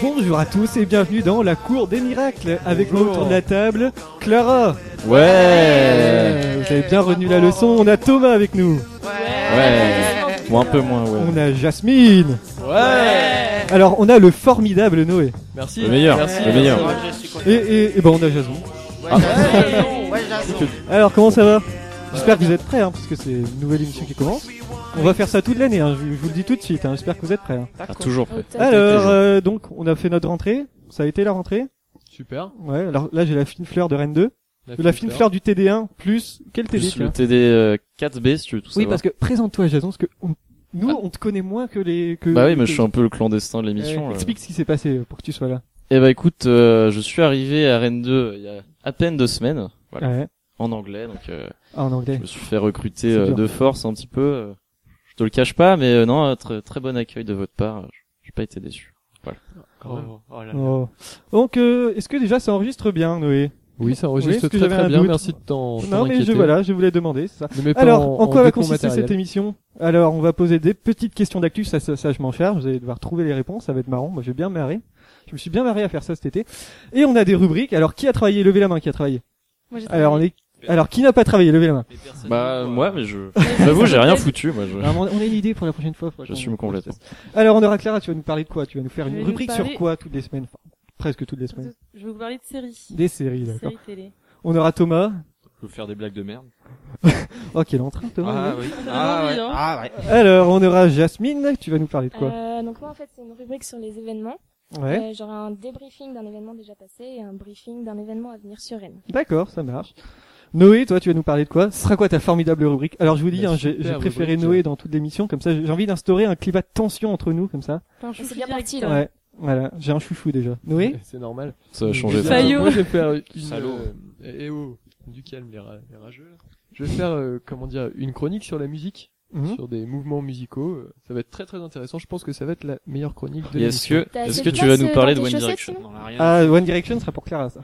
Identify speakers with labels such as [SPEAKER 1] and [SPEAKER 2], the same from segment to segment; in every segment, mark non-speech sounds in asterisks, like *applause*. [SPEAKER 1] Bonjour à tous et bienvenue dans la cour des miracles avec moi autour de la table Clara. Euh,
[SPEAKER 2] Ouais.
[SPEAKER 1] Vous avez bien retenu la leçon. On a Thomas avec nous.
[SPEAKER 2] Ouais. Ou un peu moins, ouais.
[SPEAKER 1] On a Jasmine.
[SPEAKER 3] Ouais.
[SPEAKER 1] Alors on a le formidable Noé.
[SPEAKER 3] Merci.
[SPEAKER 2] Le meilleur,
[SPEAKER 3] Merci.
[SPEAKER 2] le meilleur.
[SPEAKER 3] Moi, je suis content.
[SPEAKER 1] Et, et, et ben on a Jasmine.
[SPEAKER 3] Ouais, Jason, ouais, Jason.
[SPEAKER 1] Alors comment ça va J'espère que vous êtes prêts hein, parce que c'est une nouvelle émission qui commence. On va faire ça toute l'année, hein, je, je vous le dis tout de suite. hein, J'espère que vous êtes prêts. hein.
[SPEAKER 2] Ah, toujours prêt.
[SPEAKER 1] Alors euh, donc on a fait notre rentrée. Ça a été la rentrée.
[SPEAKER 4] Super.
[SPEAKER 1] Ouais. Alors là j'ai la fine fleur de Rennes 2, la fine fleur du TD1 plus quel TD
[SPEAKER 2] Plus
[SPEAKER 1] tu as
[SPEAKER 2] le TD euh, 4B si tu veux tout
[SPEAKER 1] Oui,
[SPEAKER 2] savoir.
[SPEAKER 1] parce que présente-toi, Jason, parce que on- nous, on te connaît moins que les. Que,
[SPEAKER 2] Ah. Bah oui, mais
[SPEAKER 1] que-
[SPEAKER 2] je suis un peu le clandestin de
[SPEAKER 1] Euh,
[SPEAKER 2] l'émission. là.
[SPEAKER 1] Explique ce qui s'est passé euh, pour que tu sois là.
[SPEAKER 2] Eh bah écoute, euh, je suis arrivé à Rennes 2 il y a à peine deux semaines, voilà,
[SPEAKER 1] Ouais.
[SPEAKER 2] en anglais, donc euh,
[SPEAKER 1] Ah, en
[SPEAKER 2] je
[SPEAKER 1] anglais.
[SPEAKER 2] me suis fait recruter
[SPEAKER 1] C'est
[SPEAKER 2] euh,
[SPEAKER 1] dur.
[SPEAKER 2] de force un petit peu. euh, je te le cache pas, mais euh, non, euh, très, très bon accueil de votre part. je- J'ai pas été déçu.
[SPEAKER 4] Oh, oh là là.
[SPEAKER 1] Oh. Donc, euh, est-ce que déjà ça enregistre bien, Noé
[SPEAKER 4] Oui, ça
[SPEAKER 1] Oui,
[SPEAKER 4] enregistre
[SPEAKER 1] parce que
[SPEAKER 4] très
[SPEAKER 1] j'avais
[SPEAKER 4] très
[SPEAKER 1] un
[SPEAKER 4] bien.
[SPEAKER 1] doute.
[SPEAKER 4] Merci de t'en t'en
[SPEAKER 1] Non, mais je
[SPEAKER 4] inquiéter.
[SPEAKER 1] voilà, je voulais demander, c'est ça.
[SPEAKER 4] Ne mets pas
[SPEAKER 1] Alors, en, quoi va
[SPEAKER 4] décompte
[SPEAKER 1] consister
[SPEAKER 4] matériel.
[SPEAKER 1] cette émission Alors, on va poser des petites questions d'actu, ça, ça, ça, je m'en charge, vous allez devoir trouver les réponses, ça va être marrant, moi j'ai bien marré. Je me suis bien marré à faire ça cet été. Et on a des rubriques, alors qui a travaillé Levez la main, qui a travaillé
[SPEAKER 5] Moi,
[SPEAKER 6] Ah,
[SPEAKER 5] j'ai
[SPEAKER 1] Alors, on est... alors qui n'a pas travaillé Levez la main.
[SPEAKER 2] Bah moi, mais je,
[SPEAKER 5] travaillé.
[SPEAKER 2] j'avoue, j'ai rien foutu, moi. Je...
[SPEAKER 1] Alors, on on a une idée pour la prochaine fois. faudra qu'on-
[SPEAKER 2] J'assume complètement.
[SPEAKER 1] Alors, Honora Clara, tu vas nous parler de quoi Tu vas nous faire
[SPEAKER 5] Je vais
[SPEAKER 1] une
[SPEAKER 5] nous
[SPEAKER 1] rubrique sur
[SPEAKER 5] parler-
[SPEAKER 1] quoi toutes les semaines Enfin, Presque toutes les semaines.
[SPEAKER 5] Je vais vous parler de séries.
[SPEAKER 1] Des séries, d'accord.
[SPEAKER 5] Séries télé.
[SPEAKER 1] On aura Thomas.
[SPEAKER 7] Faut faire des blagues
[SPEAKER 1] *laughs*
[SPEAKER 7] de merde.
[SPEAKER 1] Oh, quel entrain, Thomas.
[SPEAKER 7] oui.
[SPEAKER 5] Ah, oui, hein.
[SPEAKER 7] Ah ouais.
[SPEAKER 1] Alors, on aura Jasmine. Tu vas nous parler de quoi
[SPEAKER 6] Euh, donc moi en fait c'est une rubrique sur les événements.
[SPEAKER 1] Ouais.
[SPEAKER 6] Euh, genre un débriefing d'un événement déjà passé et un briefing d'un événement à venir sur Rennes.
[SPEAKER 1] D'accord, ça marche. Noé, toi, tu vas nous parler de quoi Ce sera quoi ta formidable rubrique Alors, je vous dis,
[SPEAKER 4] La
[SPEAKER 1] hein, j'ai
[SPEAKER 4] super
[SPEAKER 1] j'ai préféré
[SPEAKER 4] rubrique.
[SPEAKER 1] Noé dans toute l'émission. Comme ça, j'ai envie d'instaurer un climat de tension entre nous, comme ça.
[SPEAKER 5] T'as un
[SPEAKER 6] C'est
[SPEAKER 5] chouchou
[SPEAKER 6] bien
[SPEAKER 5] direct,
[SPEAKER 6] parti,
[SPEAKER 5] toi.
[SPEAKER 6] là.
[SPEAKER 1] Ouais. Voilà, j'ai un chouchou déjà. Noé
[SPEAKER 4] C'est normal.
[SPEAKER 2] Ça a changé.
[SPEAKER 4] Je-
[SPEAKER 5] Ça y est.
[SPEAKER 4] Moi, je vais faire une.
[SPEAKER 7] Salaud.
[SPEAKER 4] euh, eh oh, du calme, les, ra- les rageux. là. Je vais faire, euh, comment dire, une chronique sur la musique,
[SPEAKER 1] Mhm.
[SPEAKER 4] sur des mouvements musicaux. euh, Ça va être très très intéressant. Je pense que ça va être la meilleure chronique de
[SPEAKER 2] Est-ce
[SPEAKER 4] l'émission.
[SPEAKER 2] que,
[SPEAKER 6] T'as
[SPEAKER 2] est-ce
[SPEAKER 6] assez
[SPEAKER 2] que
[SPEAKER 6] de
[SPEAKER 2] tu vas
[SPEAKER 6] place,
[SPEAKER 2] nous
[SPEAKER 6] euh,
[SPEAKER 2] parler de
[SPEAKER 6] dans
[SPEAKER 2] One
[SPEAKER 6] tes chaussettes,
[SPEAKER 2] Direction
[SPEAKER 6] sinon
[SPEAKER 7] On a rien.
[SPEAKER 1] Ah, One Direction sera pour Clara, ça.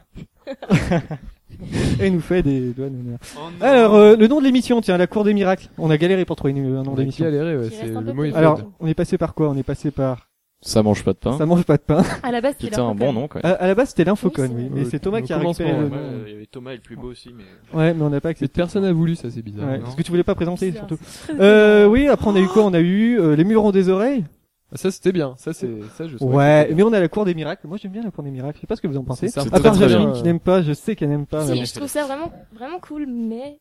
[SPEAKER 1] Et nous fait des doigts d'honneur.
[SPEAKER 7] Oh non.
[SPEAKER 1] Alors, euh, le nom de l'émission, tiens, la cour des miracles. On a galéré pour trouver une- un nom
[SPEAKER 4] On a
[SPEAKER 1] d'émission.
[SPEAKER 4] galéré, ouais,
[SPEAKER 6] Qui
[SPEAKER 4] c'est
[SPEAKER 6] reste un
[SPEAKER 4] le
[SPEAKER 6] peu
[SPEAKER 4] mot est
[SPEAKER 6] plus-
[SPEAKER 1] Alors,
[SPEAKER 4] faible.
[SPEAKER 1] on est passé par quoi On est passé par
[SPEAKER 2] Ça mange pas de
[SPEAKER 4] Hein
[SPEAKER 2] pain.
[SPEAKER 1] Ça mange pas de
[SPEAKER 4] *laughs*
[SPEAKER 1] pain.
[SPEAKER 5] À la base, c'était
[SPEAKER 2] Putain, un bon nom quoi.
[SPEAKER 1] À, à la base, c'était l'infocon,
[SPEAKER 6] Oui, c'est
[SPEAKER 1] oui,
[SPEAKER 4] vrai.
[SPEAKER 1] mais c'est Thomas
[SPEAKER 4] Au
[SPEAKER 1] qui a récupéré le
[SPEAKER 4] commencement,
[SPEAKER 7] Ouais,
[SPEAKER 1] nom.
[SPEAKER 7] euh, Il y avait Thomas et le plus beau aussi, mais.
[SPEAKER 1] Ouais, mais on n'a pas
[SPEAKER 4] Mais
[SPEAKER 1] accepté.
[SPEAKER 4] personne n'a voulu, ça c'est bizarre.
[SPEAKER 1] Ouais,
[SPEAKER 7] non.
[SPEAKER 1] parce que tu voulais pas présenter surtout.
[SPEAKER 5] bizarre.
[SPEAKER 1] Euh, oui, après on a eu quoi On a eu euh, les murons des oreilles.
[SPEAKER 4] Ah, Ça c'était bien, ça c'est ça je saurais que
[SPEAKER 1] Ouais, Ah,
[SPEAKER 4] c'était
[SPEAKER 1] mais on a la cour des miracles. Moi j'aime bien la cour des miracles. Je sais pas ce que vous en
[SPEAKER 4] bien. C'est
[SPEAKER 1] pensez.
[SPEAKER 4] ça.
[SPEAKER 2] C'est
[SPEAKER 1] À
[SPEAKER 2] très,
[SPEAKER 1] part
[SPEAKER 2] très
[SPEAKER 1] Jasmine
[SPEAKER 4] bien.
[SPEAKER 1] qui n'aime pas, je sais qu'elle n'aime pas.
[SPEAKER 6] Si,
[SPEAKER 1] mais bon.
[SPEAKER 6] je trouve ça vraiment vraiment cool, mais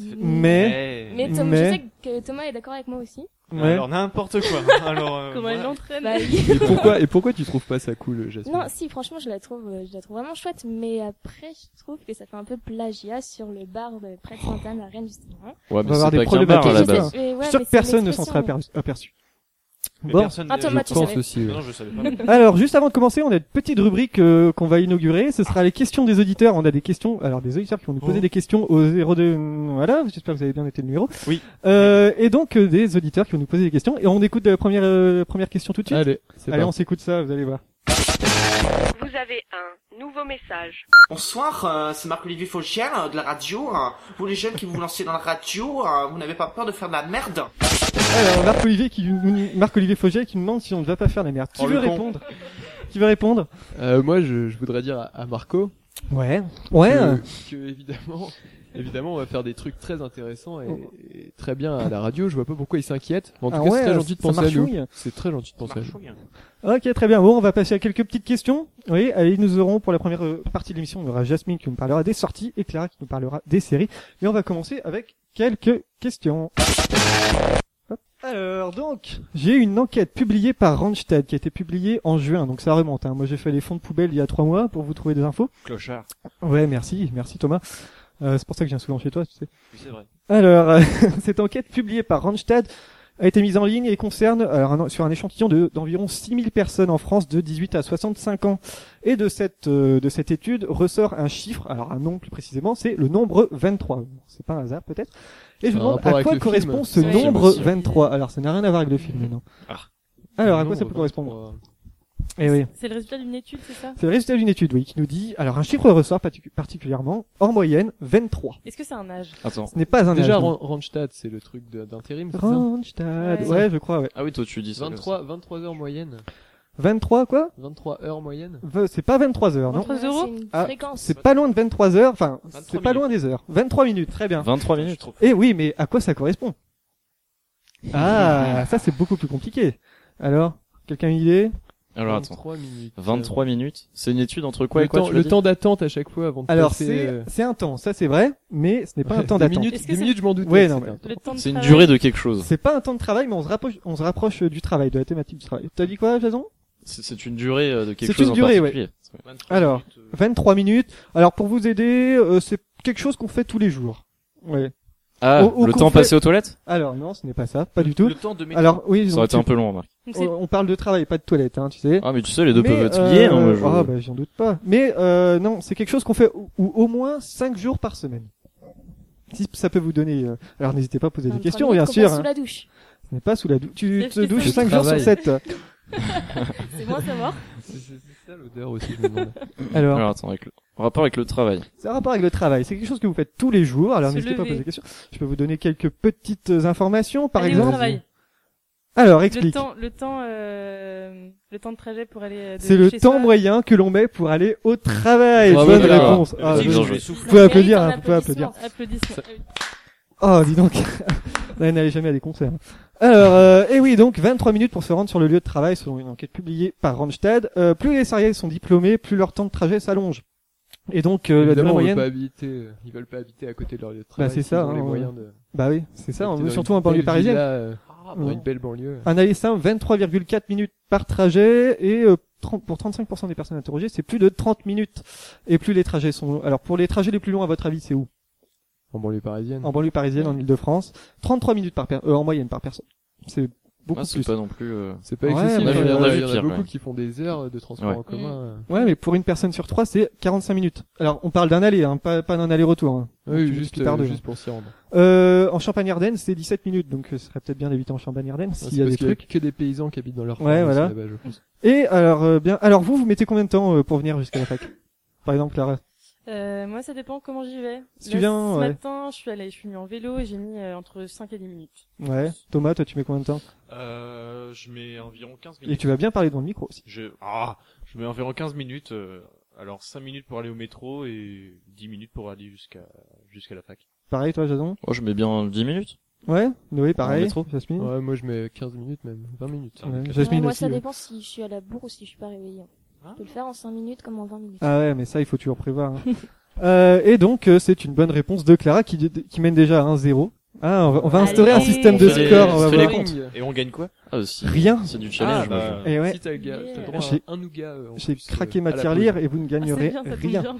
[SPEAKER 6] Mm.
[SPEAKER 1] Mais,
[SPEAKER 7] Eh.
[SPEAKER 6] mais, Tom,
[SPEAKER 1] mais-
[SPEAKER 6] je sais que Thomas est d'accord avec moi aussi.
[SPEAKER 1] ouais.
[SPEAKER 7] Alors n'importe
[SPEAKER 1] *laughs*
[SPEAKER 7] quoi. Alors. euh,
[SPEAKER 5] Comment elle
[SPEAKER 7] voilà.
[SPEAKER 5] l'entraîne *laughs*
[SPEAKER 6] Bah, il-
[SPEAKER 4] Et pourquoi et pourquoi tu trouves pas ça cool, Jasmine
[SPEAKER 6] non, si franchement je la trouve euh, je la trouve vraiment chouette, mais après je trouve que ça fait un peu plagiat sur le bar de près de Sainte-Anne à Rennes justement.
[SPEAKER 2] Ouais, mais
[SPEAKER 1] avoir
[SPEAKER 2] c'est
[SPEAKER 1] des
[SPEAKER 2] pas qu'un
[SPEAKER 1] problématiques,
[SPEAKER 2] bar à la
[SPEAKER 1] c'est
[SPEAKER 2] base.
[SPEAKER 1] ça.
[SPEAKER 6] Et ouais,
[SPEAKER 1] Ah, bah, Je suis sûr
[SPEAKER 6] mais
[SPEAKER 1] que
[SPEAKER 6] c'est
[SPEAKER 1] personne ne s'en sera
[SPEAKER 6] l'expression.
[SPEAKER 1] aper- aperçu.
[SPEAKER 7] Mais
[SPEAKER 1] Bon.
[SPEAKER 7] personne.
[SPEAKER 6] Ah,
[SPEAKER 7] je-
[SPEAKER 6] Thomas,
[SPEAKER 4] Je
[SPEAKER 6] tu
[SPEAKER 4] pense
[SPEAKER 6] savais.
[SPEAKER 4] aussi. ouais.
[SPEAKER 7] Non, je savais pas.
[SPEAKER 1] Alors, juste avant de commencer, on a une petite rubrique euh, qu'on va inaugurer. Ce sera les questions des auditeurs. On a des questions, alors des auditeurs qui vont nous poser
[SPEAKER 7] Oh.
[SPEAKER 1] des questions au 02. mm, Voilà, j'espère que vous avez bien noté le numéro.
[SPEAKER 7] Oui.
[SPEAKER 1] Euh, et donc euh, des auditeurs qui vont nous poser des questions. Et on écoute la première euh, première question tout de suite.
[SPEAKER 4] Allez, c'est
[SPEAKER 1] Allez,
[SPEAKER 4] parti.
[SPEAKER 1] on s'écoute ça. Vous allez voir.
[SPEAKER 8] Vous avez un nouveau message.
[SPEAKER 9] Bonsoir, euh, c'est Marc-Olivier Fauchien euh, de la radio. hein. Vous les jeunes qui vous lancez dans la radio, hein, vous n'avez pas peur de faire de la merde
[SPEAKER 1] Alors Marc Olivier qui Marc Olivier Faugier qui nous demande si on ne va pas faire la merde. Qui
[SPEAKER 7] Oh,
[SPEAKER 1] veut
[SPEAKER 7] le con.
[SPEAKER 1] répondre Qui veut répondre
[SPEAKER 4] Euh, moi, je, je voudrais dire à, à Marco
[SPEAKER 1] Ouais. Ouais.
[SPEAKER 4] que, que évidemment, *laughs* évidemment, on va faire des trucs très intéressants et, et très bien à la radio. Je vois pas pourquoi il s'inquiète. Mais En tout
[SPEAKER 1] Ah
[SPEAKER 4] cas,
[SPEAKER 1] ouais,
[SPEAKER 4] c'est très gentil de
[SPEAKER 1] ça
[SPEAKER 4] penser à nous.
[SPEAKER 1] marchouille.
[SPEAKER 4] C'est très gentil de penser à nous.
[SPEAKER 7] Marchouille, hein.
[SPEAKER 1] Ok, très bien. Bon, on va passer à quelques petites questions. Oui, allez, nous aurons pour la première euh, partie de l'émission, on aura Jasmine qui nous parlera des sorties et Clara qui nous parlera des séries. Mais on va commencer avec quelques questions. Hop. Alors donc, j'ai eu une enquête publiée par Randstad qui a été publiée en juin, donc ça remonte. hein. Moi j'ai fait les fonds de poubelle il y a trois mois pour vous trouver des infos.
[SPEAKER 7] *laughs* Clochard.
[SPEAKER 1] Ouais, merci, merci Thomas. Euh, c'est pour ça que je viens souvent chez toi, tu sais.
[SPEAKER 7] Oui, c'est vrai.
[SPEAKER 1] Alors, *laughs* euh, cette enquête publiée par Randstad a été mise en ligne et concerne alors, un- sur un échantillon de- d'environ 6000 personnes en France de 18 à 65 ans. Et de cette, euh, de cette étude ressort un chiffre, alors un nom plus précisément, c'est le nombre 23. C'est pas un hasard peut-être. Et je me
[SPEAKER 4] Un
[SPEAKER 1] demande
[SPEAKER 4] rapport
[SPEAKER 1] à
[SPEAKER 4] avec
[SPEAKER 1] quoi
[SPEAKER 4] le
[SPEAKER 1] correspond
[SPEAKER 4] film.
[SPEAKER 1] ce
[SPEAKER 5] Ouais.
[SPEAKER 1] nombre
[SPEAKER 2] Aussi.
[SPEAKER 1] 23 Alors, ça n'a rien à voir avec le film, mais non.
[SPEAKER 7] Ah.
[SPEAKER 1] Alors, à quoi
[SPEAKER 4] Non,
[SPEAKER 1] ça
[SPEAKER 4] on
[SPEAKER 1] peut
[SPEAKER 4] va
[SPEAKER 1] correspondre
[SPEAKER 4] pas-
[SPEAKER 1] Eh oui.
[SPEAKER 5] C'est le résultat d'une étude, c'est ça
[SPEAKER 1] C'est le résultat d'une étude, oui, qui nous dit, alors un chiffre ressort particu- particulièrement, en moyenne, 23.
[SPEAKER 5] Est-ce que c'est un âge
[SPEAKER 2] Attends.
[SPEAKER 1] Ce n'est pas un
[SPEAKER 4] Déjà,
[SPEAKER 1] âge, non.
[SPEAKER 4] Ran- Randstad, c'est le truc de- d'intérim. c'est ça
[SPEAKER 1] Randstad.
[SPEAKER 5] Ouais.
[SPEAKER 1] Ouais, je crois, ouais.
[SPEAKER 2] Ah oui, toi tu dis ça. comme ça.
[SPEAKER 4] 23, 23 heures moyenne.
[SPEAKER 1] 23 quoi
[SPEAKER 4] 23 heures moyenne.
[SPEAKER 1] Ve- C'est pas 23 heures, non
[SPEAKER 5] 23 euros
[SPEAKER 6] C'est une
[SPEAKER 1] Ah,
[SPEAKER 6] fréquence.
[SPEAKER 1] C'est pas loin de 23 heures, enfin,
[SPEAKER 7] 23
[SPEAKER 1] c'est pas loin des heures. 23 minutes, très bien.
[SPEAKER 2] 23 minutes.
[SPEAKER 1] Eh oui, mais à quoi ça correspond Ah, ça c'est beaucoup plus compliqué. Alors, quelqu'un a une idée
[SPEAKER 2] Alors attends.
[SPEAKER 4] 23 minutes.
[SPEAKER 2] 23
[SPEAKER 1] Euh,
[SPEAKER 2] minutes. C'est une étude entre quoi
[SPEAKER 4] le
[SPEAKER 2] et quoi
[SPEAKER 4] temps,
[SPEAKER 2] tu
[SPEAKER 4] le
[SPEAKER 2] l'as dit
[SPEAKER 4] temps d'attente à chaque fois avant de
[SPEAKER 1] Alors,
[SPEAKER 4] passer,
[SPEAKER 1] c'est
[SPEAKER 4] euh,
[SPEAKER 1] c'est un temps, ça c'est vrai, mais ce n'est pas un
[SPEAKER 4] ouais,
[SPEAKER 1] temps
[SPEAKER 4] des
[SPEAKER 1] d'attente.
[SPEAKER 4] minutes-
[SPEAKER 5] Est-ce que
[SPEAKER 4] des
[SPEAKER 5] c'est-
[SPEAKER 4] minutes, je m'en doutais.
[SPEAKER 1] Ouais,
[SPEAKER 4] que
[SPEAKER 1] non,
[SPEAKER 4] c'était
[SPEAKER 1] mais-
[SPEAKER 4] un temps.
[SPEAKER 5] Le temps de
[SPEAKER 2] C'est une
[SPEAKER 5] travail.
[SPEAKER 2] durée de quelque chose.
[SPEAKER 1] C'est pas un temps de travail, mais on se rapproche, on se rapproche euh, du travail, de la thématique du travail. T'as dit quoi, Jason
[SPEAKER 2] C'est c'est une durée euh, de quelque
[SPEAKER 1] C'est
[SPEAKER 2] chose
[SPEAKER 1] une
[SPEAKER 2] en
[SPEAKER 1] durée, ouais.
[SPEAKER 2] particulier.
[SPEAKER 1] Alors, 23 minutes. Alors, pour vous aider, euh, c'est quelque chose qu'on fait tous les jours. Ouais.
[SPEAKER 2] Ah,
[SPEAKER 1] Au- au
[SPEAKER 2] le temps
[SPEAKER 1] complet-
[SPEAKER 2] passé aux toilettes
[SPEAKER 1] Alors, non, ce n'est pas ça, pas du tout.
[SPEAKER 7] Le temps de mettre.
[SPEAKER 1] Alors, oui,
[SPEAKER 2] Ça
[SPEAKER 1] donc,
[SPEAKER 2] aurait été un peu long, Marc.
[SPEAKER 5] Donc
[SPEAKER 1] on,
[SPEAKER 5] c'est-
[SPEAKER 1] on parle de travail, pas de toilette, hein, tu sais.
[SPEAKER 2] Ah, mais tu sais, les deux
[SPEAKER 1] Mais,
[SPEAKER 2] peuvent être
[SPEAKER 1] euh,
[SPEAKER 2] liés. non, moi, je-
[SPEAKER 1] Ah, bah, j'en doute pas. Mais euh, non, c'est quelque chose qu'on fait ou, ou au moins 5 jours par semaine. Si ça peut vous donner... euh, Alors, n'hésitez pas à poser
[SPEAKER 6] Enfin,
[SPEAKER 1] des
[SPEAKER 6] trois
[SPEAKER 1] questions,
[SPEAKER 6] minutes
[SPEAKER 1] bien
[SPEAKER 6] qu'on
[SPEAKER 1] sûr.
[SPEAKER 6] passe sous
[SPEAKER 1] hein.
[SPEAKER 6] la douche.
[SPEAKER 1] Ce n'est pas sous la douche. Tu
[SPEAKER 5] C'est-
[SPEAKER 1] te
[SPEAKER 5] c'est
[SPEAKER 1] douches
[SPEAKER 5] ça.
[SPEAKER 1] 5 jours sur
[SPEAKER 4] Travail.
[SPEAKER 1] 7.
[SPEAKER 5] C'est bon à savoir.
[SPEAKER 4] C'est c'est- c'est ça l'odeur aussi, je me demande.
[SPEAKER 1] Alors,
[SPEAKER 2] Alors attends, avec le... en rapport avec le travail.
[SPEAKER 1] C'est un rapport avec le travail. C'est quelque chose que vous faites tous les jours. Alors
[SPEAKER 5] Se
[SPEAKER 1] n'hésitez pas à
[SPEAKER 5] lever.
[SPEAKER 1] poser des questions. Je peux vous donner quelques petites euh, informations, par
[SPEAKER 5] Aller au
[SPEAKER 1] exemple.
[SPEAKER 5] travail.
[SPEAKER 1] Alors
[SPEAKER 5] Le
[SPEAKER 1] explique.
[SPEAKER 5] temps, le temps, euh, le temps de trajet pour aller. euh, de
[SPEAKER 1] C'est le
[SPEAKER 5] chez
[SPEAKER 1] temps
[SPEAKER 5] soi.
[SPEAKER 1] moyen que l'on met pour aller au travail.
[SPEAKER 2] Bravo,
[SPEAKER 1] Bonne
[SPEAKER 2] voilà.
[SPEAKER 1] réponse.
[SPEAKER 2] Euh,
[SPEAKER 1] Ah,
[SPEAKER 2] dis
[SPEAKER 1] je-
[SPEAKER 2] donc,
[SPEAKER 7] vais
[SPEAKER 1] Vous pouvez applaudir, hein,
[SPEAKER 6] Mérite un
[SPEAKER 1] vous pouvez applaudir.
[SPEAKER 6] applaudissement.
[SPEAKER 5] Applaudissements.
[SPEAKER 1] Oh, dis donc. *laughs* Là, n'allez jamais à des concerts. Alors, euh, et oui, donc 23 minutes pour se rendre sur le lieu de travail selon une enquête publiée par Randstad. Euh, plus les salariés sont diplômés, plus leur temps de trajet s'allonge. Et donc euh, la durée
[SPEAKER 4] Évidemment, on veut
[SPEAKER 1] moyenne.
[SPEAKER 4] pas habiter, euh, ils veulent pas habiter à côté de leur lieu de
[SPEAKER 1] Bah,
[SPEAKER 4] travail.
[SPEAKER 1] c'est
[SPEAKER 4] ils
[SPEAKER 1] ça,
[SPEAKER 4] ont
[SPEAKER 1] hein,
[SPEAKER 4] les
[SPEAKER 1] ouais.
[SPEAKER 4] moyens de.
[SPEAKER 1] Bah oui, c'est ça. On
[SPEAKER 4] d'habiter
[SPEAKER 1] veut
[SPEAKER 4] dans
[SPEAKER 1] surtout
[SPEAKER 4] une
[SPEAKER 1] en banlieue
[SPEAKER 4] belle
[SPEAKER 1] parisienne.
[SPEAKER 4] villa, euh, Dans
[SPEAKER 1] Ouais.
[SPEAKER 4] une belle banlieue.
[SPEAKER 1] Un aller simple, 23,4 minutes par trajet et euh, 30 pour 35% des personnes interrogées, c'est plus de 30 minutes. Et plus les trajets sont longs. Alors pour les trajets les plus longs, à votre avis, c'est où
[SPEAKER 4] En banlieue parisienne.
[SPEAKER 1] En banlieue parisienne, en Ile-de-France, 33 minutes par per- euh, en moyenne par personne. C'est beaucoup
[SPEAKER 2] Ah, c'est
[SPEAKER 1] plus.
[SPEAKER 2] pas non plus. euh,
[SPEAKER 4] C'est pas
[SPEAKER 1] Ouais,
[SPEAKER 4] excessif.
[SPEAKER 1] mais-
[SPEAKER 4] il y en a-
[SPEAKER 1] On a vu
[SPEAKER 4] il y en a
[SPEAKER 2] pire,
[SPEAKER 4] beaucoup
[SPEAKER 2] ouais.
[SPEAKER 4] qui font des heures de transport
[SPEAKER 2] Ouais.
[SPEAKER 4] en commun.
[SPEAKER 1] Ouais, mais pour une personne sur trois, c'est 45 minutes. Alors on parle d'un aller, hein, pas, pas d'un aller-retour. hein.
[SPEAKER 4] euh. Oui,
[SPEAKER 1] Tu- tu
[SPEAKER 4] juste,
[SPEAKER 1] tardes.
[SPEAKER 4] euh, juste pour s'y rendre.
[SPEAKER 1] Euh, en Champagne-Ardenne, c'est 17 minutes, donc euh, ce serait peut-être bien d'éviter en Champagne-Ardenne
[SPEAKER 4] Ah,
[SPEAKER 1] s'il
[SPEAKER 4] c'est
[SPEAKER 1] y a
[SPEAKER 4] parce
[SPEAKER 1] des
[SPEAKER 4] qu'il y a
[SPEAKER 1] trucs.
[SPEAKER 4] que des paysans qui habitent dans leur
[SPEAKER 1] Ouais,
[SPEAKER 4] campagne,
[SPEAKER 1] voilà.
[SPEAKER 4] c'est là-bas, je pense.
[SPEAKER 1] Et alors euh, bien, alors vous, vous mettez combien de temps euh, pour venir jusqu'à la fac Par exemple, Clara.
[SPEAKER 5] Euh, moi, ça dépend comment j'y vais.
[SPEAKER 1] Si tu viens,
[SPEAKER 5] ce
[SPEAKER 1] ouais.
[SPEAKER 5] matin, je suis allée, je suis venue en vélo et j'ai mis euh, entre 5 et 10 minutes.
[SPEAKER 1] Ouais. Thomas, toi, tu mets combien de temps
[SPEAKER 7] Euh, je mets environ 15
[SPEAKER 1] Et
[SPEAKER 7] minutes.
[SPEAKER 1] tu vas bien parler dans le micro aussi.
[SPEAKER 7] Je, ah, je mets environ 15 minutes. euh, alors 5 minutes pour aller au métro et 10 minutes pour aller jusqu'à jusqu'à la fac.
[SPEAKER 1] Pareil, toi, Jason
[SPEAKER 2] Oh, je mets bien 10 minutes.
[SPEAKER 1] Ouais Noé, pareil.
[SPEAKER 2] métro
[SPEAKER 1] Jasmine
[SPEAKER 4] Ouais, moi je mets 15 minutes même, 20 minutes.
[SPEAKER 1] Ouais,
[SPEAKER 6] Ouais,
[SPEAKER 1] Jasmine
[SPEAKER 6] moi,
[SPEAKER 1] aussi.
[SPEAKER 6] ça
[SPEAKER 1] ouais. Hein
[SPEAKER 6] dépend si je suis à la bourre ou si je suis pas réveillée. Je peux le faire en 5 minutes comme en 20 minutes.
[SPEAKER 1] Ah ouais, mais ça, il faut toujours prévoir.
[SPEAKER 6] *laughs*
[SPEAKER 1] hein. Euh, et donc, euh, c'est une bonne réponse de Clara qui, qui mène déjà à 1-0. Ah, on va, on va instaurer un
[SPEAKER 5] Allez.
[SPEAKER 1] système de
[SPEAKER 2] On fait les-
[SPEAKER 1] score. on
[SPEAKER 2] on
[SPEAKER 1] va
[SPEAKER 2] fait les
[SPEAKER 1] voir.
[SPEAKER 2] comptes.
[SPEAKER 7] Et on gagne quoi
[SPEAKER 2] Ah, aussi.
[SPEAKER 1] Rien.
[SPEAKER 2] C'est du challenge.
[SPEAKER 4] Ah,
[SPEAKER 2] moi, je-
[SPEAKER 7] bah,
[SPEAKER 1] Et ouais,
[SPEAKER 4] Si t'as le gars, t'as le droit
[SPEAKER 1] J'ai-
[SPEAKER 4] à un nougat. euh, en
[SPEAKER 1] j'ai
[SPEAKER 4] plus,
[SPEAKER 1] craqué
[SPEAKER 4] euh,
[SPEAKER 1] ma
[SPEAKER 4] à la
[SPEAKER 1] tirelire
[SPEAKER 4] pause.
[SPEAKER 1] et vous ne
[SPEAKER 5] Ah,
[SPEAKER 1] gagnerez
[SPEAKER 5] c'est bien, ça tombe
[SPEAKER 1] rien.
[SPEAKER 5] bien.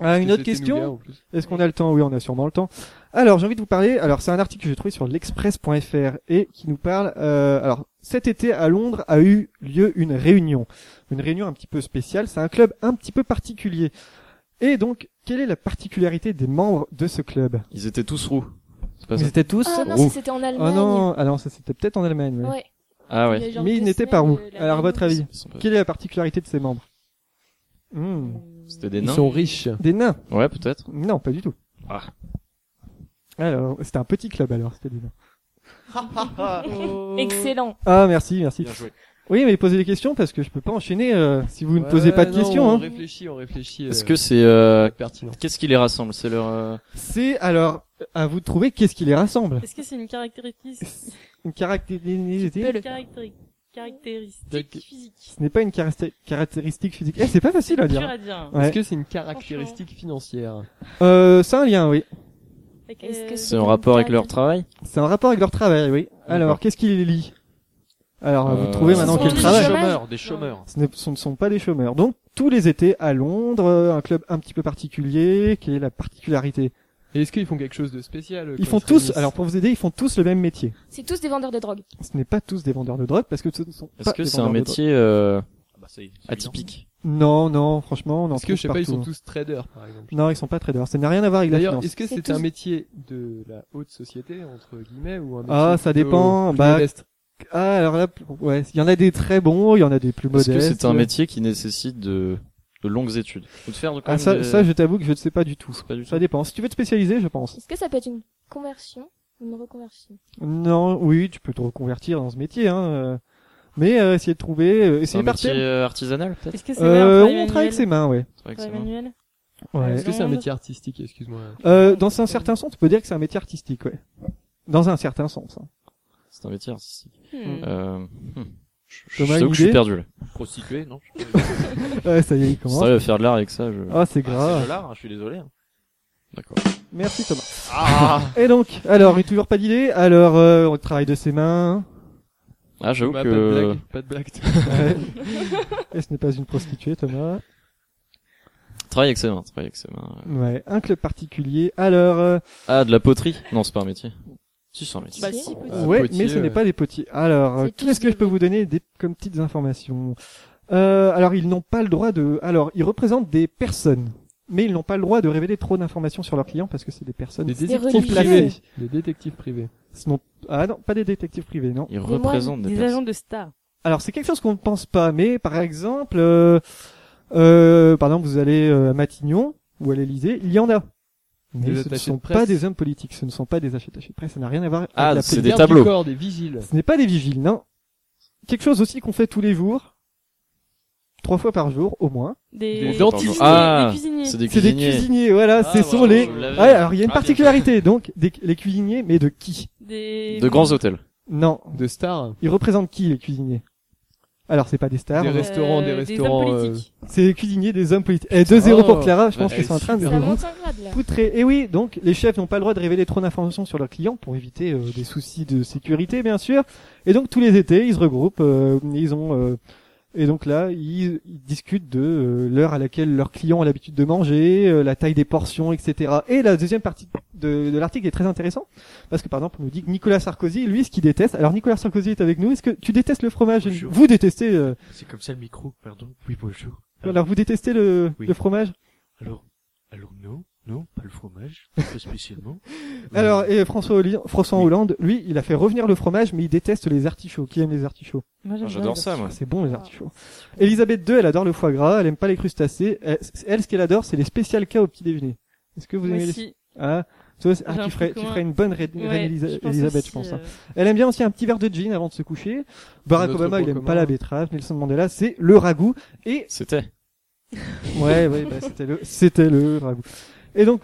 [SPEAKER 1] Ah, une
[SPEAKER 4] Parce
[SPEAKER 1] autre
[SPEAKER 4] que c'était nougat,
[SPEAKER 1] question
[SPEAKER 4] en plus.
[SPEAKER 1] Est-ce qu'on a le temps Oui, on a sûrement le temps. Alors, j'ai envie de vous parler. Alors, c'est un article que j'ai trouvé sur l'express.fr et qui nous parle. euh, alors, cet été à Londres a eu lieu une réunion, une réunion un petit peu spéciale. C'est un club un petit peu particulier. Et donc, quelle est la particularité des membres de ce club
[SPEAKER 2] Ils étaient tous roux. C'est pas
[SPEAKER 4] Bah,
[SPEAKER 1] Ils
[SPEAKER 2] ça
[SPEAKER 1] étaient tous.
[SPEAKER 6] Ah non,
[SPEAKER 2] Roux.
[SPEAKER 6] ça, c'était en
[SPEAKER 1] oh
[SPEAKER 6] Allemagne.
[SPEAKER 1] non, ah non, ça c'était peut-être en Allemagne. mais-
[SPEAKER 6] Ouais.
[SPEAKER 2] Ah
[SPEAKER 6] Il y
[SPEAKER 2] ouais.
[SPEAKER 6] a genre
[SPEAKER 1] Mais ils
[SPEAKER 6] deux
[SPEAKER 1] n'étaient pas
[SPEAKER 6] semaines,
[SPEAKER 1] roux.
[SPEAKER 6] euh, la
[SPEAKER 1] Alors, à votre avis,
[SPEAKER 2] Ils sont pas-
[SPEAKER 1] quelle est la particularité de ces membres Hmm,
[SPEAKER 2] C'était des
[SPEAKER 4] Ils
[SPEAKER 2] nains.
[SPEAKER 4] sont riches.
[SPEAKER 1] Des nains
[SPEAKER 2] Ouais, peut-être.
[SPEAKER 1] Non, pas du tout.
[SPEAKER 2] Ah.
[SPEAKER 1] Alors, c'était un petit club alors, c'était des nains.
[SPEAKER 6] Excellent.
[SPEAKER 1] Ah, merci, merci.
[SPEAKER 7] Bien joué.
[SPEAKER 1] Oui, mais posez des questions parce que je peux pas enchaîner euh, si vous ne posez pas de questions.
[SPEAKER 4] On
[SPEAKER 1] Hein.
[SPEAKER 4] réfléchit, on réfléchit.
[SPEAKER 2] Est-ce que c'est euh,
[SPEAKER 4] pertinent
[SPEAKER 2] qu'est-ce qui les rassemble C'est leur euh,
[SPEAKER 1] C'est alors à vous de trouver qu'est-ce qui les rassemble.
[SPEAKER 5] Est-ce que c'est une caractéristique,
[SPEAKER 1] Une caractéristique.
[SPEAKER 5] une caractéri- caractéristique physique
[SPEAKER 1] Ce n'est pas une caracté- caractéristique physique. Eh, c'est pas facile à
[SPEAKER 5] Dur
[SPEAKER 1] dire.
[SPEAKER 5] à dire. hein.
[SPEAKER 1] Ouais.
[SPEAKER 4] Est-ce que c'est une caractéristique financière
[SPEAKER 1] Euh, c'est un lien, oui.
[SPEAKER 5] Avec,
[SPEAKER 6] Est-ce
[SPEAKER 5] euh,
[SPEAKER 6] que
[SPEAKER 2] c'est en rapport avec leur travail
[SPEAKER 1] C'est un rapport avec leur travail, oui. Alors,
[SPEAKER 2] D'accord.
[SPEAKER 1] qu'est-ce qui les lie Alors, à vous de
[SPEAKER 2] Euh,
[SPEAKER 1] trouver
[SPEAKER 6] ce
[SPEAKER 1] maintenant
[SPEAKER 6] sont
[SPEAKER 1] quel
[SPEAKER 6] des
[SPEAKER 1] travail.
[SPEAKER 6] chômeurs.
[SPEAKER 7] des chômeurs.
[SPEAKER 1] Ce ne sont, sont pas des chômeurs. Donc, tous les étés à Londres, euh, un club un petit peu particulier. Quelle est la particularité
[SPEAKER 4] Et Est-ce qu'ils font quelque chose de spécial euh,
[SPEAKER 1] Ils
[SPEAKER 4] quand
[SPEAKER 1] font
[SPEAKER 4] se
[SPEAKER 1] tous,
[SPEAKER 4] réunissent
[SPEAKER 1] alors pour vous aider, ils font tous le même métier.
[SPEAKER 6] C'est tous des vendeurs de drogue.
[SPEAKER 1] Ce n'est pas tous des vendeurs de drogue parce que ce ne sont
[SPEAKER 2] Est-ce
[SPEAKER 1] pas
[SPEAKER 2] que
[SPEAKER 1] des
[SPEAKER 2] c'est un
[SPEAKER 1] vendeurs de
[SPEAKER 2] métier euh,
[SPEAKER 7] Ah bah, c'est- c'est
[SPEAKER 2] atypique
[SPEAKER 1] Non, non, franchement, on en
[SPEAKER 4] Est-ce que je sais
[SPEAKER 1] trouve
[SPEAKER 4] pas, ils sont
[SPEAKER 1] partout.
[SPEAKER 4] tous traders par exemple
[SPEAKER 1] Non, ils sont pas traders. Ça n'a rien à voir avec la
[SPEAKER 4] D'ailleurs,
[SPEAKER 1] finance.
[SPEAKER 4] est-ce que
[SPEAKER 6] C'est
[SPEAKER 4] c'est
[SPEAKER 6] tous-
[SPEAKER 4] un métier de la haute société entre guillemets ou un métier
[SPEAKER 1] Ah, ça
[SPEAKER 4] plutôt-
[SPEAKER 1] dépend.
[SPEAKER 4] plus
[SPEAKER 1] Bah,
[SPEAKER 4] modeste
[SPEAKER 1] Ah, alors là, ouais, il y en a des très bons, il y en a des plus
[SPEAKER 2] Est-ce
[SPEAKER 1] modestes.
[SPEAKER 2] que c'est un métier qui nécessite de, de longues études Ou de faire de quand
[SPEAKER 1] Ah,
[SPEAKER 2] même
[SPEAKER 1] ça,
[SPEAKER 2] des-
[SPEAKER 1] ça, je t'avoue que je ne sais pas du tout.
[SPEAKER 2] C'est pas du tout.
[SPEAKER 1] Ça dépend. Si tu veux te spécialiser, je pense.
[SPEAKER 6] Est-ce que ça peut être une conversion ou une reconversion
[SPEAKER 1] Non, oui, tu peux te reconvertir dans ce métier, hein. euh, Mais euh, essayez de trouver, euh,
[SPEAKER 2] C'est un
[SPEAKER 1] essayez par
[SPEAKER 2] métier
[SPEAKER 1] thème.
[SPEAKER 2] euh, artisanal, peut-être
[SPEAKER 5] Est-ce que c'est vrai
[SPEAKER 1] Euh,
[SPEAKER 5] un
[SPEAKER 1] on travaille avec ses mains, ouais.
[SPEAKER 2] C'est vrai que
[SPEAKER 5] Travail
[SPEAKER 2] c'est marrant.
[SPEAKER 5] manuel
[SPEAKER 1] Ouais.
[SPEAKER 4] Est-ce que c'est un métier artistique Excuse-moi.
[SPEAKER 1] Euh, dans un certain sens, on peut dire que c'est un métier artistique, ouais. Dans un certain sens. hein.
[SPEAKER 2] C'est un métier artistique.
[SPEAKER 5] Hmm.
[SPEAKER 2] Euh, hmm. Je- Je
[SPEAKER 1] Thomas,
[SPEAKER 2] t'avoue
[SPEAKER 1] une
[SPEAKER 2] que je suis
[SPEAKER 1] idée
[SPEAKER 2] perdu là.
[SPEAKER 7] Prostituée, non je-
[SPEAKER 1] Ouais, ça y est, il
[SPEAKER 2] C'est
[SPEAKER 1] commence.
[SPEAKER 2] vrai, faire de l'art avec ça, je...
[SPEAKER 1] Ah, c'est
[SPEAKER 7] Ah, c'est
[SPEAKER 1] grave.
[SPEAKER 7] de l'art, hein, je suis désolé. hein.
[SPEAKER 2] D'accord.
[SPEAKER 1] Merci Thomas.
[SPEAKER 7] Ah
[SPEAKER 1] Et donc, alors, toujours pas d'idée. Alors, euh, on travaille de ses mains.
[SPEAKER 2] Ah, j'avoue
[SPEAKER 4] Bah, Pas de
[SPEAKER 2] que...
[SPEAKER 4] blague. Pas de
[SPEAKER 1] *laughs*
[SPEAKER 4] blague.
[SPEAKER 1] Ouais. Et ce n'est pas une prostituée, Thomas.
[SPEAKER 2] Travaille avec ses mains, travaille avec ses mains. euh.
[SPEAKER 1] Ouais, un club particulier. Alors, euh,
[SPEAKER 2] Ah, de la poterie Non, c'est pas un métier. Si, c'est un métier.
[SPEAKER 5] Bah,
[SPEAKER 6] Si.
[SPEAKER 5] si, peut-être.
[SPEAKER 4] Ah,
[SPEAKER 1] ouais,
[SPEAKER 4] potier,
[SPEAKER 1] mais ce n'est
[SPEAKER 4] ouais.
[SPEAKER 1] pas des potiers. Alors,
[SPEAKER 6] C'est
[SPEAKER 1] euh, qu'est-ce
[SPEAKER 6] tous
[SPEAKER 1] que
[SPEAKER 6] des
[SPEAKER 1] je peux vous donner des, comme petites informations euh, Alors, ils n'ont pas le droit de. Alors, ils représentent des personnes, mais ils n'ont pas le droit de révéler trop d'informations sur leurs clients parce que c'est des personnes
[SPEAKER 4] Des
[SPEAKER 6] Des
[SPEAKER 4] détectives
[SPEAKER 6] religieux.
[SPEAKER 4] privés. Des détectives privés.
[SPEAKER 1] Ce n'ont- Ah non, pas des détectives privés, non.
[SPEAKER 2] Il
[SPEAKER 6] moi,
[SPEAKER 2] représente des,
[SPEAKER 5] Des
[SPEAKER 2] personnes.
[SPEAKER 5] agents de stars.
[SPEAKER 1] Alors c'est quelque chose qu'on ne pense pas, mais par exemple, euh, euh, par exemple, vous allez euh, à Matignon ou à l'Elysée, il y en a. Mais
[SPEAKER 4] Des
[SPEAKER 1] ce ne
[SPEAKER 4] attachés
[SPEAKER 1] sont
[SPEAKER 4] de presse.
[SPEAKER 1] pas des hommes politiques, ce ne sont pas des attachés de presse, ça n'a rien à voir avec
[SPEAKER 2] Ah,
[SPEAKER 1] la
[SPEAKER 2] c'est
[SPEAKER 1] politique.
[SPEAKER 2] des
[SPEAKER 4] Gardes du
[SPEAKER 2] tableaux.
[SPEAKER 4] corps, des vigiles.
[SPEAKER 1] Ce n'est pas des vigiles, non. Quelque chose aussi qu'on fait tous les jours, trois fois par jour au moins.
[SPEAKER 5] Des,
[SPEAKER 4] Des
[SPEAKER 5] des
[SPEAKER 4] dentistes.
[SPEAKER 5] cuisiniers,
[SPEAKER 2] Ah,
[SPEAKER 5] des cuisiniers.
[SPEAKER 2] C'est des
[SPEAKER 1] C'est des
[SPEAKER 2] cuisiniers.
[SPEAKER 1] cuisiniers, voilà,
[SPEAKER 7] Ah,
[SPEAKER 1] ce sont
[SPEAKER 7] bravo,
[SPEAKER 1] les...
[SPEAKER 7] je
[SPEAKER 1] Ouais,
[SPEAKER 7] l'avais.
[SPEAKER 1] alors il y a une
[SPEAKER 7] Ah, bien
[SPEAKER 1] particularité, donc des... les cuisiniers, mais de qui
[SPEAKER 5] Des-
[SPEAKER 2] De grands hôtels.
[SPEAKER 1] Non,
[SPEAKER 4] De stars.
[SPEAKER 1] ils représentent qui les cuisiniers Alors c'est pas des stars,
[SPEAKER 4] Des
[SPEAKER 1] on-
[SPEAKER 5] Euh,
[SPEAKER 4] restaurants, des restaurants,
[SPEAKER 5] Des hommes politiques.
[SPEAKER 1] C'est les cuisiniers des hommes politiques. Et 2-0
[SPEAKER 4] Oh.
[SPEAKER 1] pour Clara, je pense
[SPEAKER 4] Bah,
[SPEAKER 1] qu'ils sont en train de
[SPEAKER 6] Ça
[SPEAKER 1] vous
[SPEAKER 6] monte en grade là.
[SPEAKER 1] poutrer. Et oui, donc les chefs n'ont pas le droit de révéler trop d'informations sur leurs clients pour éviter euh, des soucis de sécurité, bien sûr. Et donc tous les étés, ils se regroupent, euh, ils ont... euh, et donc là, ils, ils discutent de euh, l'heure à laquelle leurs clients ont l'habitude de manger, euh, la taille des portions, etc. Et la deuxième partie de, de l'article est très intéressant parce que par exemple, on nous dit que Nicolas Sarkozy, lui, ce qu'il déteste. Alors Nicolas Sarkozy est avec nous. Est-ce que tu détestes le fromage
[SPEAKER 7] Bonjour.
[SPEAKER 1] Vous détestez euh,
[SPEAKER 7] C'est comme ça le micro, pardon. Oui, bonjour.
[SPEAKER 1] Alors vous détestez le,
[SPEAKER 7] Oui.
[SPEAKER 1] le fromage
[SPEAKER 7] Alors, alors non, non, pas le fromage, pas spécialement.
[SPEAKER 1] Alors, et François, Hollande, François
[SPEAKER 7] Oui.
[SPEAKER 1] Hollande, lui, il a fait revenir le fromage, mais il déteste les artichauts. Qui aime les artichauts
[SPEAKER 5] Moi, j'aime
[SPEAKER 2] Ah,
[SPEAKER 5] bien
[SPEAKER 2] J'adore
[SPEAKER 5] les
[SPEAKER 2] ça, moi.
[SPEAKER 1] Ah, C'est bon, les artichauts. Elisabeth II, elle adore le foie gras, elle aime pas les crustacés. Elle, elle, ce qu'elle adore, c'est les spécial cas au petit déjeuner. Est-ce que vous
[SPEAKER 5] Moi
[SPEAKER 1] aimez les...
[SPEAKER 5] aussi.
[SPEAKER 1] Ah, toi, c'est- ah,
[SPEAKER 5] J'ai un
[SPEAKER 1] tu, ferais,
[SPEAKER 5] truc
[SPEAKER 1] tu
[SPEAKER 5] commun.
[SPEAKER 1] ferais une bonne reine
[SPEAKER 5] Ouais,
[SPEAKER 1] reine Elisa-
[SPEAKER 5] je pense
[SPEAKER 1] Elisabeth, je
[SPEAKER 5] aussi,
[SPEAKER 1] pense. hein.
[SPEAKER 5] euh,
[SPEAKER 1] Elle aime bien aussi un petit verre de gin avant de se coucher. Barack
[SPEAKER 4] Notre
[SPEAKER 1] Obama,
[SPEAKER 4] point
[SPEAKER 1] il aime
[SPEAKER 4] commun.
[SPEAKER 1] pas la betterave. Nelson Mandela, c'est le ragoût. Et
[SPEAKER 2] C'était.
[SPEAKER 1] Ouais, ouais, bah, c'était le, c'était le ragoût. Et donc,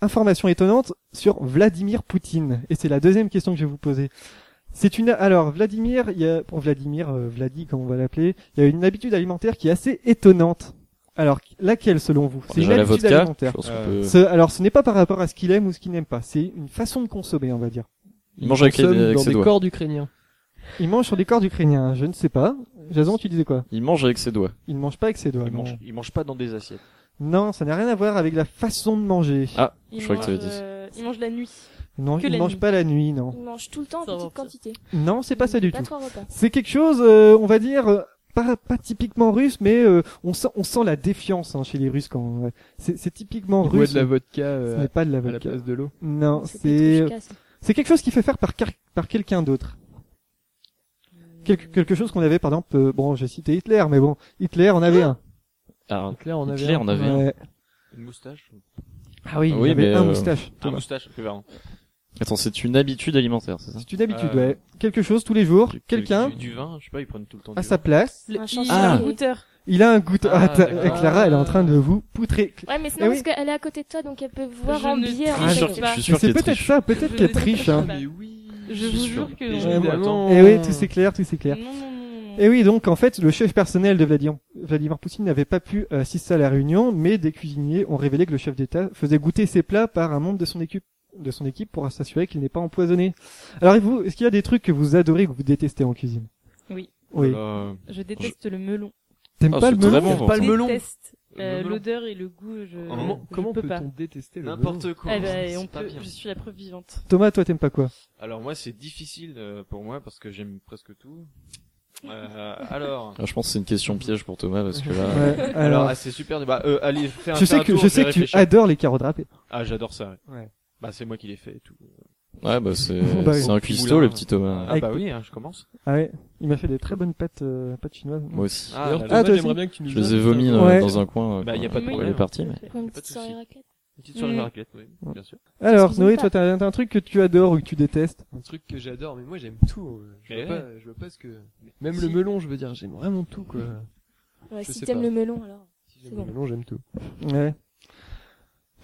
[SPEAKER 1] information étonnante sur Vladimir Poutine. Et c'est la deuxième question que je vais vous poser. C'est une, alors, Vladimir, il y a, pour Vladimir, euh, Vladi, comme on va l'appeler, il y a une habitude alimentaire qui est assez étonnante. Alors, laquelle, selon vous? C'est une
[SPEAKER 2] Déjà la
[SPEAKER 1] habitude
[SPEAKER 2] vodka. Je
[SPEAKER 1] alimentaire.
[SPEAKER 2] pense qu'on
[SPEAKER 7] Euh,
[SPEAKER 2] peut-
[SPEAKER 1] Ce, alors, ce n'est pas par rapport à ce qu'il aime ou ce qu'il n'aime pas. C'est une façon de consommer, on va dire.
[SPEAKER 2] Il mange avec les-
[SPEAKER 4] Sommes
[SPEAKER 2] avec
[SPEAKER 4] dans
[SPEAKER 2] ses
[SPEAKER 4] des
[SPEAKER 2] doigts.
[SPEAKER 4] corps d'Ukrainiens.
[SPEAKER 1] Il mange sur des corps d'Ukrainiens. Je ne sais pas. Jason, tu disais quoi?
[SPEAKER 2] Il mange avec ses doigts.
[SPEAKER 1] Il ne mange pas avec ses doigts.
[SPEAKER 7] Il
[SPEAKER 1] Bah non.
[SPEAKER 7] mange, il mange pas dans des assiettes.
[SPEAKER 1] Non, ça n'a rien à voir avec la façon de manger.
[SPEAKER 2] Ah,
[SPEAKER 5] ils
[SPEAKER 2] je crois que tu
[SPEAKER 5] mangent,
[SPEAKER 2] avais dit.
[SPEAKER 5] euh, Ils mangent la nuit.
[SPEAKER 1] Non,
[SPEAKER 5] Que
[SPEAKER 1] il
[SPEAKER 5] la
[SPEAKER 1] mange
[SPEAKER 5] nuit.
[SPEAKER 1] pas la nuit, non.
[SPEAKER 6] Ils mangent tout le temps en
[SPEAKER 5] Ça va,
[SPEAKER 6] petite
[SPEAKER 5] ça.
[SPEAKER 6] quantité.
[SPEAKER 1] Non, c'est pas ça du
[SPEAKER 6] Pas
[SPEAKER 1] tout.
[SPEAKER 6] trois repas.
[SPEAKER 1] C'est quelque chose, euh, on va dire, euh, pas, pas typiquement russe, mais euh, on, sent, on sent la défiance hein, chez les Russes quand. euh, c'est c'est typiquement
[SPEAKER 4] Ils boivent
[SPEAKER 1] russe.
[SPEAKER 4] de la vodka
[SPEAKER 1] Ce
[SPEAKER 4] euh,
[SPEAKER 1] n'est pas de la
[SPEAKER 4] à la
[SPEAKER 1] vodka.
[SPEAKER 4] place de l'eau.
[SPEAKER 1] Non,
[SPEAKER 6] plus
[SPEAKER 1] c'est
[SPEAKER 6] efficace.
[SPEAKER 1] c'est quelque chose qui fait faire par car- par quelqu'un d'autre. Quelque quelque chose qu'on avait par exemple. euh, bon, j'ai cité Hitler, mais bon, Hitler en avait un.
[SPEAKER 2] Alors,
[SPEAKER 4] Hitler
[SPEAKER 5] Bah,
[SPEAKER 4] en avait
[SPEAKER 2] Hitler
[SPEAKER 4] un.
[SPEAKER 2] en avait un.
[SPEAKER 1] Ouais.
[SPEAKER 7] Une moustache
[SPEAKER 1] Ah oui, il
[SPEAKER 2] Ah oui,
[SPEAKER 1] avait
[SPEAKER 2] mais,
[SPEAKER 1] un
[SPEAKER 2] euh,
[SPEAKER 1] moustache.
[SPEAKER 7] Un
[SPEAKER 1] Thomas.
[SPEAKER 7] moustache, oui, pardon.
[SPEAKER 2] Attends, c'est une habitude alimentaire, c'est ça
[SPEAKER 1] C'est une habitude,
[SPEAKER 7] Euh,
[SPEAKER 1] ouais. Quelque chose tous les jours,
[SPEAKER 7] Du-
[SPEAKER 1] quelqu'un Ah,
[SPEAKER 7] du, du vin, je sais pas, ils prennent tout le temps
[SPEAKER 1] à
[SPEAKER 7] du
[SPEAKER 1] sa
[SPEAKER 7] vin.
[SPEAKER 1] place.
[SPEAKER 5] Le,
[SPEAKER 6] Un
[SPEAKER 5] ils
[SPEAKER 6] chancelier.
[SPEAKER 5] ont un goûteur.
[SPEAKER 1] Il a un goûter.
[SPEAKER 7] Ah,
[SPEAKER 1] Ah, t'as-
[SPEAKER 7] d'accord.
[SPEAKER 1] Clara, elle est en train de vous poutrer.
[SPEAKER 6] Ouais, mais
[SPEAKER 1] Eh
[SPEAKER 6] sinon,
[SPEAKER 1] oui.
[SPEAKER 6] parce qu'elle est à côté de toi, donc elle peut voir
[SPEAKER 5] Je
[SPEAKER 6] en
[SPEAKER 5] ne
[SPEAKER 6] biais.
[SPEAKER 1] triche
[SPEAKER 6] en
[SPEAKER 2] sûr-
[SPEAKER 6] fait.
[SPEAKER 5] pas.
[SPEAKER 2] je suis
[SPEAKER 1] Mais
[SPEAKER 2] sûr
[SPEAKER 1] c'est
[SPEAKER 2] qu'il
[SPEAKER 1] peut-être
[SPEAKER 2] triche.
[SPEAKER 1] ça, peut-être
[SPEAKER 5] Je
[SPEAKER 1] qu'elle
[SPEAKER 5] ne
[SPEAKER 1] triche. Hein.
[SPEAKER 5] triche
[SPEAKER 4] Mais oui.
[SPEAKER 5] Je
[SPEAKER 7] Je
[SPEAKER 5] vous
[SPEAKER 7] suis
[SPEAKER 5] jure
[SPEAKER 7] sûr.
[SPEAKER 5] que
[SPEAKER 7] Et
[SPEAKER 5] non.
[SPEAKER 1] Ouais,
[SPEAKER 4] Évidemment.
[SPEAKER 1] bon. Eh oui, tout c'est clair, tout c'est clair.
[SPEAKER 5] Non, non, non, non.
[SPEAKER 1] Et oui, donc en fait, le chef personnel de Vladimir, Vladimir Poutine n'avait pas pu euh, assister à la réunion, mais des cuisiniers ont révélé que le chef d'État faisait goûter ses plats par un membre de son équipe de son équipe pour s'assurer qu'il n'est pas empoisonné. Alors et vous, est-ce qu'il y a des trucs que vous adorez que vous détestez en cuisine
[SPEAKER 5] Oui.
[SPEAKER 1] Oui.
[SPEAKER 7] Euh,
[SPEAKER 5] Je déteste le melon.
[SPEAKER 1] T'aimes
[SPEAKER 2] Ah,
[SPEAKER 1] pas le
[SPEAKER 2] c'est
[SPEAKER 1] melon
[SPEAKER 2] très bon.
[SPEAKER 7] Pas le melon.
[SPEAKER 5] Je déteste euh,
[SPEAKER 7] Le melon.
[SPEAKER 5] l'odeur et le goût. Je,
[SPEAKER 7] Comment-
[SPEAKER 5] je
[SPEAKER 4] Comment
[SPEAKER 5] peux pas.
[SPEAKER 4] peut-on détester le melon
[SPEAKER 7] N'importe quoi.
[SPEAKER 5] Eh ben,
[SPEAKER 7] C'est
[SPEAKER 5] on
[SPEAKER 7] pas
[SPEAKER 5] peut-
[SPEAKER 7] bien.
[SPEAKER 5] je suis la preuve vivante.
[SPEAKER 1] Thomas, toi t'aimes pas quoi
[SPEAKER 7] Alors moi, c'est difficile euh, pour moi parce que j'aime presque tout. Euh, alors,
[SPEAKER 2] Alors, Ah, je pense que c'est une question piège pour Thomas parce que là,
[SPEAKER 1] Ouais,
[SPEAKER 7] alors,
[SPEAKER 1] Alors,
[SPEAKER 7] ah, c'est super. Bah, euh, allez, fais un,
[SPEAKER 1] je
[SPEAKER 7] fais un
[SPEAKER 1] sais que
[SPEAKER 7] tour,
[SPEAKER 1] je sais
[SPEAKER 7] vais
[SPEAKER 1] que tu
[SPEAKER 7] réfléchir.
[SPEAKER 1] adores les carottes râpées.
[SPEAKER 7] Ah, j'adore ça. Ouais.
[SPEAKER 1] Ouais.
[SPEAKER 7] Bah, c'est moi qui l'ai fait et tout.
[SPEAKER 2] ouais, bah c'est
[SPEAKER 1] *laughs* bah,
[SPEAKER 2] c'est un
[SPEAKER 7] oui.
[SPEAKER 2] cuistot le petit Thomas.
[SPEAKER 7] Ah
[SPEAKER 1] Avec-
[SPEAKER 7] bah oui, hein, je commence.
[SPEAKER 1] Ah ouais, il m'a fait des très bonnes pâtes euh, pâtes chinoises.
[SPEAKER 2] Moi aussi.
[SPEAKER 7] Ah,
[SPEAKER 4] D'ailleurs,
[SPEAKER 7] là,
[SPEAKER 1] Ah,
[SPEAKER 4] Thomas,
[SPEAKER 1] toi
[SPEAKER 4] j'aimerais
[SPEAKER 1] aussi
[SPEAKER 4] bien que tu nous
[SPEAKER 2] Je les ai
[SPEAKER 4] invites
[SPEAKER 2] vomis
[SPEAKER 4] un
[SPEAKER 2] euh,
[SPEAKER 1] Ouais.
[SPEAKER 2] dans un coin. euh,
[SPEAKER 7] Bah, y a
[SPEAKER 2] quand-
[SPEAKER 7] pas de
[SPEAKER 2] quand
[SPEAKER 7] problème.
[SPEAKER 2] Elle est partie, mais
[SPEAKER 6] Pour une
[SPEAKER 7] Pas de
[SPEAKER 6] petite soirée
[SPEAKER 7] souci.
[SPEAKER 6] raclette.
[SPEAKER 7] Une petite soirée
[SPEAKER 5] Mm.
[SPEAKER 7] à la raclette, oui,
[SPEAKER 1] Ouais.
[SPEAKER 7] bien sûr.
[SPEAKER 1] Alors,
[SPEAKER 6] qu'ils aiment
[SPEAKER 1] Noé,
[SPEAKER 6] pas.
[SPEAKER 1] toi, t'as t'as un truc que tu adores ou que tu détestes
[SPEAKER 4] Un truc que j'adore, mais moi j'aime tout. euh, Je
[SPEAKER 7] Mais
[SPEAKER 2] Eh
[SPEAKER 4] vois, pas, je vois pas ce que. Même le melon, je veux dire, j'aime vraiment tout quoi.
[SPEAKER 6] Ouais,
[SPEAKER 4] Je
[SPEAKER 6] si
[SPEAKER 4] sais
[SPEAKER 6] t'aimes
[SPEAKER 4] pas.
[SPEAKER 6] le melon, alors.
[SPEAKER 4] Si j'aime
[SPEAKER 6] C'est
[SPEAKER 4] le
[SPEAKER 6] bon.
[SPEAKER 4] melon, j'aime tout.
[SPEAKER 1] Ouais.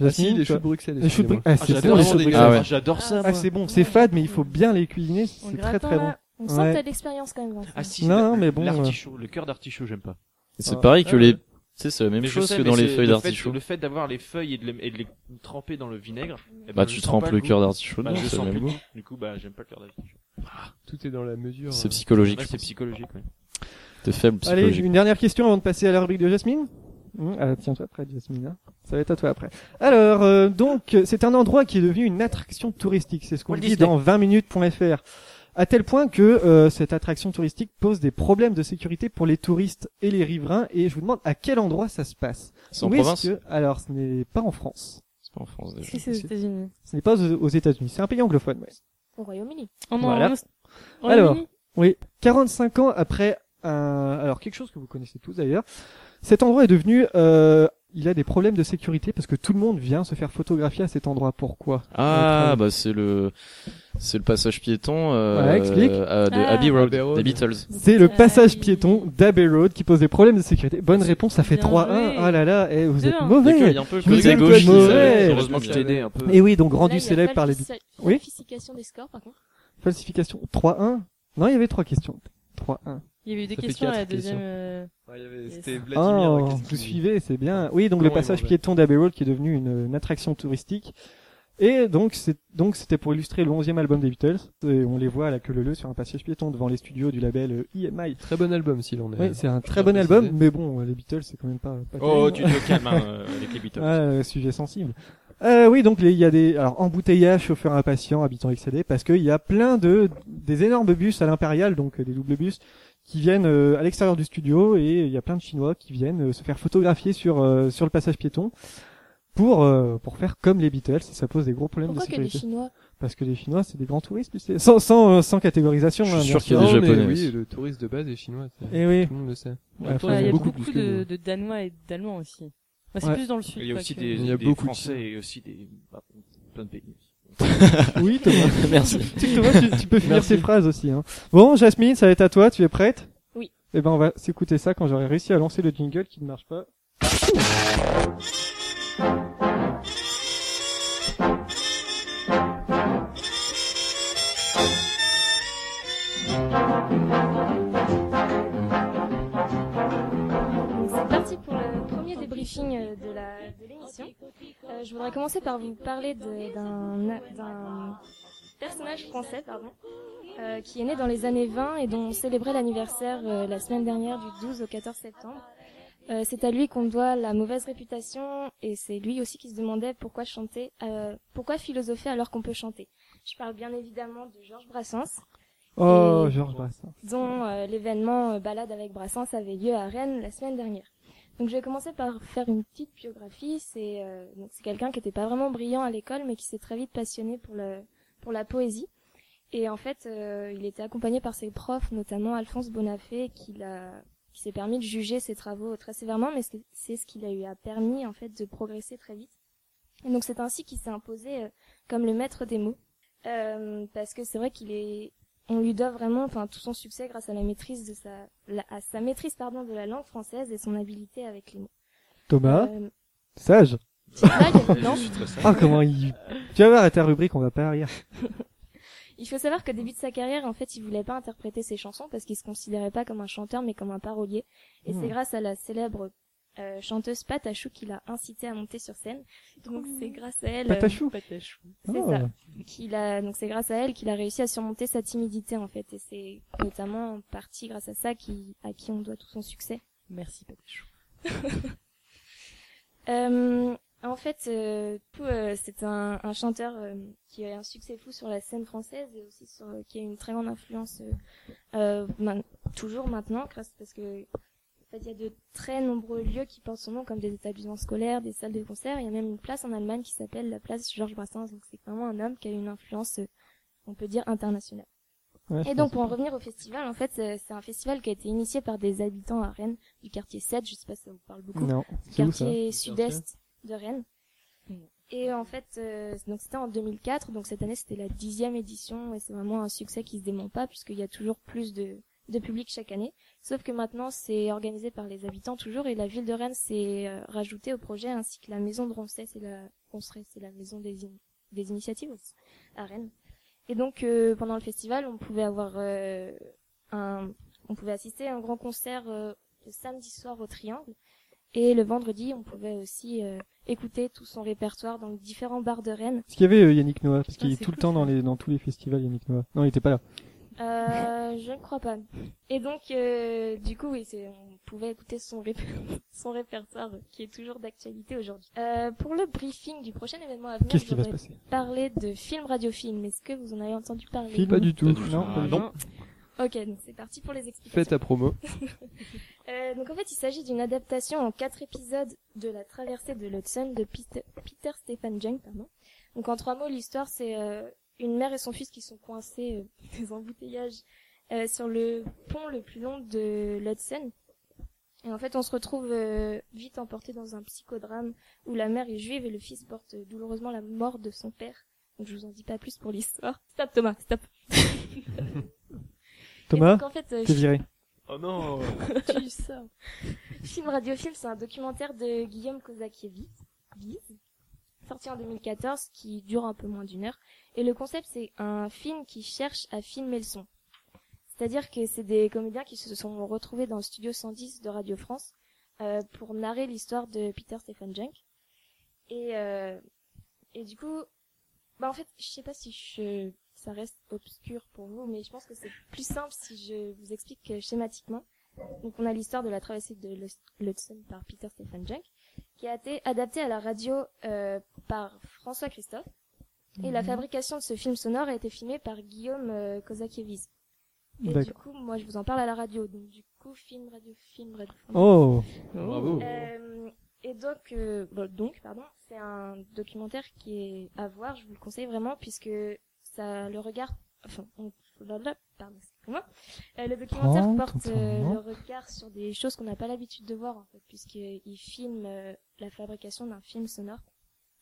[SPEAKER 4] Ah, si,
[SPEAKER 1] Jasmine,
[SPEAKER 4] les choux
[SPEAKER 1] toi
[SPEAKER 4] de Bruxelles.
[SPEAKER 1] les choux de
[SPEAKER 4] excusez-moi.
[SPEAKER 1] Bruxelles. Ah, c'est bon,
[SPEAKER 7] J'adore
[SPEAKER 1] les
[SPEAKER 7] vraiment
[SPEAKER 1] choux de
[SPEAKER 7] des
[SPEAKER 1] Bruxelles.
[SPEAKER 7] gars,
[SPEAKER 2] Ah ouais.
[SPEAKER 7] j'adore ça.
[SPEAKER 1] Ah, c'est bon, c'est fade, mais il faut bien les cuisiner,
[SPEAKER 5] On
[SPEAKER 1] c'est
[SPEAKER 5] le
[SPEAKER 1] très
[SPEAKER 5] gratte
[SPEAKER 1] très
[SPEAKER 5] en
[SPEAKER 1] bon.
[SPEAKER 5] là.
[SPEAKER 6] On sent
[SPEAKER 1] Ouais.
[SPEAKER 6] que t'as de l'expérience quand même. Vincent.
[SPEAKER 7] Ah si,
[SPEAKER 1] Non,
[SPEAKER 7] la-
[SPEAKER 1] mais bon, euh.
[SPEAKER 7] L'artichaut, le cœur d'artichaut, j'aime pas.
[SPEAKER 2] C'est
[SPEAKER 1] Ah,
[SPEAKER 2] pareil que
[SPEAKER 1] ouais.
[SPEAKER 2] les, tu sais, c'est la même
[SPEAKER 7] Mais je
[SPEAKER 2] chose
[SPEAKER 7] sais,
[SPEAKER 2] que
[SPEAKER 7] mais
[SPEAKER 2] dans les
[SPEAKER 7] c'est
[SPEAKER 2] feuilles
[SPEAKER 7] le fait-
[SPEAKER 2] d'artichaut.
[SPEAKER 7] Le fait d'avoir les feuilles et de les, et de les tremper dans le vinaigre. eh ben,
[SPEAKER 2] Bah,
[SPEAKER 7] je
[SPEAKER 2] tu
[SPEAKER 7] sens
[SPEAKER 2] trempes
[SPEAKER 7] pas
[SPEAKER 2] le
[SPEAKER 7] goût.
[SPEAKER 2] cœur d'artichaut
[SPEAKER 7] Bah,
[SPEAKER 2] dedans,
[SPEAKER 7] je
[SPEAKER 2] c'est
[SPEAKER 7] sens
[SPEAKER 2] le
[SPEAKER 7] plus
[SPEAKER 2] même
[SPEAKER 7] le
[SPEAKER 2] goût.
[SPEAKER 7] goût. Du coup, bah, j'aime pas le cœur d'artichaut.
[SPEAKER 4] Tout est dans la mesure.
[SPEAKER 2] C'est
[SPEAKER 4] euh,
[SPEAKER 2] psychologique,
[SPEAKER 7] Là,
[SPEAKER 2] je
[SPEAKER 7] c'est
[SPEAKER 2] pense.
[SPEAKER 7] psychologique, ouais.
[SPEAKER 2] T'es faible
[SPEAKER 1] Allez,
[SPEAKER 2] psychologique.
[SPEAKER 1] une dernière question avant de passer à la rubrique de Jasmine. Hum, ah, Tiens-toi près, Jasmine. hein. Ça va être à toi après. Alors, euh, donc, euh, c'est un endroit qui est devenu une attraction touristique. C'est ce qu'on
[SPEAKER 9] Walt
[SPEAKER 1] dit
[SPEAKER 9] Disney.
[SPEAKER 1] dans 20minutes.fr. À tel point que euh, cette attraction touristique pose des problèmes de sécurité pour les touristes et les riverains. Et je vous demande à quel endroit ça se passe.
[SPEAKER 2] C'est en
[SPEAKER 1] Où est-ce
[SPEAKER 2] province?
[SPEAKER 1] que- Alors, ce n'est pas en France.
[SPEAKER 2] C'est pas en France, déjà.
[SPEAKER 5] Si, c'est aux États-Unis.
[SPEAKER 1] Ce n'est pas aux, aux États-Unis. C'est un pays anglophone. ouais.
[SPEAKER 6] Au Royaume-Uni.
[SPEAKER 5] Oh non,
[SPEAKER 1] Voilà.
[SPEAKER 5] on est au- au
[SPEAKER 1] Alors.
[SPEAKER 5] Royaume-Uni
[SPEAKER 1] 45 ans après un... Alors, quelque chose que vous connaissez tous d'ailleurs. Cet endroit est devenu... euh, Il a des problèmes de sécurité parce que tout le monde vient se faire photographier à cet endroit. Pourquoi
[SPEAKER 2] Ah,
[SPEAKER 1] Votre-
[SPEAKER 2] bah, c'est le, c'est le passage piéton, euh,
[SPEAKER 1] Ouais, explique.
[SPEAKER 2] euh, de
[SPEAKER 5] Ah.
[SPEAKER 2] Abbey Road,
[SPEAKER 4] Abbey Road.
[SPEAKER 2] des Beatles.
[SPEAKER 1] C'est le
[SPEAKER 5] Ah,
[SPEAKER 1] passage
[SPEAKER 5] oui.
[SPEAKER 1] piéton d'Abbey Road qui pose des problèmes de sécurité. Bonne réponse, ça fait
[SPEAKER 5] Bien
[SPEAKER 1] 3-1.
[SPEAKER 5] joué.
[SPEAKER 1] Ah là là, eh, vous êtes
[SPEAKER 2] Il y a
[SPEAKER 5] Bien.
[SPEAKER 2] que- il
[SPEAKER 1] mauvais
[SPEAKER 2] y a un peu le
[SPEAKER 1] Vous
[SPEAKER 2] côté
[SPEAKER 1] êtes
[SPEAKER 2] gauche, euh, qui
[SPEAKER 1] mauvais.
[SPEAKER 2] s'est-
[SPEAKER 7] Heureusement que je t'ai aidé un peu.
[SPEAKER 1] Et oui, donc rendu
[SPEAKER 6] Là, il y a
[SPEAKER 1] célèbre
[SPEAKER 6] pas
[SPEAKER 1] par
[SPEAKER 6] le
[SPEAKER 1] les
[SPEAKER 6] fa-
[SPEAKER 1] Oui.
[SPEAKER 6] falsification des scores, par contre.
[SPEAKER 1] falsifications. 3-1 Non, il y avait 3 questions. 3-1.
[SPEAKER 5] Il y avait eu deux
[SPEAKER 4] Ça fait
[SPEAKER 5] questions à la
[SPEAKER 4] quatre questions.
[SPEAKER 5] deuxième. euh,
[SPEAKER 4] Ouais, il y avait-
[SPEAKER 5] Yes.
[SPEAKER 4] C'était Vladimir.
[SPEAKER 1] Oh,
[SPEAKER 4] la question
[SPEAKER 1] vous
[SPEAKER 4] qui-
[SPEAKER 1] suivez, c'est bien. Oui, donc
[SPEAKER 4] Non,
[SPEAKER 1] le
[SPEAKER 4] il
[SPEAKER 1] passage
[SPEAKER 4] mangeait.
[SPEAKER 1] piéton d'Abbey Road qui est devenu une, une attraction touristique. Et donc c'est donc c'était pour illustrer le 11e album des Beatles. Et on les voit à la queue leu leu sur un passage piéton devant les studios du label euh, EMI.
[SPEAKER 4] Très bon album, s'il en est.
[SPEAKER 1] Oui, c'est un très
[SPEAKER 4] euh, je
[SPEAKER 1] bon
[SPEAKER 4] l'ai
[SPEAKER 1] album,
[SPEAKER 4] précisé.
[SPEAKER 1] mais bon, les Beatles c'est quand même pas. pas
[SPEAKER 7] Oh,
[SPEAKER 1] terrible.
[SPEAKER 7] tu te calmes, hein, euh, avec
[SPEAKER 1] *laughs*
[SPEAKER 7] les Beatles.
[SPEAKER 1] Ah, euh, sujet sensible. Euh, oui, donc les- il y a des alors embouteillages, chauffeurs impatients, habitants excédés, parce qu'il y a plein de des énormes bus à l'impérial, donc euh, des doubles bus, qui viennent euh, à l'extérieur du studio et il y a plein de Chinois qui viennent euh, se faire photographier sur euh, sur le passage piéton pour euh, pour faire comme les Beatles. Et ça pose des gros problèmes
[SPEAKER 6] Pourquoi
[SPEAKER 1] de
[SPEAKER 6] que les
[SPEAKER 1] sécurité.
[SPEAKER 6] Chinois
[SPEAKER 1] parce que les Chinois, c'est des grands touristes, tu sais. sans sans euh, sans catégorisation.
[SPEAKER 2] Je suis
[SPEAKER 1] hein, bien
[SPEAKER 2] sûr qu'il y a
[SPEAKER 1] sûr.
[SPEAKER 2] des
[SPEAKER 4] Non, mais
[SPEAKER 2] Japonais
[SPEAKER 4] Oui,
[SPEAKER 2] aussi.
[SPEAKER 4] le touriste de base est chinois. ça.
[SPEAKER 1] Eh oui.
[SPEAKER 4] Tout le monde le sait.
[SPEAKER 1] Ouais,
[SPEAKER 4] Attends,
[SPEAKER 1] enfin,
[SPEAKER 5] ouais, Il y a
[SPEAKER 1] beaucoup
[SPEAKER 5] beaucoup,
[SPEAKER 4] plus que
[SPEAKER 5] de,
[SPEAKER 4] nous.
[SPEAKER 5] de Danois et d'Allemands aussi. Moi, c'est
[SPEAKER 1] Ouais.
[SPEAKER 5] plus dans le sud.
[SPEAKER 7] Il y a
[SPEAKER 5] quoi,
[SPEAKER 7] aussi
[SPEAKER 5] que-
[SPEAKER 7] des,
[SPEAKER 4] Il y a
[SPEAKER 7] des
[SPEAKER 4] beaucoup de
[SPEAKER 7] Français et aussi des, bah, plein de pays.
[SPEAKER 1] Oui, Thomas. *laughs*
[SPEAKER 7] *laughs*
[SPEAKER 2] Merci.
[SPEAKER 1] Tu, Thomas, tu, tu peux finir
[SPEAKER 4] Merci.
[SPEAKER 1] ces phrases aussi. Hein. Bon, Jasmine, ça va être à toi. Tu es prête
[SPEAKER 6] Oui.
[SPEAKER 1] Eh ben, on va s'écouter ça quand j'aurai réussi à lancer le jingle qui ne marche pas.
[SPEAKER 6] Donc, C'est parti pour le premier débriefing euh, de la de l'émission. Euh, je voudrais commencer par vous parler de- d'un d'un personnage français, pardon, euh, qui est né dans les années 20 et dont on célébrait l'anniversaire euh, la semaine dernière du 12 au 14 septembre. Euh, c'est à lui qu'on doit la mauvaise réputation et c'est lui aussi qui se demandait pourquoi chanter, euh, pourquoi philosopher alors qu'on peut chanter. Je parle bien évidemment de Georges Brassens
[SPEAKER 1] Oh,
[SPEAKER 6] Et-
[SPEAKER 1] Georges Brassens.
[SPEAKER 6] dont euh, l'événement euh, Balade avec Brassens avait lieu à Rennes la semaine dernière. Donc je vais commencer par faire une petite biographie. C'est euh, donc c'est quelqu'un qui n'était pas vraiment brillant à l'école, mais qui s'est très vite passionné pour le pour la poésie. Et en fait, euh, il était accompagné par ses profs, notamment Alphonse Bonafé, qui l'a qui s'est permis de juger ses travaux très sévèrement, mais c'est- c'est ce qui lui a permis en fait de progresser très vite. Et donc c'est ainsi qu'il s'est imposé euh, comme le maître des mots, Euh, parce que c'est vrai qu'il est on lui doit vraiment enfin tout son succès grâce à la maîtrise de sa la- à sa maîtrise pardon de la langue française et son habileté avec les mots.
[SPEAKER 1] Thomas,
[SPEAKER 6] Euh,
[SPEAKER 1] sage.
[SPEAKER 6] petite blague,
[SPEAKER 7] *laughs*
[SPEAKER 6] non.
[SPEAKER 7] Je suis très simple.
[SPEAKER 1] Ah, comment
[SPEAKER 6] *laughs*
[SPEAKER 1] il... Tu vas voir, à ta rubrique, on va pas rire.
[SPEAKER 6] Il faut savoir qu'au début de sa carrière, en fait, il voulait pas interpréter ses chansons parce qu'il se considérait pas comme un chanteur mais comme un parolier. Et
[SPEAKER 1] Hmm.
[SPEAKER 6] c'est grâce à la célèbre euh, chanteuse Patachou qu'il a incité à monter sur scène. Donc c'est grâce à elle. euh,
[SPEAKER 1] Patachou.
[SPEAKER 5] Patachou.
[SPEAKER 6] C'est
[SPEAKER 1] Oh.
[SPEAKER 6] ça. qu'il a donc c'est grâce à elle qu'il a réussi à surmonter sa timidité en fait et c'est notamment en partie grâce à ça qui à qui on doit tout son succès.
[SPEAKER 5] Merci, Patachou.
[SPEAKER 6] Euh, en fait, euh, du coup, euh, c'est un, un chanteur euh, qui a un succès fou sur la scène française et aussi sur, euh, qui a une très grande influence euh, euh, main- toujours maintenant, grâce- parce que en fait, il y a de très nombreux lieux qui portent son nom, comme des établissements scolaires, des salles de concert. Il y a même une place en Allemagne qui s'appelle la place Georges Brassens. Donc c'est vraiment un homme qui a une influence, euh, on peut dire internationale.
[SPEAKER 1] Ouais, je
[SPEAKER 6] Et donc pour en revenir au festival, en fait, euh, c'est un festival qui a été initié par des habitants à Rennes du quartier 7, je sais pas si ça vous parle
[SPEAKER 1] pense-
[SPEAKER 6] beaucoup
[SPEAKER 1] Non, c'est où ça
[SPEAKER 6] quartier sud-est de Rennes. Et en fait, euh, donc c'était en 2004, donc cette année c'était la dixième édition et c'est vraiment un succès qui se dément pas puisqu'il y a toujours plus de, de public chaque année. Sauf que maintenant c'est organisé par les habitants toujours et la ville de Rennes s'est euh, rajoutée au projet ainsi que la maison de Ronceret, c'est la Ronceret, c'est la maison des, in- des initiatives aussi, à Rennes. Et donc euh, pendant le festival, on pouvait avoir euh, un, on pouvait assister à un grand concert euh, le samedi soir au Triangle. Et le vendredi, on pouvait aussi euh, écouter tout son répertoire dans différents bars de Rennes.
[SPEAKER 1] Parce qu'il y avait euh, Yannick Noah, parce qu'il
[SPEAKER 5] Ah,
[SPEAKER 1] est
[SPEAKER 5] c'est
[SPEAKER 1] tout le
[SPEAKER 5] cool,
[SPEAKER 1] temps dans les dans tous les festivals Yannick Noah. Non, il était pas là.
[SPEAKER 6] Euh, je ne crois pas. Et donc, euh, du coup, oui, c'est- on pouvait écouter son, rép- *laughs* son répertoire qui est toujours d'actualité aujourd'hui. Euh, pour le briefing du prochain événement à venir,
[SPEAKER 1] Qu'est-ce qui va se
[SPEAKER 6] j'aurais
[SPEAKER 1] passer
[SPEAKER 6] parlé de film radiofilm. Est-ce que vous en avez entendu parler
[SPEAKER 1] Film
[SPEAKER 4] Pas du tout.
[SPEAKER 1] Ah Non, pas du tout.
[SPEAKER 6] Ok, donc c'est parti pour les explications.
[SPEAKER 4] Fais ta promo.
[SPEAKER 6] Euh, donc en fait, il s'agit d'une adaptation en quatre épisodes de La traversée de l'Hudson de Peter, Peter Stephen Jung. Pardon. Donc en trois mots, l'histoire, c'est euh, une mère et son fils qui sont coincés euh, *laughs* des embouteillages euh, sur le pont le plus long de l'Hudson. Et en fait, on se retrouve euh, vite emporté dans un psychodrame où la mère est juive et le fils porte douloureusement la mort de son père. Donc je vous en dis pas plus pour l'histoire. Stop Thomas, stop. et
[SPEAKER 1] Thomas,
[SPEAKER 6] donc, en fait, euh,
[SPEAKER 1] t'es viré.
[SPEAKER 7] Oh non
[SPEAKER 6] *laughs* tu sors. Film Radiofilm, c'est un documentaire de Guillaume Kozakiewicz, Biz, sorti en 2014, qui dure un peu moins d'une heure. Et le concept, c'est un film qui cherche à filmer le son. C'est-à-dire que c'est des comédiens qui se sont retrouvés dans le studio 110 de Radio France euh, pour narrer l'histoire de Peter Stephen Junk. Et, euh, et du coup, bah en fait, je sais pas si je, ça reste obscur pour vous, mais je pense que c'est plus simple si je vous explique euh, schématiquement. Donc on a l'histoire de la traversée de l'Hus- l'Hudson par Peter Stephen Junk, qui a été adaptée à la radio euh, par François Christophe. Et la fabrication de ce film sonore a été filmée par Guillaume euh, Kozakiewicz. Et du
[SPEAKER 1] D'accord.
[SPEAKER 6] coup, moi, je vous en parle à la radio. Donc du coup, film, radio, film, radio. film.
[SPEAKER 1] Oh,
[SPEAKER 4] Bravo.
[SPEAKER 6] Euh, et donc, euh, bon, donc, pardon, c'est un documentaire qui est à voir. Je vous le conseille vraiment puisque ça le regard, enfin, on- blablabla, pardon, excusez-moi. Euh, le documentaire
[SPEAKER 1] Prends ton
[SPEAKER 6] porte euh,
[SPEAKER 1] temps.
[SPEAKER 6] le regard sur des choses qu'on n'a pas l'habitude de voir en fait, puisqu'il filme euh, la fabrication d'un film sonore.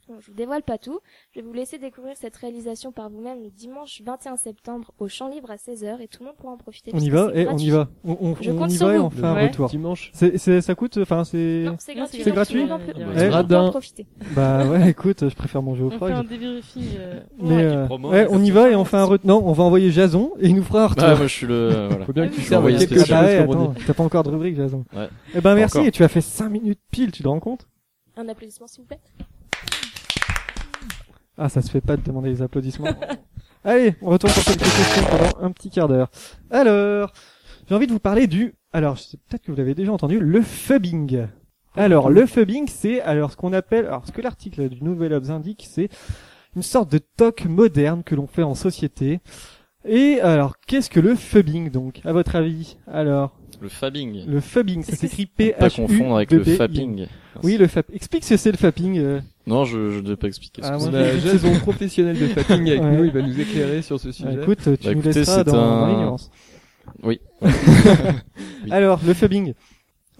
[SPEAKER 6] Bon, je vous dévoile pas tout. Je vais vous laisser découvrir cette réalisation par vous-même le dimanche 21 septembre au Champ Libre à 16h et tout le monde pourra en profiter.
[SPEAKER 1] on y
[SPEAKER 6] puisque
[SPEAKER 1] va
[SPEAKER 6] c'est
[SPEAKER 1] et on
[SPEAKER 6] gratuit.
[SPEAKER 1] y va. On, on,
[SPEAKER 6] Je
[SPEAKER 1] on
[SPEAKER 6] compte
[SPEAKER 1] y
[SPEAKER 6] sur
[SPEAKER 1] va et
[SPEAKER 6] vous.
[SPEAKER 1] on fait un
[SPEAKER 5] Ouais.
[SPEAKER 1] retour.
[SPEAKER 4] Dimanche.
[SPEAKER 1] C'est, c'est, ça coûte, enfin c'est,
[SPEAKER 6] Non, c'est
[SPEAKER 5] Non,
[SPEAKER 6] gratuit.
[SPEAKER 5] c'est
[SPEAKER 6] donc tout
[SPEAKER 1] gratuit
[SPEAKER 6] le monde peut- tout le monde
[SPEAKER 5] Ouais.
[SPEAKER 6] peut en
[SPEAKER 4] Radin.
[SPEAKER 6] profiter.
[SPEAKER 1] bah ouais, *laughs* écoute, je préfère manger au
[SPEAKER 5] On
[SPEAKER 1] froid.
[SPEAKER 5] fait un débriefing. euh,
[SPEAKER 1] Mais
[SPEAKER 5] ouais.
[SPEAKER 1] euh,
[SPEAKER 7] promo,
[SPEAKER 1] ouais, on y va et on fait un retour. Non, on va envoyer Jason et il nous fera un retour.
[SPEAKER 2] Ah, moi je suis le. euh, voilà.
[SPEAKER 4] Faut bien que tu
[SPEAKER 5] Je
[SPEAKER 4] serves à
[SPEAKER 2] voyais
[SPEAKER 4] quelque
[SPEAKER 2] ce
[SPEAKER 4] chose
[SPEAKER 2] que
[SPEAKER 1] Ah ouais,
[SPEAKER 4] comme on
[SPEAKER 1] attends, t'as pas encore de rubrique, Jason.
[SPEAKER 2] Ouais.
[SPEAKER 1] Eh ben merci,
[SPEAKER 2] encore.
[SPEAKER 1] et tu as fait 5 minutes pile, tu te rends compte
[SPEAKER 6] Un applaudissement, s'il vous plaît.
[SPEAKER 1] Ah, ça se fait pas de demander les applaudissements. *laughs* Allez, on retourne sur quelques questions pendant un petit quart d'heure. Alors, j'ai envie de vous parler du... Alors, je sais peut-être que vous l'avez déjà entendu, le fubbing. Alors, le fubbing, c'est alors ce qu'on appelle... Alors, ce que l'article du Nouvel Obs indique, c'est une sorte de toc moderne que l'on fait en société. Et alors, qu'est-ce que le fubbing, donc, à votre avis Alors,
[SPEAKER 2] Le fabbing.
[SPEAKER 1] le fubbing, ça s'écrit p
[SPEAKER 2] Pas
[SPEAKER 1] h
[SPEAKER 2] confondre avec le fapping.
[SPEAKER 1] Oui, le fap. Explique ce que c'est le fapping. euh.
[SPEAKER 2] Non, je, je ne vais pas expliquer.
[SPEAKER 1] Ah,
[SPEAKER 2] ce que
[SPEAKER 1] moi,
[SPEAKER 4] On a Jason, professionnel de fapping avec
[SPEAKER 1] Ouais.
[SPEAKER 4] nous, il va nous éclairer sur ce
[SPEAKER 1] Ah,
[SPEAKER 4] sujet.
[SPEAKER 1] écoute, tu
[SPEAKER 2] Bah,
[SPEAKER 1] nous
[SPEAKER 2] écoutez,
[SPEAKER 1] laisseras
[SPEAKER 2] c'est
[SPEAKER 1] dans,
[SPEAKER 2] un-
[SPEAKER 1] dans l'ignorance. *laughs*
[SPEAKER 2] Oui. Oui.
[SPEAKER 1] Alors, le fubbing.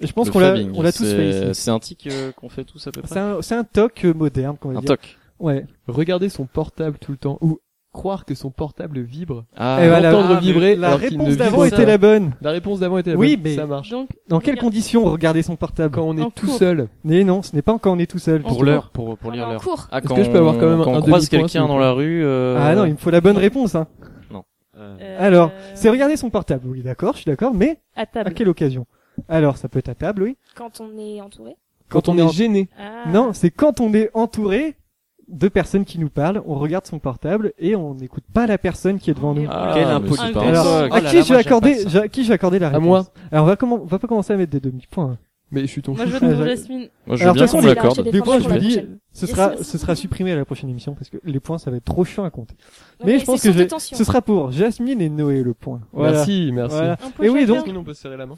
[SPEAKER 1] Je pense
[SPEAKER 2] Le
[SPEAKER 1] qu'on l'a,
[SPEAKER 2] fabbing,
[SPEAKER 1] on l'a tous
[SPEAKER 2] c'est-
[SPEAKER 1] fait ici.
[SPEAKER 2] C'est un tic euh, qu'on fait tous à peu près.
[SPEAKER 1] C'est un, c'est un toc euh, moderne, qu'on va
[SPEAKER 2] Un
[SPEAKER 1] dire.
[SPEAKER 2] toc.
[SPEAKER 1] Ouais.
[SPEAKER 4] Regarder son portable tout le temps ou croire que son portable vibre.
[SPEAKER 2] Ah,
[SPEAKER 1] Eh ben, la-
[SPEAKER 4] entendre
[SPEAKER 1] ah,
[SPEAKER 4] vibrer
[SPEAKER 1] La
[SPEAKER 4] alors qu'il ne
[SPEAKER 1] réponse
[SPEAKER 4] vibre
[SPEAKER 1] d'avant
[SPEAKER 4] pas.
[SPEAKER 1] était la bonne.
[SPEAKER 4] La réponse d'avant était la
[SPEAKER 1] Oui,
[SPEAKER 4] bonne.
[SPEAKER 1] mais-
[SPEAKER 4] Ça marche.
[SPEAKER 5] Donc,
[SPEAKER 1] Dans quelles
[SPEAKER 5] Regarde.
[SPEAKER 1] conditions regarder son portable
[SPEAKER 4] Quand on est
[SPEAKER 5] En
[SPEAKER 4] tout
[SPEAKER 5] cours.
[SPEAKER 4] seul,
[SPEAKER 1] Mais non, ce n'est pas encore on est tout seul.
[SPEAKER 2] pour l'heure, pour, pour lire
[SPEAKER 6] en
[SPEAKER 2] l'heure.
[SPEAKER 6] cours.
[SPEAKER 2] Ah,
[SPEAKER 4] Est-ce
[SPEAKER 2] quand
[SPEAKER 4] que je peux avoir quand même
[SPEAKER 2] on- quand
[SPEAKER 4] un
[SPEAKER 2] on croise
[SPEAKER 4] demi-point, s'il
[SPEAKER 2] quelqu'un
[SPEAKER 4] vous
[SPEAKER 2] dans
[SPEAKER 4] plaît
[SPEAKER 2] la rue. euh,
[SPEAKER 1] Ah non, il me faut la bonne réponse. Hein.
[SPEAKER 5] euh,
[SPEAKER 1] Alors, C'est regarder son portable. Oui, d'accord, je suis d'accord, mais
[SPEAKER 5] À
[SPEAKER 1] à
[SPEAKER 5] table.
[SPEAKER 1] quelle occasion Alors, ça peut être à table, oui.
[SPEAKER 6] Quand on est entouré.
[SPEAKER 4] quand on est gêné,
[SPEAKER 5] Ah.
[SPEAKER 1] en- Non, c'est quand on est entouré de personnes qui nous parlent, on regarde son portable et on n'écoute pas la personne qui est devant nous.
[SPEAKER 2] Ah,
[SPEAKER 7] Quelle
[SPEAKER 2] mais c'est
[SPEAKER 7] impolitesse.
[SPEAKER 2] pas un
[SPEAKER 1] Alors,
[SPEAKER 2] toc.
[SPEAKER 1] à
[SPEAKER 7] là
[SPEAKER 1] qui je
[SPEAKER 7] là, moi,
[SPEAKER 1] vais
[SPEAKER 7] j'aime pas
[SPEAKER 1] accorder,
[SPEAKER 7] ça.
[SPEAKER 1] je- à qui je vais accorder la
[SPEAKER 4] à
[SPEAKER 1] réponse
[SPEAKER 4] moi,
[SPEAKER 1] Alors, on va, comment, on va pas commencer à mettre des demi-points. hein.
[SPEAKER 4] mais je suis ton
[SPEAKER 5] Moi,
[SPEAKER 1] *laughs*
[SPEAKER 5] je
[SPEAKER 4] chou.
[SPEAKER 5] veux demander
[SPEAKER 1] Ah,
[SPEAKER 5] Jasmine.
[SPEAKER 2] Moi, je veux
[SPEAKER 1] Alors,
[SPEAKER 2] bien
[SPEAKER 1] de toute
[SPEAKER 2] qu'on
[SPEAKER 1] façon,
[SPEAKER 2] me
[SPEAKER 1] il
[SPEAKER 6] a
[SPEAKER 2] l'accorde.
[SPEAKER 6] acheté
[SPEAKER 1] Mais moi, je
[SPEAKER 6] franchement,
[SPEAKER 1] me
[SPEAKER 6] pour la
[SPEAKER 1] dis,
[SPEAKER 6] prochaine.
[SPEAKER 1] ce
[SPEAKER 6] Yes,
[SPEAKER 1] sera,
[SPEAKER 6] yes.
[SPEAKER 1] ce sera supprimé à la prochaine émission parce que les points, ça va être trop chiant à compter.
[SPEAKER 6] Donc,
[SPEAKER 1] Mais
[SPEAKER 6] les
[SPEAKER 1] je pense que
[SPEAKER 6] sessions de
[SPEAKER 1] j'ai-
[SPEAKER 6] tension.
[SPEAKER 1] ce sera pour Jasmine et Noé le point. Voilà.
[SPEAKER 4] Merci, merci.
[SPEAKER 1] Voilà.
[SPEAKER 5] Un point
[SPEAKER 1] Et Eh oui,
[SPEAKER 5] chacun.
[SPEAKER 1] donc,
[SPEAKER 4] Jasmine, on peut se serrer la main.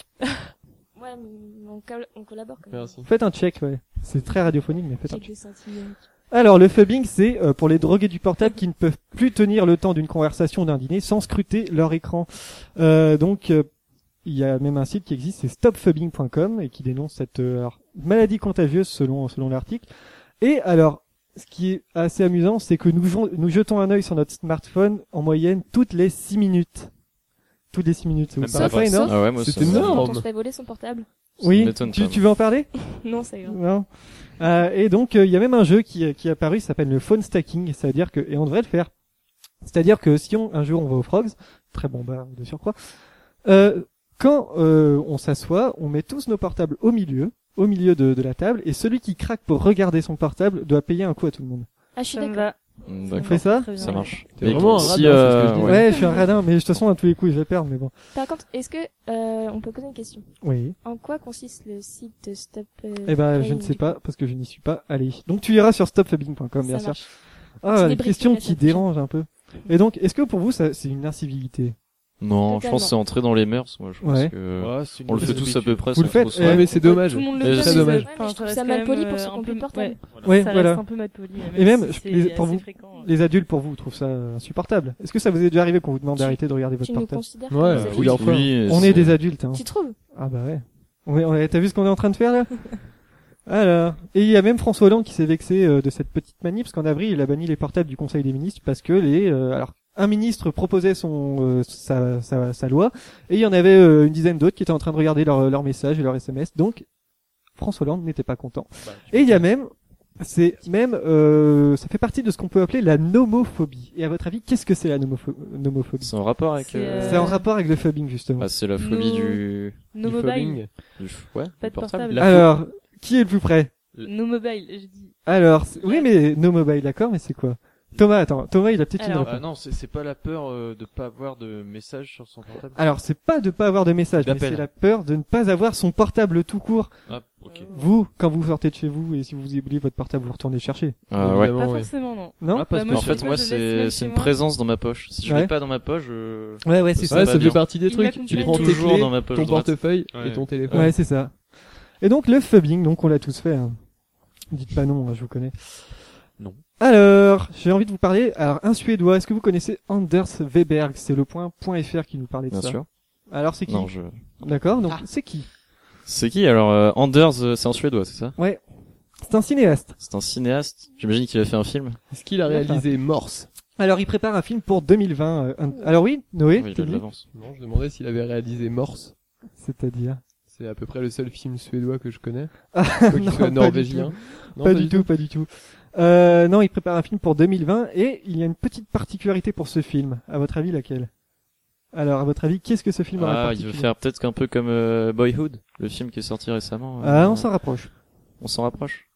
[SPEAKER 6] Ouais, mais on, col- on collabore quand même.
[SPEAKER 4] Merci.
[SPEAKER 1] faites un check, ouais. C'est très radiophonique, mais faites un
[SPEAKER 6] J'ai
[SPEAKER 1] check.
[SPEAKER 6] que des sentiments.
[SPEAKER 1] Alors, le fubbing, c'est euh, pour les drogués du portable qui ne peuvent plus tenir le temps d'une conversation ou d'un dîner sans scruter leur écran. Euh, donc, euh, il y a même un site qui existe, c'est stopfubbing.com et qui dénonce cette euh, alors, maladie contagieuse selon selon l'article. Et alors, ce qui est assez amusant, c'est que nous, jon- nous jetons un œil sur notre smartphone en moyenne toutes les 6 minutes. Toutes les 6 minutes, ça vous
[SPEAKER 2] Même
[SPEAKER 1] paraît
[SPEAKER 2] pas.
[SPEAKER 1] pas énorme
[SPEAKER 2] Ah ouais, moi,
[SPEAKER 4] C'est
[SPEAKER 2] ça me-
[SPEAKER 4] énorme.
[SPEAKER 6] Quand on se fait voler son portable.
[SPEAKER 2] ça
[SPEAKER 1] Oui,
[SPEAKER 2] m'étonne
[SPEAKER 1] tu,
[SPEAKER 2] pas,
[SPEAKER 1] tu veux en parler
[SPEAKER 6] *laughs* Non, c'est grave.
[SPEAKER 1] Non. Euh, et donc, euh, il y a même un jeu qui, qui est apparu, ça s'appelle le phone stacking, c'est-à-dire que, et on devrait le faire. C'est-à-dire que si on, un jour on va aux Frogs, très bon bar de surcroît, euh, quand euh, on s'assoit, on met tous nos portables au milieu, au milieu de, de la table, et celui qui craque pour regarder son portable doit payer un coup à tout le monde.
[SPEAKER 6] Ah, je suis
[SPEAKER 5] Ça me
[SPEAKER 6] d'accord.
[SPEAKER 5] va.
[SPEAKER 2] Mm,
[SPEAKER 1] On
[SPEAKER 2] D'accord.
[SPEAKER 1] fait ça
[SPEAKER 5] Très bien.
[SPEAKER 2] Ça marche.
[SPEAKER 4] T'es vraiment un radin, c'est ce que je disais.
[SPEAKER 1] ouais.
[SPEAKER 2] Ah ouais.
[SPEAKER 1] je suis un radin, mais de toute façon, à tous les coups, je vais perdre, mais bon.
[SPEAKER 6] Par contre, est-ce que euh, on peut poser une question
[SPEAKER 1] Oui.
[SPEAKER 6] En quoi consiste le site de Stop euh,
[SPEAKER 1] Eh ben, je
[SPEAKER 6] Playing,
[SPEAKER 1] ne sais
[SPEAKER 6] du
[SPEAKER 1] pas, parce que je n'y suis pas allé. Donc tu iras sur
[SPEAKER 6] coup
[SPEAKER 1] stopfabbing.com, ben, bien
[SPEAKER 6] Ça
[SPEAKER 1] sûr.
[SPEAKER 6] marche.
[SPEAKER 1] Ah, les
[SPEAKER 6] débriefing
[SPEAKER 1] questions
[SPEAKER 6] la
[SPEAKER 1] qui
[SPEAKER 6] semaine
[SPEAKER 1] dérangent un peu. Et donc, est-ce que pour vous, ça, c'est une incivilité
[SPEAKER 2] Non, je
[SPEAKER 6] Totalement.
[SPEAKER 2] pense que c'est entré dans les mœurs, moi, je pense
[SPEAKER 1] Ouais.
[SPEAKER 2] que...
[SPEAKER 4] Ouais, c'est une
[SPEAKER 2] On le fait
[SPEAKER 4] mauvaise
[SPEAKER 2] tous à
[SPEAKER 4] habitude.
[SPEAKER 2] peu près.
[SPEAKER 1] Vous le
[SPEAKER 2] sans trop
[SPEAKER 1] faites,
[SPEAKER 2] se
[SPEAKER 1] Ouais,
[SPEAKER 4] Ouais, mais c'est dommage.
[SPEAKER 5] Tout le monde
[SPEAKER 2] Mais
[SPEAKER 5] le fait,
[SPEAKER 4] c'est
[SPEAKER 5] mais
[SPEAKER 4] dommage.
[SPEAKER 5] enfin,
[SPEAKER 6] Ouais, mais je trouve
[SPEAKER 5] reste
[SPEAKER 6] ça
[SPEAKER 5] quand
[SPEAKER 6] mal
[SPEAKER 5] même,
[SPEAKER 6] poli
[SPEAKER 5] euh,
[SPEAKER 6] pour ceux qui
[SPEAKER 5] un
[SPEAKER 6] ont plus
[SPEAKER 5] peu-
[SPEAKER 6] de portable.
[SPEAKER 5] ouais,
[SPEAKER 1] Ouais,
[SPEAKER 5] ça
[SPEAKER 1] voilà.
[SPEAKER 5] reste un peu mal poli. même
[SPEAKER 1] Et même,
[SPEAKER 5] si
[SPEAKER 1] je-
[SPEAKER 5] c'est
[SPEAKER 1] les- pour
[SPEAKER 5] assez
[SPEAKER 1] vous-
[SPEAKER 5] fréquent, euh.
[SPEAKER 1] Les adultes, pour vous, trouvent ça insupportable. Est-ce que ça vous est déjà arrivé qu'on vous demande
[SPEAKER 6] Tu-
[SPEAKER 1] d'arrêter de regarder votre
[SPEAKER 6] Tu nous
[SPEAKER 1] portable
[SPEAKER 6] considères
[SPEAKER 4] Ouais,
[SPEAKER 6] comme
[SPEAKER 4] euh,
[SPEAKER 6] des adultes
[SPEAKER 4] oui, enfin.
[SPEAKER 2] Oui,
[SPEAKER 1] On
[SPEAKER 2] c'est-
[SPEAKER 1] est des adultes, hein.
[SPEAKER 6] Tu trouves
[SPEAKER 1] Ah bah ouais. On est- on est- T'as vu ce qu'on est en train de faire là Alors, et il y a même François Hollande qui s'est vexé euh, de cette petite manip, parce qu'en avril, il a banni les portables du Conseil des ministres parce que les, euh, alors un ministre proposait son euh, sa, sa, sa loi et il y en avait euh, une dizaine d'autres qui étaient en train de regarder leurs leurs messages et leurs SMS. Donc François Hollande n'était pas content. Et il y a même, c'est même, euh, ça fait partie de ce qu'on peut appeler la nomophobie. Et à votre avis, qu'est-ce que c'est la nomopho- nomophobie
[SPEAKER 2] C'est en rapport avec.
[SPEAKER 5] C'est,
[SPEAKER 2] euh,
[SPEAKER 1] C'est en rapport avec le phubbing justement.
[SPEAKER 2] Ah, c'est la phobie
[SPEAKER 5] Nous-
[SPEAKER 2] du.
[SPEAKER 5] No
[SPEAKER 4] Du
[SPEAKER 5] mobile.
[SPEAKER 4] phobbing.
[SPEAKER 2] du- Ouais,
[SPEAKER 5] Pas
[SPEAKER 2] du
[SPEAKER 5] de
[SPEAKER 2] portable.
[SPEAKER 5] portable. la
[SPEAKER 1] Alors, qui est le plus près
[SPEAKER 5] No mobile, je dis.
[SPEAKER 1] Alors, c'est- oui, mais No Mobile, d'accord, mais c'est quoi Thomas, attends, Thomas, il a peut-être une
[SPEAKER 5] Alors.
[SPEAKER 2] euh,
[SPEAKER 1] réponse.
[SPEAKER 7] Ah non, c'est c'est pas la peur euh, de pas avoir de message sur son portable.
[SPEAKER 1] Alors, c'est pas de pas avoir de message, mais
[SPEAKER 7] D'appel.
[SPEAKER 1] c'est la peur de ne pas avoir son portable tout court.
[SPEAKER 7] Ah, ok.
[SPEAKER 1] Vous, quand vous sortez de chez vous et si vous oubliez votre portable, vous retournez le chercher,
[SPEAKER 2] Ah, ouais.
[SPEAKER 4] Évidemment,
[SPEAKER 5] Pas
[SPEAKER 4] ouais.
[SPEAKER 5] forcément, non.
[SPEAKER 1] non
[SPEAKER 4] Ah, parce
[SPEAKER 5] Bah,
[SPEAKER 4] que
[SPEAKER 5] moi,
[SPEAKER 2] En
[SPEAKER 5] je-
[SPEAKER 2] fait, moi,
[SPEAKER 5] je le laisse
[SPEAKER 2] c'est
[SPEAKER 5] même
[SPEAKER 2] c'est
[SPEAKER 5] chez
[SPEAKER 2] une
[SPEAKER 5] moi.
[SPEAKER 2] présence dans ma poche. Si je
[SPEAKER 1] Ouais.
[SPEAKER 2] l'ai pas dans ma poche, je.
[SPEAKER 1] Ouais, ouais, c'est
[SPEAKER 2] c'est
[SPEAKER 1] ça.
[SPEAKER 4] Ouais,
[SPEAKER 2] pas
[SPEAKER 4] ça fait
[SPEAKER 2] bien.
[SPEAKER 4] partie des
[SPEAKER 5] Il
[SPEAKER 4] trucs.
[SPEAKER 5] m'accompagne.
[SPEAKER 4] Tu
[SPEAKER 2] Il est
[SPEAKER 4] prends tes
[SPEAKER 2] toujours
[SPEAKER 4] clés,
[SPEAKER 2] dans ma poche.
[SPEAKER 4] ton
[SPEAKER 2] droite.
[SPEAKER 4] portefeuille
[SPEAKER 7] Ouais.
[SPEAKER 4] et ton téléphone.
[SPEAKER 1] Ouais, c'est ça. Et donc, le phubbing, donc on l'a tous fait. hein. Dites pas non, hein, je vous connais.
[SPEAKER 7] Non.
[SPEAKER 1] Alors, j'ai envie de vous parler. Alors, un Suédois, est-ce que vous connaissez Anders Weberg C'est le point, point .fr qui nous parlait de
[SPEAKER 2] Bien
[SPEAKER 1] ça.
[SPEAKER 2] sûr.
[SPEAKER 1] Alors, c'est qui
[SPEAKER 2] Non, je.
[SPEAKER 1] D'accord, donc
[SPEAKER 9] Ah.
[SPEAKER 1] c'est qui
[SPEAKER 2] C'est qui alors euh, Anders, euh, c'est un suédois, c'est ça
[SPEAKER 1] C'est un cinéaste.
[SPEAKER 2] C'est un cinéaste. J'imagine qu'il a fait un film.
[SPEAKER 4] Ce qu'il a réalisé, Morse.
[SPEAKER 1] Alors, il prépare un film pour 2020. euh, un- Alors oui, Noé,
[SPEAKER 2] Oui, il
[SPEAKER 1] t'as
[SPEAKER 2] a de
[SPEAKER 1] dit
[SPEAKER 2] l'avance.
[SPEAKER 4] Non, je demandais s'il avait réalisé Morse.
[SPEAKER 1] c'est-à-dire
[SPEAKER 4] C'est à peu près le seul film suédois que je connais.
[SPEAKER 1] *laughs* Ah,
[SPEAKER 4] Quoi qu'il
[SPEAKER 1] non,
[SPEAKER 4] soit
[SPEAKER 1] pas
[SPEAKER 4] norvégien.
[SPEAKER 1] du
[SPEAKER 4] Non,
[SPEAKER 1] pas, du tout, pas du tout. Euh, non, il prépare un film pour 2020 et il y a une petite particularité pour ce film. À votre avis, laquelle Alors, à votre avis, qu'est-ce que ce film aura de
[SPEAKER 2] Ah, il veut
[SPEAKER 1] particulier
[SPEAKER 2] faire peut-être qu'un peu comme euh, Boyhood, le film qui est sorti récemment. euh,
[SPEAKER 1] Ah, on s'en rapproche.
[SPEAKER 2] on s'en rapproche.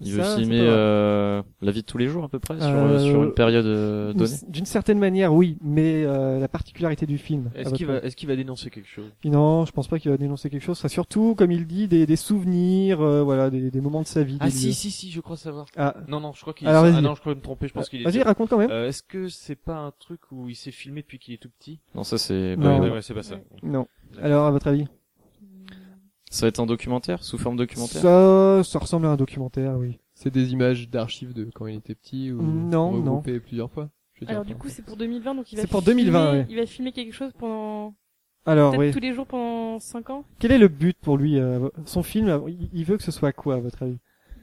[SPEAKER 2] Il veut
[SPEAKER 1] Ça, c'est
[SPEAKER 2] filmer
[SPEAKER 1] pas vrai.
[SPEAKER 2] euh, la vie de tous les jours à peu près sur,
[SPEAKER 1] Euh,
[SPEAKER 2] euh, sur une période euh, donnée.
[SPEAKER 1] D'une certaine manière, oui, mais euh, la particularité du film. à
[SPEAKER 7] Est-ce
[SPEAKER 1] votre
[SPEAKER 7] qu'il va, est-ce qu'il va dénoncer quelque chose
[SPEAKER 1] Non, je pense pas qu'il va dénoncer quelque chose. Ce sera surtout, comme il dit, des, des souvenirs, euh, voilà, des, des moments de sa vie.
[SPEAKER 7] Ah
[SPEAKER 1] des
[SPEAKER 7] si
[SPEAKER 1] lieux.
[SPEAKER 7] si si, je crois savoir.
[SPEAKER 1] Ah,
[SPEAKER 7] Non non, je crois qu'il.
[SPEAKER 1] Alors,
[SPEAKER 7] ah
[SPEAKER 1] vas-y.
[SPEAKER 7] non, je crois me tromper. Je pense qu'il est.
[SPEAKER 1] vas-y, raconte quand même.
[SPEAKER 7] Euh, Est-ce que c'est pas un truc où il s'est filmé depuis qu'il est tout petit
[SPEAKER 2] Non, ça c'est.
[SPEAKER 1] Non.
[SPEAKER 2] Boyhood.
[SPEAKER 7] ouais, c'est pas ça.
[SPEAKER 1] Non. Alors, à votre avis
[SPEAKER 2] Ça va être un documentaire, sous forme documentaire.
[SPEAKER 1] Ça, ça ressemble à un documentaire, oui.
[SPEAKER 4] C'est des images d'archives de quand il était petit ou
[SPEAKER 1] Non, non.
[SPEAKER 4] regroupées plusieurs fois. Je veux dire,
[SPEAKER 5] Alors, du coup, c'est pour 2020, donc il va
[SPEAKER 1] hein, C'est pour
[SPEAKER 5] filmer-
[SPEAKER 1] 2020, ouais. Ah,
[SPEAKER 5] Il va filmer quelque chose pendant,
[SPEAKER 1] Alors,
[SPEAKER 5] peut-être
[SPEAKER 1] oui.
[SPEAKER 5] tous les jours pendant 5 ans.
[SPEAKER 1] Quel est le but pour lui euh, Son film, euh, il- il veut que ce soit quoi, à votre avis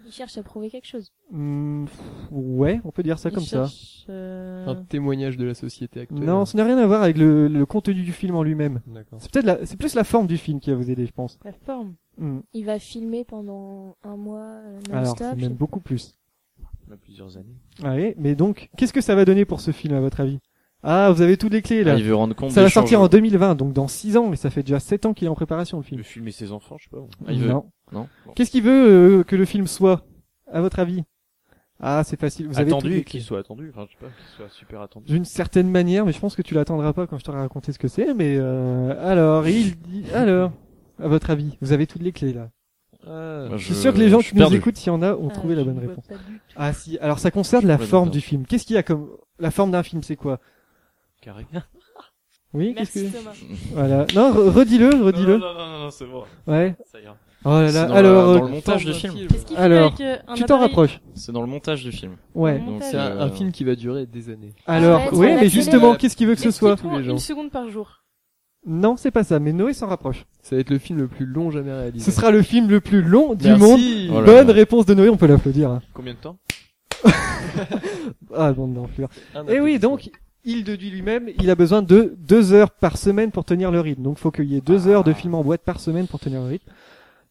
[SPEAKER 6] Il cherche à prouver quelque chose.
[SPEAKER 1] Hmm, pff, Ouais, on peut dire ça
[SPEAKER 5] Il
[SPEAKER 1] comme ça. Ah.
[SPEAKER 5] cherche, euh,
[SPEAKER 4] un témoignage de la société actuelle.
[SPEAKER 1] Non, ça n'a rien à voir avec le, le contenu du film en lui-même.
[SPEAKER 4] D'accord.
[SPEAKER 1] C'est peut-être la- c'est plus la forme du film qui va vous aider, je pense.
[SPEAKER 5] La forme.
[SPEAKER 1] Hmm.
[SPEAKER 6] Il va filmer pendant un mois euh,
[SPEAKER 1] Alors,
[SPEAKER 6] non-stop.
[SPEAKER 1] c'est même beaucoup plus.
[SPEAKER 7] Il y a plusieurs années.
[SPEAKER 1] Ouais, Ah mais donc, qu'est-ce que ça va donner pour ce film, à votre avis Ah, vous avez toutes les clés
[SPEAKER 2] Ah,
[SPEAKER 1] là.
[SPEAKER 2] il veut rendre compte.
[SPEAKER 1] ça
[SPEAKER 2] des
[SPEAKER 1] va sortir en
[SPEAKER 2] changements.
[SPEAKER 1] 2020, donc dans 6 ans, mais ça fait déjà 7 ans qu'il est en préparation le
[SPEAKER 7] Il
[SPEAKER 1] film.
[SPEAKER 7] veut filmer ses enfants, je sais pas.
[SPEAKER 2] Ah, il veut-
[SPEAKER 1] Non.
[SPEAKER 2] Non. Bon.
[SPEAKER 1] Qu'est-ce qu'il veut euh, que le film soit, à votre avis Ah, c'est facile. Vous avez toutes les
[SPEAKER 7] attendu
[SPEAKER 1] clés.
[SPEAKER 7] qu'il soit attendu. Enfin, je sais pas, qu'il soit super attendu.
[SPEAKER 1] D'une certaine manière, mais je pense que tu l'attendras pas quand je t'aurai raconté ce que c'est. Mais euh, alors, il dit alors. À votre avis, vous avez toutes les clés là.
[SPEAKER 7] Ah,
[SPEAKER 2] Moi,
[SPEAKER 1] Je suis sûr que les gens qui
[SPEAKER 2] suis
[SPEAKER 1] nous
[SPEAKER 2] perdu.
[SPEAKER 1] écoutent, s'il y en a, ont
[SPEAKER 5] Ah,
[SPEAKER 1] trouvé la
[SPEAKER 5] je
[SPEAKER 1] bonne
[SPEAKER 5] vois
[SPEAKER 1] réponse.
[SPEAKER 5] pas du tout.
[SPEAKER 1] Ah si. Alors ça concerne la
[SPEAKER 2] suis
[SPEAKER 1] forme
[SPEAKER 2] pas
[SPEAKER 1] du film. Qu'est-ce qu'il y a comme la forme d'un film C'est quoi
[SPEAKER 7] Carré.
[SPEAKER 1] Oui. Qu'est-ce
[SPEAKER 5] Merci
[SPEAKER 1] que
[SPEAKER 5] Thomas.
[SPEAKER 1] voilà. Non, re- redis-le,
[SPEAKER 7] Non,
[SPEAKER 1] redis-le.
[SPEAKER 7] non, non, non, c'est bon.
[SPEAKER 1] Ouais.
[SPEAKER 7] Ça ira.
[SPEAKER 1] Oh là
[SPEAKER 2] C'est
[SPEAKER 1] là.
[SPEAKER 2] dans la-
[SPEAKER 1] Alors,
[SPEAKER 2] dans le
[SPEAKER 1] euh,
[SPEAKER 2] montage du
[SPEAKER 4] Forme
[SPEAKER 2] film.
[SPEAKER 5] Qu'est-ce qu'il fait
[SPEAKER 1] Alors,
[SPEAKER 5] avec euh, un
[SPEAKER 1] tu t'en
[SPEAKER 5] appareil
[SPEAKER 1] rapproches.
[SPEAKER 2] C'est dans le montage du film.
[SPEAKER 1] Ouais.
[SPEAKER 5] Montage.
[SPEAKER 2] Donc,
[SPEAKER 4] C'est un,
[SPEAKER 2] euh,
[SPEAKER 4] un film qui va durer des années.
[SPEAKER 1] Alors,
[SPEAKER 6] En fait,
[SPEAKER 1] oui,
[SPEAKER 6] on a
[SPEAKER 1] mais
[SPEAKER 6] télé-
[SPEAKER 1] justement, qu'est-ce qu'il veut que
[SPEAKER 5] Et
[SPEAKER 1] ce
[SPEAKER 5] qui
[SPEAKER 1] soit
[SPEAKER 5] prend
[SPEAKER 4] les gens.
[SPEAKER 5] Une seconde par jour.
[SPEAKER 1] Non, c'est pas ça. Mais Noé s'en rapproche.
[SPEAKER 4] Ça va être le film le plus long jamais réalisé.
[SPEAKER 1] Ce sera le film le plus long du
[SPEAKER 4] Merci.
[SPEAKER 1] monde.
[SPEAKER 2] Oh là
[SPEAKER 1] Bonne
[SPEAKER 2] là.
[SPEAKER 1] réponse de Noé. On peut l'applaudir. hein.
[SPEAKER 7] Combien de temps
[SPEAKER 1] ah, bande d'enflures.
[SPEAKER 4] Un
[SPEAKER 1] Et Eh oui, donc, il de lui-même, il a besoin de deux heures par semaine pour tenir le rythme. Donc, faut qu'il y ait deux heures de film en boîte par semaine pour tenir le rythme.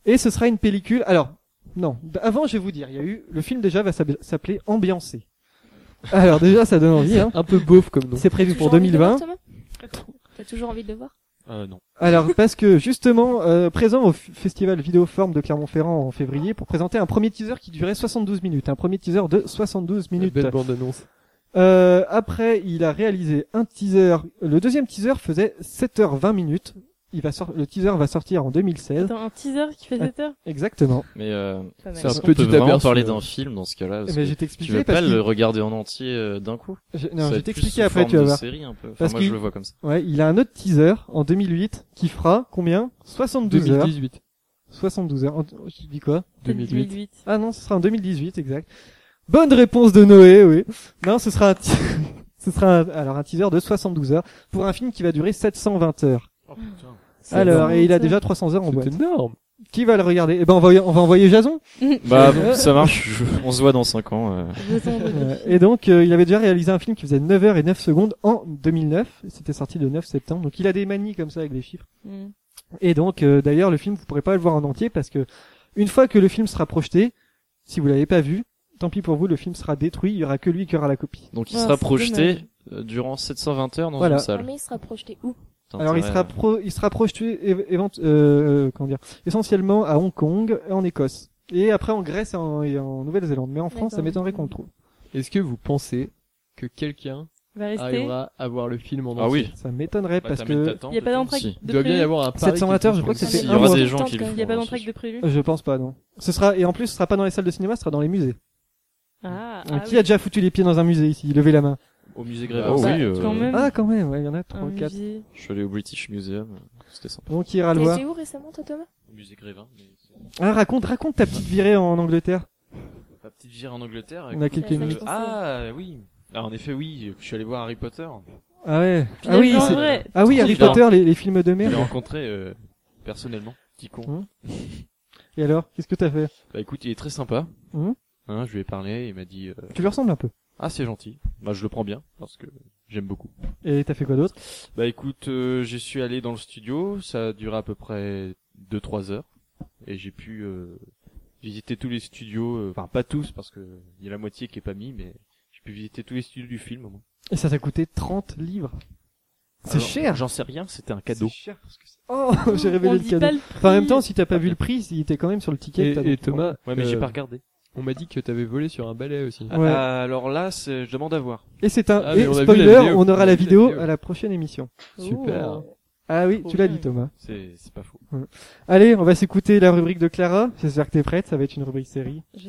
[SPEAKER 1] Et ce sera une pellicule. Alors, non. D- Avant, je vais vous dire, il y a eu, le film déjà va s'ab- s'appeler Ambiancé. Alors, déjà, ça donne envie, hein.
[SPEAKER 4] Un peu beauf comme nom.
[SPEAKER 1] C'est prévu pour
[SPEAKER 6] Toujours hein, envie de le voir,
[SPEAKER 1] 2020.
[SPEAKER 6] Thomas T'as toujours envie de le voir
[SPEAKER 7] Euh, non.
[SPEAKER 1] Alors parce que justement euh, présent au f- festival Vidéoforme de Clermont-Ferrand en février pour présenter un premier teaser qui durait 72 minutes, un premier teaser de 72
[SPEAKER 4] Une
[SPEAKER 1] minutes.
[SPEAKER 4] belle bande annonce.
[SPEAKER 1] Euh, après, il a réalisé un teaser. Le deuxième teaser faisait 7h20 minutes. Il va sor- le teaser va sortir en 2016.
[SPEAKER 5] Attends, un teaser qui fait 7 heures
[SPEAKER 1] Exactement.
[SPEAKER 2] Mais euh,
[SPEAKER 5] Pas mal.
[SPEAKER 4] C'est un
[SPEAKER 2] est-ce qu'on
[SPEAKER 4] petit
[SPEAKER 2] peut vraiment
[SPEAKER 4] aperçu,
[SPEAKER 2] parler
[SPEAKER 4] euh.
[SPEAKER 2] d'un film dans ce cas-là parce
[SPEAKER 1] Mais
[SPEAKER 2] que
[SPEAKER 1] je
[SPEAKER 2] Tu
[SPEAKER 1] t'expliquais
[SPEAKER 2] veux pas
[SPEAKER 1] parce
[SPEAKER 2] le
[SPEAKER 1] qu'il
[SPEAKER 2] regarder en entier euh, d'un coup
[SPEAKER 1] je-
[SPEAKER 2] Ça
[SPEAKER 1] non, je
[SPEAKER 2] va être plus
[SPEAKER 1] t'expliquais
[SPEAKER 2] sous
[SPEAKER 1] après,
[SPEAKER 2] forme
[SPEAKER 1] tu vas
[SPEAKER 2] de
[SPEAKER 1] voir.
[SPEAKER 2] série un peu. Enfin,
[SPEAKER 1] Parce
[SPEAKER 2] moi,
[SPEAKER 1] qu'il-
[SPEAKER 2] je le vois comme ça.
[SPEAKER 1] Ouais, il a un autre teaser en 2008 qui fera combien 72 heures.
[SPEAKER 4] 2018.
[SPEAKER 1] 72 heures. Je dis quoi
[SPEAKER 4] 2008.
[SPEAKER 1] Ah non, ce sera en 2018, exact. Bonne réponse de Noé, oui. Non, ce sera un, te- *laughs* ce sera un- alors un teaser de 72 heures pour un film qui va durer 720 heures.
[SPEAKER 7] Oh putain.
[SPEAKER 1] Alors,
[SPEAKER 5] énorme,
[SPEAKER 1] et il a
[SPEAKER 5] ça.
[SPEAKER 1] déjà 300 heures en boîte.
[SPEAKER 4] C'est énorme.
[SPEAKER 1] Qui va le regarder Eh ben, on va, on va envoyer Jason.
[SPEAKER 2] Bah,
[SPEAKER 1] *laughs* Euh,
[SPEAKER 2] ça marche. je- On se voit dans 5 ans. euh.
[SPEAKER 1] Euh, et donc, euh, il avait déjà réalisé un film qui faisait 9 heures et 9 secondes en 2009. C'était sorti le 9 septembre. Donc, il a des manies comme ça avec les chiffres.
[SPEAKER 5] Mm.
[SPEAKER 1] Et donc, euh, d'ailleurs, le film, vous pourrez pas le voir en entier parce que une fois que le film sera projeté, si vous l'avez pas vu, tant pis pour vous, le film sera détruit. Il y aura que lui qui aura la copie.
[SPEAKER 2] Donc il
[SPEAKER 5] Ah,
[SPEAKER 2] sera
[SPEAKER 5] c'est
[SPEAKER 2] projeté euh, durant 720 heures dans
[SPEAKER 1] Voilà.
[SPEAKER 2] une
[SPEAKER 6] Ah,
[SPEAKER 2] salle.
[SPEAKER 6] mais il sera projeté où
[SPEAKER 1] Alors il
[SPEAKER 2] T'intérêt,
[SPEAKER 1] sera
[SPEAKER 2] euh,
[SPEAKER 1] pro, il sera projeté éve- évent- euh, comment dire, essentiellement à Hong Kong et en Écosse. Et après en Grèce et en, et en Nouvelle-Zélande. Mais en France, ça
[SPEAKER 6] D'accord.
[SPEAKER 1] m'étonnerait qu'on le trouve.
[SPEAKER 4] Est-ce que vous pensez que quelqu'un
[SPEAKER 5] va rester.
[SPEAKER 4] arrivera à voir le film en entier
[SPEAKER 2] Ah oui.
[SPEAKER 1] Ça m'étonnerait
[SPEAKER 7] Bah,
[SPEAKER 1] parce
[SPEAKER 7] t'amènes
[SPEAKER 1] que
[SPEAKER 7] ta tente,
[SPEAKER 5] Il y a pas
[SPEAKER 7] peut-être.
[SPEAKER 5] d'entraque
[SPEAKER 2] Si.
[SPEAKER 4] Il
[SPEAKER 5] de
[SPEAKER 4] doit bien y
[SPEAKER 5] prévu.
[SPEAKER 4] avoir un pari.
[SPEAKER 1] 720
[SPEAKER 4] qui
[SPEAKER 1] heures,
[SPEAKER 4] est
[SPEAKER 1] je crois que
[SPEAKER 4] fait.
[SPEAKER 1] c'était
[SPEAKER 2] Si, il y
[SPEAKER 1] un
[SPEAKER 2] aura
[SPEAKER 1] mois.
[SPEAKER 2] des gens qui le
[SPEAKER 6] Il
[SPEAKER 2] font.
[SPEAKER 5] Il y a pas
[SPEAKER 2] hein,
[SPEAKER 5] d'entraque
[SPEAKER 2] c'est
[SPEAKER 5] de prévu.
[SPEAKER 1] je pense pas non. Ce sera et en plus ce sera pas dans les salles de cinéma, ce sera dans les musées.
[SPEAKER 5] Ah,
[SPEAKER 1] Donc,
[SPEAKER 5] ah
[SPEAKER 1] qui
[SPEAKER 5] oui.
[SPEAKER 1] a déjà foutu les pieds dans un musée ici Levez la main.
[SPEAKER 2] sûr. Au musée Grévin.
[SPEAKER 7] Ah,
[SPEAKER 2] oui,
[SPEAKER 7] bah,
[SPEAKER 2] euh,
[SPEAKER 5] quand même.
[SPEAKER 1] Ah quand même, ouais, il y en a
[SPEAKER 5] Un
[SPEAKER 1] 3 4.
[SPEAKER 5] musée.
[SPEAKER 2] Je suis allé au British Museum. euh, C'était sympa.
[SPEAKER 1] Donc il ira
[SPEAKER 6] T'as
[SPEAKER 1] le voir.
[SPEAKER 6] été où récemment, toi, Thomas
[SPEAKER 7] Musée Grévin. mais c'est-
[SPEAKER 1] Ah raconte raconte ta petite virée en Angleterre.
[SPEAKER 7] La petite virée en Angleterre.
[SPEAKER 1] On a
[SPEAKER 7] écoute,
[SPEAKER 1] quelques
[SPEAKER 7] euh,
[SPEAKER 1] minutes.
[SPEAKER 7] Ah oui. Ah, en effet, oui. Je suis allé voir Harry Potter.
[SPEAKER 1] Ah ouais. Ah
[SPEAKER 5] Finalement,
[SPEAKER 1] oui,
[SPEAKER 5] en
[SPEAKER 1] c'est-
[SPEAKER 5] vrai,
[SPEAKER 1] ah oui,
[SPEAKER 7] Trop
[SPEAKER 1] Harry
[SPEAKER 7] bien.
[SPEAKER 1] Potter les, les films de
[SPEAKER 7] Je l'ai
[SPEAKER 1] merde.
[SPEAKER 7] rencontré euh, personnellement. Petit con.
[SPEAKER 1] Et alors, qu'est-ce que t'as fait
[SPEAKER 7] Bah écoute, il est très sympa.
[SPEAKER 1] Mhm.
[SPEAKER 7] Hein, je lui ai parlé, il m'a dit euh,
[SPEAKER 1] Tu lui ressembles un peu.
[SPEAKER 7] ah c'est gentil. Bah je le prends bien parce que j'aime beaucoup.
[SPEAKER 1] Et t'as fait quoi d'autre
[SPEAKER 7] Bah écoute, euh, j'y suis allé dans le studio, ça a duré à peu près 2-3 heures et j'ai pu euh, visiter tous les studios, euh, enfin pas tous parce que il y a la moitié qui est pas mis, mais j'ai pu visiter tous les studios du film. au moins.
[SPEAKER 1] Et ça t'a coûté 30 livres. C'est
[SPEAKER 7] Alors,
[SPEAKER 1] cher.
[SPEAKER 7] J'en sais rien, c'était un cadeau.
[SPEAKER 1] Oh, *laughs* j'ai
[SPEAKER 5] on
[SPEAKER 1] révélé le
[SPEAKER 5] dit
[SPEAKER 1] cadeau.
[SPEAKER 5] pas le prix.
[SPEAKER 1] Enfin, en même temps, si t'as pas vu le prix, il était quand même sur le ticket. que t'as
[SPEAKER 4] Et, et
[SPEAKER 1] donc,
[SPEAKER 4] Thomas,
[SPEAKER 7] Ouais mais j'ai
[SPEAKER 4] euh,
[SPEAKER 7] pas regardé.
[SPEAKER 4] on m'a dit que t'avais volé sur un balai aussi.
[SPEAKER 1] Ouais.
[SPEAKER 7] Ah, alors là, c'est- je demande à voir.
[SPEAKER 1] Et c'est un
[SPEAKER 4] Ah, mais
[SPEAKER 1] et
[SPEAKER 4] on a vu la
[SPEAKER 1] spoiler.
[SPEAKER 4] vidéo.
[SPEAKER 1] On aura
[SPEAKER 4] On a
[SPEAKER 1] la
[SPEAKER 4] vu la
[SPEAKER 1] vidéo
[SPEAKER 4] vidéo.
[SPEAKER 1] à la prochaine émission.
[SPEAKER 4] Super.
[SPEAKER 5] Oh.
[SPEAKER 1] Ah oui,
[SPEAKER 5] Trop
[SPEAKER 1] tu l'as
[SPEAKER 5] bien.
[SPEAKER 1] dit, Thomas.
[SPEAKER 7] C'est c'est pas faux.
[SPEAKER 1] Allez, on va s'écouter la rubrique de Clara. J'espère que t'es prête. Ça va être une rubrique série.
[SPEAKER 5] Je-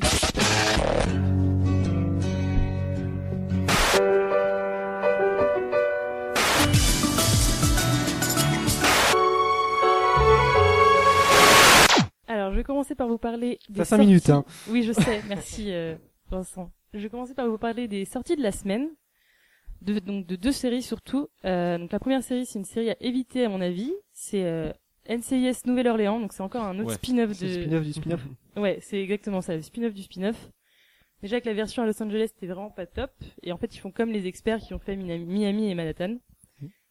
[SPEAKER 5] Alors, je vais commencer par vous parler des
[SPEAKER 1] T'as 5
[SPEAKER 5] sorties-
[SPEAKER 1] minutes. Hein.
[SPEAKER 5] Oui, je sais. Merci, euh, Vincent. Je vais commencer par vous parler des sorties de la semaine. De, donc, de deux séries surtout. Euh, donc, la première série, c'est une série à éviter, à mon avis. C'est euh, NCIS Nouvelle-Orléans. Donc, c'est encore un autre
[SPEAKER 7] Ouais.
[SPEAKER 5] spin-off
[SPEAKER 1] C'est
[SPEAKER 5] de...
[SPEAKER 1] le spin-off du
[SPEAKER 5] *laughs*
[SPEAKER 1] spin-off.
[SPEAKER 5] Ouais, c'est exactement ça, le spin-off du spin-off. Déjà que la version à Los Angeles c'était vraiment pas top, et en fait ils font comme les experts qui ont fait Mina- Miami et Manhattan.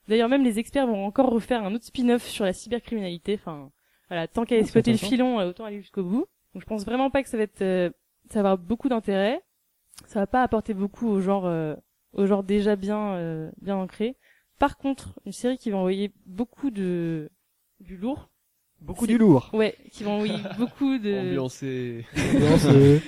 [SPEAKER 5] D'ailleurs même les experts vont encore refaire un autre spin-off sur la cybercriminalité. Enfin, voilà, tant qu'à exploiter le
[SPEAKER 1] intéressant.
[SPEAKER 5] filon, euh, autant aller jusqu'au bout. Donc je pense vraiment pas que ça va être, euh, ça va avoir beaucoup d'intérêt. Ça va pas apporter beaucoup au genre, euh, au genre déjà bien, euh, bien ancré. Par contre, une série qui va envoyer beaucoup de, du lourd.
[SPEAKER 1] Beaucoup
[SPEAKER 5] C'est-
[SPEAKER 1] du
[SPEAKER 5] *laughs*
[SPEAKER 1] lourd.
[SPEAKER 5] Ouais, qui va envoyer beaucoup de.
[SPEAKER 4] Ambiancé.
[SPEAKER 1] Non, c'est-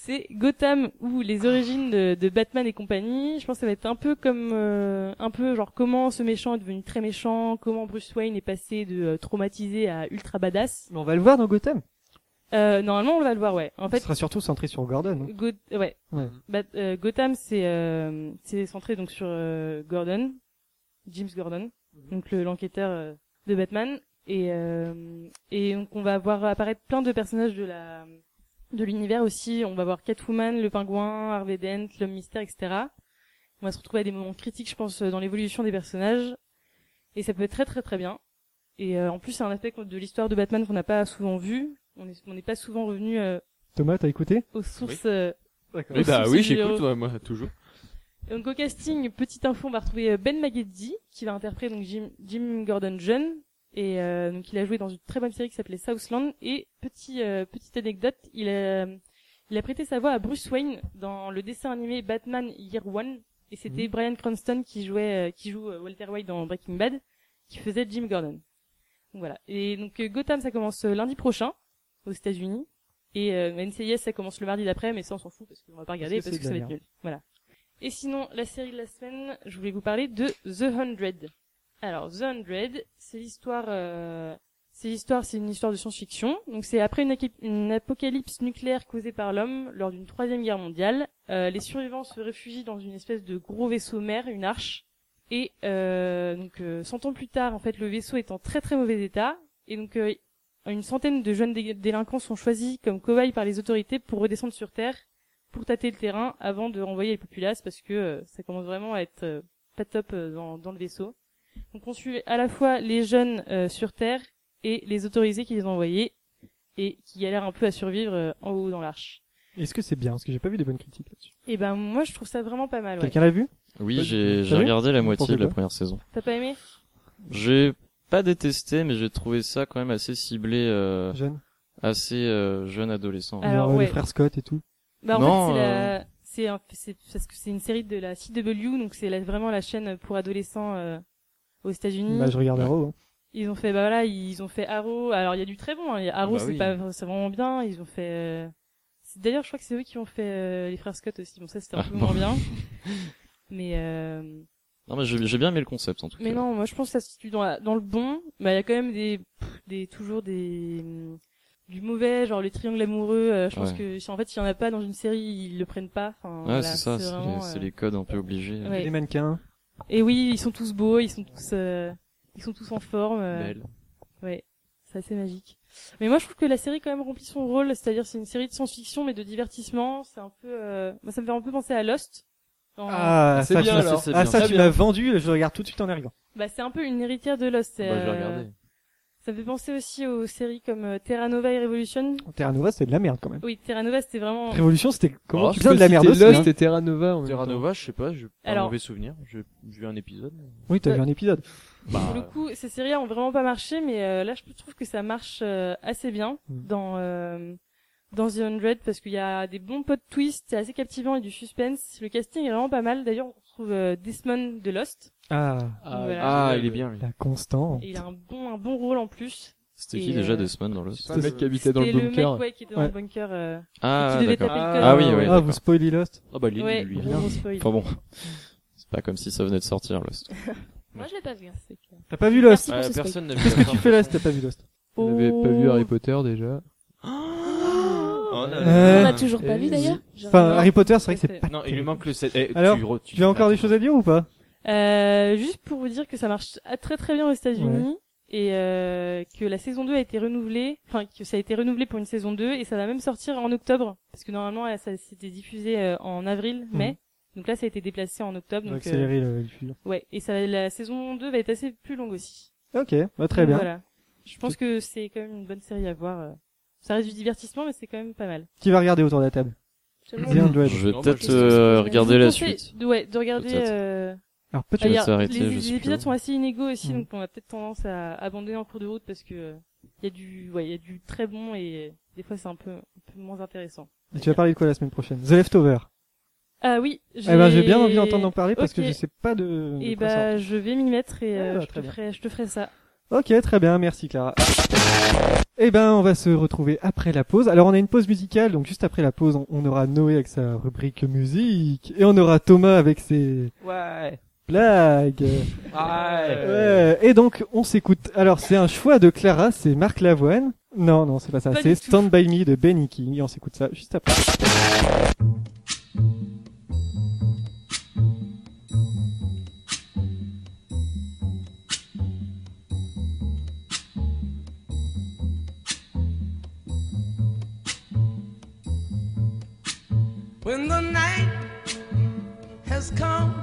[SPEAKER 5] C'est Gotham ou les origines de, de Batman et compagnie. Je pense que ça va être un peu comme euh, un peu genre comment ce méchant est devenu très méchant, comment Bruce Wayne est passé de euh, traumatisé à ultra badass.
[SPEAKER 1] Mais on va le voir dans Gotham.
[SPEAKER 5] Euh, normalement, on va le voir, ouais. En
[SPEAKER 1] Ce
[SPEAKER 5] fait,
[SPEAKER 1] sera surtout centré sur Gordon. hein.
[SPEAKER 5] Go- ouais.
[SPEAKER 1] Ouais.
[SPEAKER 5] Bat- euh, Gotham, c'est euh, c'est centré donc sur euh, Gordon, James Gordon, donc le l'enquêteur euh, de Batman, et euh, et donc on va voir apparaître plein de personnages de la de l'univers aussi. On va voir Catwoman, le Pingouin, Harvey Dent, l'Homme Mystère, etc. On va se retrouver à des moments critiques, je pense, dans l'évolution des personnages, et ça peut être très très très bien. Et euh, en plus, c'est un aspect de l'histoire de Batman qu'on n'a pas souvent vu. On est- on n'est pas souvent revenu euh,
[SPEAKER 1] Thomas, t'as écouté
[SPEAKER 5] aux sources euh,
[SPEAKER 1] D'accord.
[SPEAKER 7] Eh bah
[SPEAKER 5] Si,
[SPEAKER 7] oui,
[SPEAKER 5] si,
[SPEAKER 7] j'écoute,
[SPEAKER 5] euh,
[SPEAKER 7] ouais, moi, toujours.
[SPEAKER 5] Donc au casting, petite info, on va retrouver Ben Magedzi qui va interpréter donc Jim, Jim Gordon John et euh, donc il a joué dans une très bonne série qui s'appelait Southland et petit euh, petite anecdote, il a il a prêté sa voix à Bruce Wayne dans le dessin animé Batman Year One et
[SPEAKER 1] Mhm.
[SPEAKER 5] c'était Brian Cranston qui jouait euh, qui joue euh, Walter White dans Breaking Bad qui faisait Jim Gordon. Donc, voilà. Et donc euh, Gotham ça commence euh, lundi prochain aux États-Unis et euh, NCIS ça commence le mardi d'après mais ça on s'en fout parce qu'on va pas regarder
[SPEAKER 1] Parce que
[SPEAKER 5] parce que,
[SPEAKER 1] c'est
[SPEAKER 5] ça va
[SPEAKER 1] de la
[SPEAKER 5] être nul. Voilà. Et sinon la série de la semaine, je voulais vous parler de The Hundred. Alors The Hundred, c'est l'histoire euh, c'est l'histoire, c'est une histoire de science-fiction. Donc c'est après une, acép- une apocalypse nucléaire causée par l'homme lors d'une troisième guerre mondiale. Euh, les survivants se réfugient dans une espèce de gros vaisseau mère, une arche. Et euh, donc euh, 100 ans plus tard, en fait, le vaisseau est en très très mauvais état. Et donc euh, une centaine de jeunes dé- délinquants sont choisis comme cobayes par les autorités pour redescendre sur Terre, pour tâter le terrain avant de renvoyer les populaces parce que euh, ça commence vraiment à être euh, pas top euh, dans, dans le vaisseau. Donc on suit à la fois les jeunes euh, sur Terre et les autorisés qui les ont envoyés et qui galèrent un peu à survivre euh, en haut dans l'arche.
[SPEAKER 1] Est-ce que c'est bien Parce que j'ai pas vu des bonnes critiques là-dessus.
[SPEAKER 5] Et ben moi je trouve ça vraiment pas mal. Ouais.
[SPEAKER 1] Quelqu'un l'a vu
[SPEAKER 2] Oui,
[SPEAKER 1] Pas du tout.
[SPEAKER 2] j'ai j'ai
[SPEAKER 1] T'as vu
[SPEAKER 2] regardé la
[SPEAKER 1] Vous
[SPEAKER 2] moitié
[SPEAKER 1] pensez
[SPEAKER 2] de la
[SPEAKER 1] quoi
[SPEAKER 2] première saison.
[SPEAKER 5] T'as pas aimé
[SPEAKER 2] J'ai pas détesté, mais j'ai trouvé ça quand même assez ciblé, euh,
[SPEAKER 1] Jeune.
[SPEAKER 2] assez euh, jeune adolescent.
[SPEAKER 5] Alors,
[SPEAKER 1] Genre, euh,
[SPEAKER 5] ouais.
[SPEAKER 1] Les frères Scott et tout.
[SPEAKER 5] Bah en
[SPEAKER 2] Non,
[SPEAKER 5] fait c'est
[SPEAKER 2] euh,
[SPEAKER 5] la c'est un- c'est parce que c'est une série de la CW donc c'est la- vraiment la chaîne pour adolescents euh, aux États-Unis.
[SPEAKER 1] Bah, je regarde Arrow. hein.
[SPEAKER 5] Ils ont fait bah voilà, ils ont fait Arrow. Alors il y a du très bon, hein. Il y a Arrow
[SPEAKER 7] Bah
[SPEAKER 5] c'est
[SPEAKER 7] oui.
[SPEAKER 5] pas c'est vraiment bien, ils ont fait euh, c'est- D'ailleurs, je crois que c'est eux qui ont fait euh, les frères Scott aussi. Bon, ça c'était un
[SPEAKER 2] Ah,
[SPEAKER 5] peu
[SPEAKER 2] bon.
[SPEAKER 5] moins bien. Mais euh,
[SPEAKER 2] Non, mais j'ai j'ai bien aimé le concept en tout
[SPEAKER 5] Mais
[SPEAKER 2] cas.
[SPEAKER 5] non, moi je pense que ça se situe dans, la- dans le bon. Bah il y a quand même des, pff, des toujours des hum, du mauvais, genre les triangles amoureux. euh, je pense
[SPEAKER 2] Ouais.
[SPEAKER 5] que si en fait il y en a pas dans une série, ils le prennent pas. Enfin,
[SPEAKER 2] Ouais,
[SPEAKER 5] voilà,
[SPEAKER 2] c'est ça, c'est
[SPEAKER 5] vraiment,
[SPEAKER 2] les, c'est
[SPEAKER 5] euh,
[SPEAKER 2] les codes un peu obligés. euh.
[SPEAKER 5] Ouais.
[SPEAKER 1] Les mannequins.
[SPEAKER 5] Et oui, ils sont tous beaux, ils sont tous euh, ils sont tous en forme. euh,
[SPEAKER 7] Bah,
[SPEAKER 4] Belle.
[SPEAKER 5] Ouais, c'est assez magique. Mais moi je trouve que la série quand même remplit son rôle, c'est-à-dire c'est une série de science-fiction mais de divertissement. C'est un peu, euh, moi ça me fait un peu penser à Lost. dans-
[SPEAKER 1] Ah,
[SPEAKER 4] C'est
[SPEAKER 1] ça,
[SPEAKER 4] bien,
[SPEAKER 1] tu m'as-
[SPEAKER 4] alors.
[SPEAKER 1] ah,
[SPEAKER 4] Très
[SPEAKER 1] ça, tu
[SPEAKER 4] bien.
[SPEAKER 1] m'as vendu, je regarde tout de suite en arrivant.
[SPEAKER 5] Bah c'est un peu une héritière de Lost. c'est,
[SPEAKER 7] Bah, je vais
[SPEAKER 5] euh,
[SPEAKER 7] regarder.
[SPEAKER 5] Ça me fait penser aussi aux séries comme euh, Terra Nova et Revolution.
[SPEAKER 1] Terra Nova, c'était de la merde quand même.
[SPEAKER 5] Oui, Terra Nova, c'était vraiment.
[SPEAKER 1] Révolution, c'était comment
[SPEAKER 7] Oh,
[SPEAKER 1] tu fais de la merde aussi,
[SPEAKER 4] C'était
[SPEAKER 1] hein.
[SPEAKER 4] Lost et Terra Nova en même
[SPEAKER 7] Terra
[SPEAKER 4] temps.
[SPEAKER 7] Nova, je sais pas, j'ai pas un
[SPEAKER 5] Alors- Euh,
[SPEAKER 7] mauvais souvenir. J'ai vu un épisode.
[SPEAKER 1] Oui, t'as vu un épisode.
[SPEAKER 5] Pour le coup, ces séries-là ont vraiment pas marché, mais euh, là, je trouve que ça marche euh, assez bien
[SPEAKER 1] Mm.
[SPEAKER 5] dans euh, dans The Hundred parce qu'il y a des bons pots de twist, c'est assez captivant et du suspense. Le casting est vraiment pas mal. D'ailleurs, on retrouve euh, Desmond de Lost.
[SPEAKER 1] Ah,
[SPEAKER 5] Ah,
[SPEAKER 7] Ah, il est bien, lui.
[SPEAKER 1] la constante.
[SPEAKER 5] Et il a un bon un bon rôle en plus.
[SPEAKER 2] C'était
[SPEAKER 5] Et,
[SPEAKER 2] qui déjà
[SPEAKER 5] euh,
[SPEAKER 2] des semaines dans Lost
[SPEAKER 4] C'est le mec qui habitait dans le
[SPEAKER 5] Et
[SPEAKER 4] bunker.
[SPEAKER 5] mec ouais, qui était dans le
[SPEAKER 1] Ouais.
[SPEAKER 5] bunker. euh,
[SPEAKER 2] Ah,
[SPEAKER 5] qui devait
[SPEAKER 2] d'accord.
[SPEAKER 5] taper le
[SPEAKER 2] Ah
[SPEAKER 5] code.
[SPEAKER 2] oui, ouais,
[SPEAKER 1] Ah,
[SPEAKER 2] d'accord.
[SPEAKER 1] vous spoilez Lost.
[SPEAKER 7] Ah bah, il est
[SPEAKER 5] ouais,
[SPEAKER 7] nul, lui.
[SPEAKER 5] gros, gros spoil.
[SPEAKER 2] Enfin bon, c'est pas comme si ça venait de sortir Lost.
[SPEAKER 6] Moi, je l'ai pas vu.
[SPEAKER 5] C'est clair.
[SPEAKER 1] T'as pas vu Lost
[SPEAKER 6] Merci.
[SPEAKER 7] Ah,
[SPEAKER 6] pour ce
[SPEAKER 7] personne n'a vu.
[SPEAKER 1] Qu'est-ce que tu fais
[SPEAKER 7] là
[SPEAKER 1] Lost T'as pas vu Lost
[SPEAKER 4] On avait pas vu
[SPEAKER 5] Oh.
[SPEAKER 4] Harry Potter déjà.
[SPEAKER 6] On
[SPEAKER 7] Oh
[SPEAKER 1] Euh,
[SPEAKER 6] a toujours pas
[SPEAKER 4] euh,
[SPEAKER 6] vu d'ailleurs.
[SPEAKER 1] Enfin, Harry Potter, c'est vrai que c'est
[SPEAKER 5] Ouais,
[SPEAKER 1] pas.
[SPEAKER 7] Non, il lui manque le 7.
[SPEAKER 1] Alors,
[SPEAKER 7] tu, re- tu-
[SPEAKER 1] Tu as encore des choses à dire ou pas
[SPEAKER 5] Euh, juste pour vous dire que ça marche à- très très bien aux États-Unis et euh, que la saison 2 a été renouvelée, enfin que ça a été renouvelé pour une saison 2 et ça va même sortir en octobre parce que normalement elle, ça c'était diffusé euh, en
[SPEAKER 1] Mhm.
[SPEAKER 5] avril, mai. Donc là ça a été déplacé en octobre
[SPEAKER 1] On va
[SPEAKER 5] donc euh,
[SPEAKER 1] accélérer le diffusion.
[SPEAKER 5] ouais et ça la saison 2 va être assez plus longue aussi.
[SPEAKER 1] Ok, bah, très
[SPEAKER 5] Donc,
[SPEAKER 1] bien.
[SPEAKER 5] Voilà. Je pense que c'est quand même une bonne série à voir. euh. Ça reste du divertissement mais c'est quand même pas mal.
[SPEAKER 1] Qui va regarder autour de la table Dis un duel.
[SPEAKER 2] Je vais
[SPEAKER 7] Non, moi,
[SPEAKER 2] peut-être
[SPEAKER 7] je-
[SPEAKER 2] euh,
[SPEAKER 6] je vous
[SPEAKER 2] regarder la
[SPEAKER 5] conseille
[SPEAKER 2] suite.
[SPEAKER 5] de- ouais, de regarder
[SPEAKER 2] Peut-être.
[SPEAKER 5] euh,
[SPEAKER 1] Alors
[SPEAKER 2] vais
[SPEAKER 1] peut-être.
[SPEAKER 2] Ah,
[SPEAKER 5] D'ailleurs,
[SPEAKER 2] t'arrêter,
[SPEAKER 5] les,
[SPEAKER 2] je
[SPEAKER 5] les
[SPEAKER 2] sais plus
[SPEAKER 5] épisodes
[SPEAKER 2] où.
[SPEAKER 5] sont assez inégaux
[SPEAKER 1] Mm.
[SPEAKER 5] aussi, donc on a peut-être tendance à abandonner en cours de route parce que euh, il y a du, ouais, il y a du très bon et euh, des fois c'est un peu, un peu moins intéressant.
[SPEAKER 1] Et Tu vas parler de quoi la semaine prochaine The Leftover.
[SPEAKER 5] Ah oui,
[SPEAKER 1] Eh ben, j'ai Eh ben, bien envie d'entendre en parler parce
[SPEAKER 5] Ok.
[SPEAKER 1] que je sais pas de. de
[SPEAKER 5] Et
[SPEAKER 1] quoi ça
[SPEAKER 5] bah, je vais m'y mettre et euh,
[SPEAKER 1] Ah, bah,
[SPEAKER 5] je,
[SPEAKER 1] très
[SPEAKER 5] te
[SPEAKER 1] bien.
[SPEAKER 5] ferai, je te ferai ça.
[SPEAKER 1] Ok, très bien, merci Clara. Eh ben, on va se retrouver après la pause. Alors, on a une pause musicale, donc juste après la pause, on- on aura Noé avec sa rubrique musique, et on aura Thomas avec ses
[SPEAKER 3] Ouais.
[SPEAKER 1] blagues. Ouais. Et donc, on s'écoute. Alors, c'est un choix de Clara, c'est Marc Lavoine. Non, non, c'est pas ça,
[SPEAKER 5] Pas
[SPEAKER 1] c'est
[SPEAKER 5] du tout.
[SPEAKER 1] Stand By Me de Benny King, et on s'écoute ça juste après.
[SPEAKER 3] When the night has come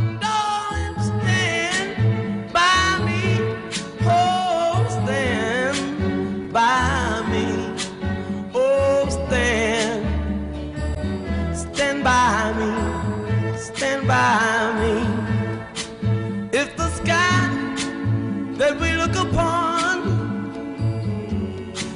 [SPEAKER 3] darling, stand by me. Oh, stand by me. Oh, stand, stand by me. Stand by me. If the sky that we look upon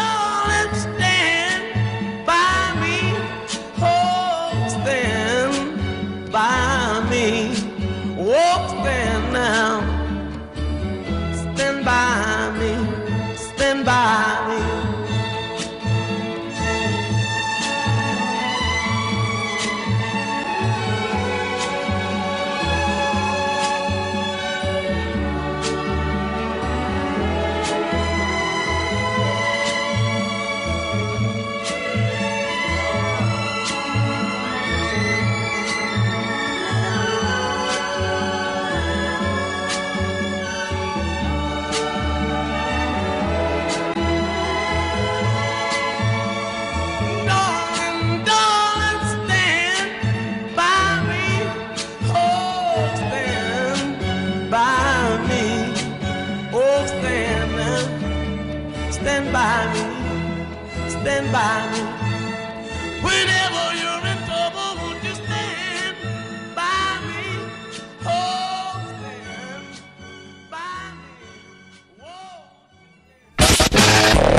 [SPEAKER 3] darling, stand by me. Oh, stand by me. Oh, stand now. Stand by me. Stand by me. Darling, darling, stand by me. Oh, stand by me. Oh, stand, stand by me. Stand by me. Whenever you're in trouble, won't you stand by me? Oh, stand by me. Oh.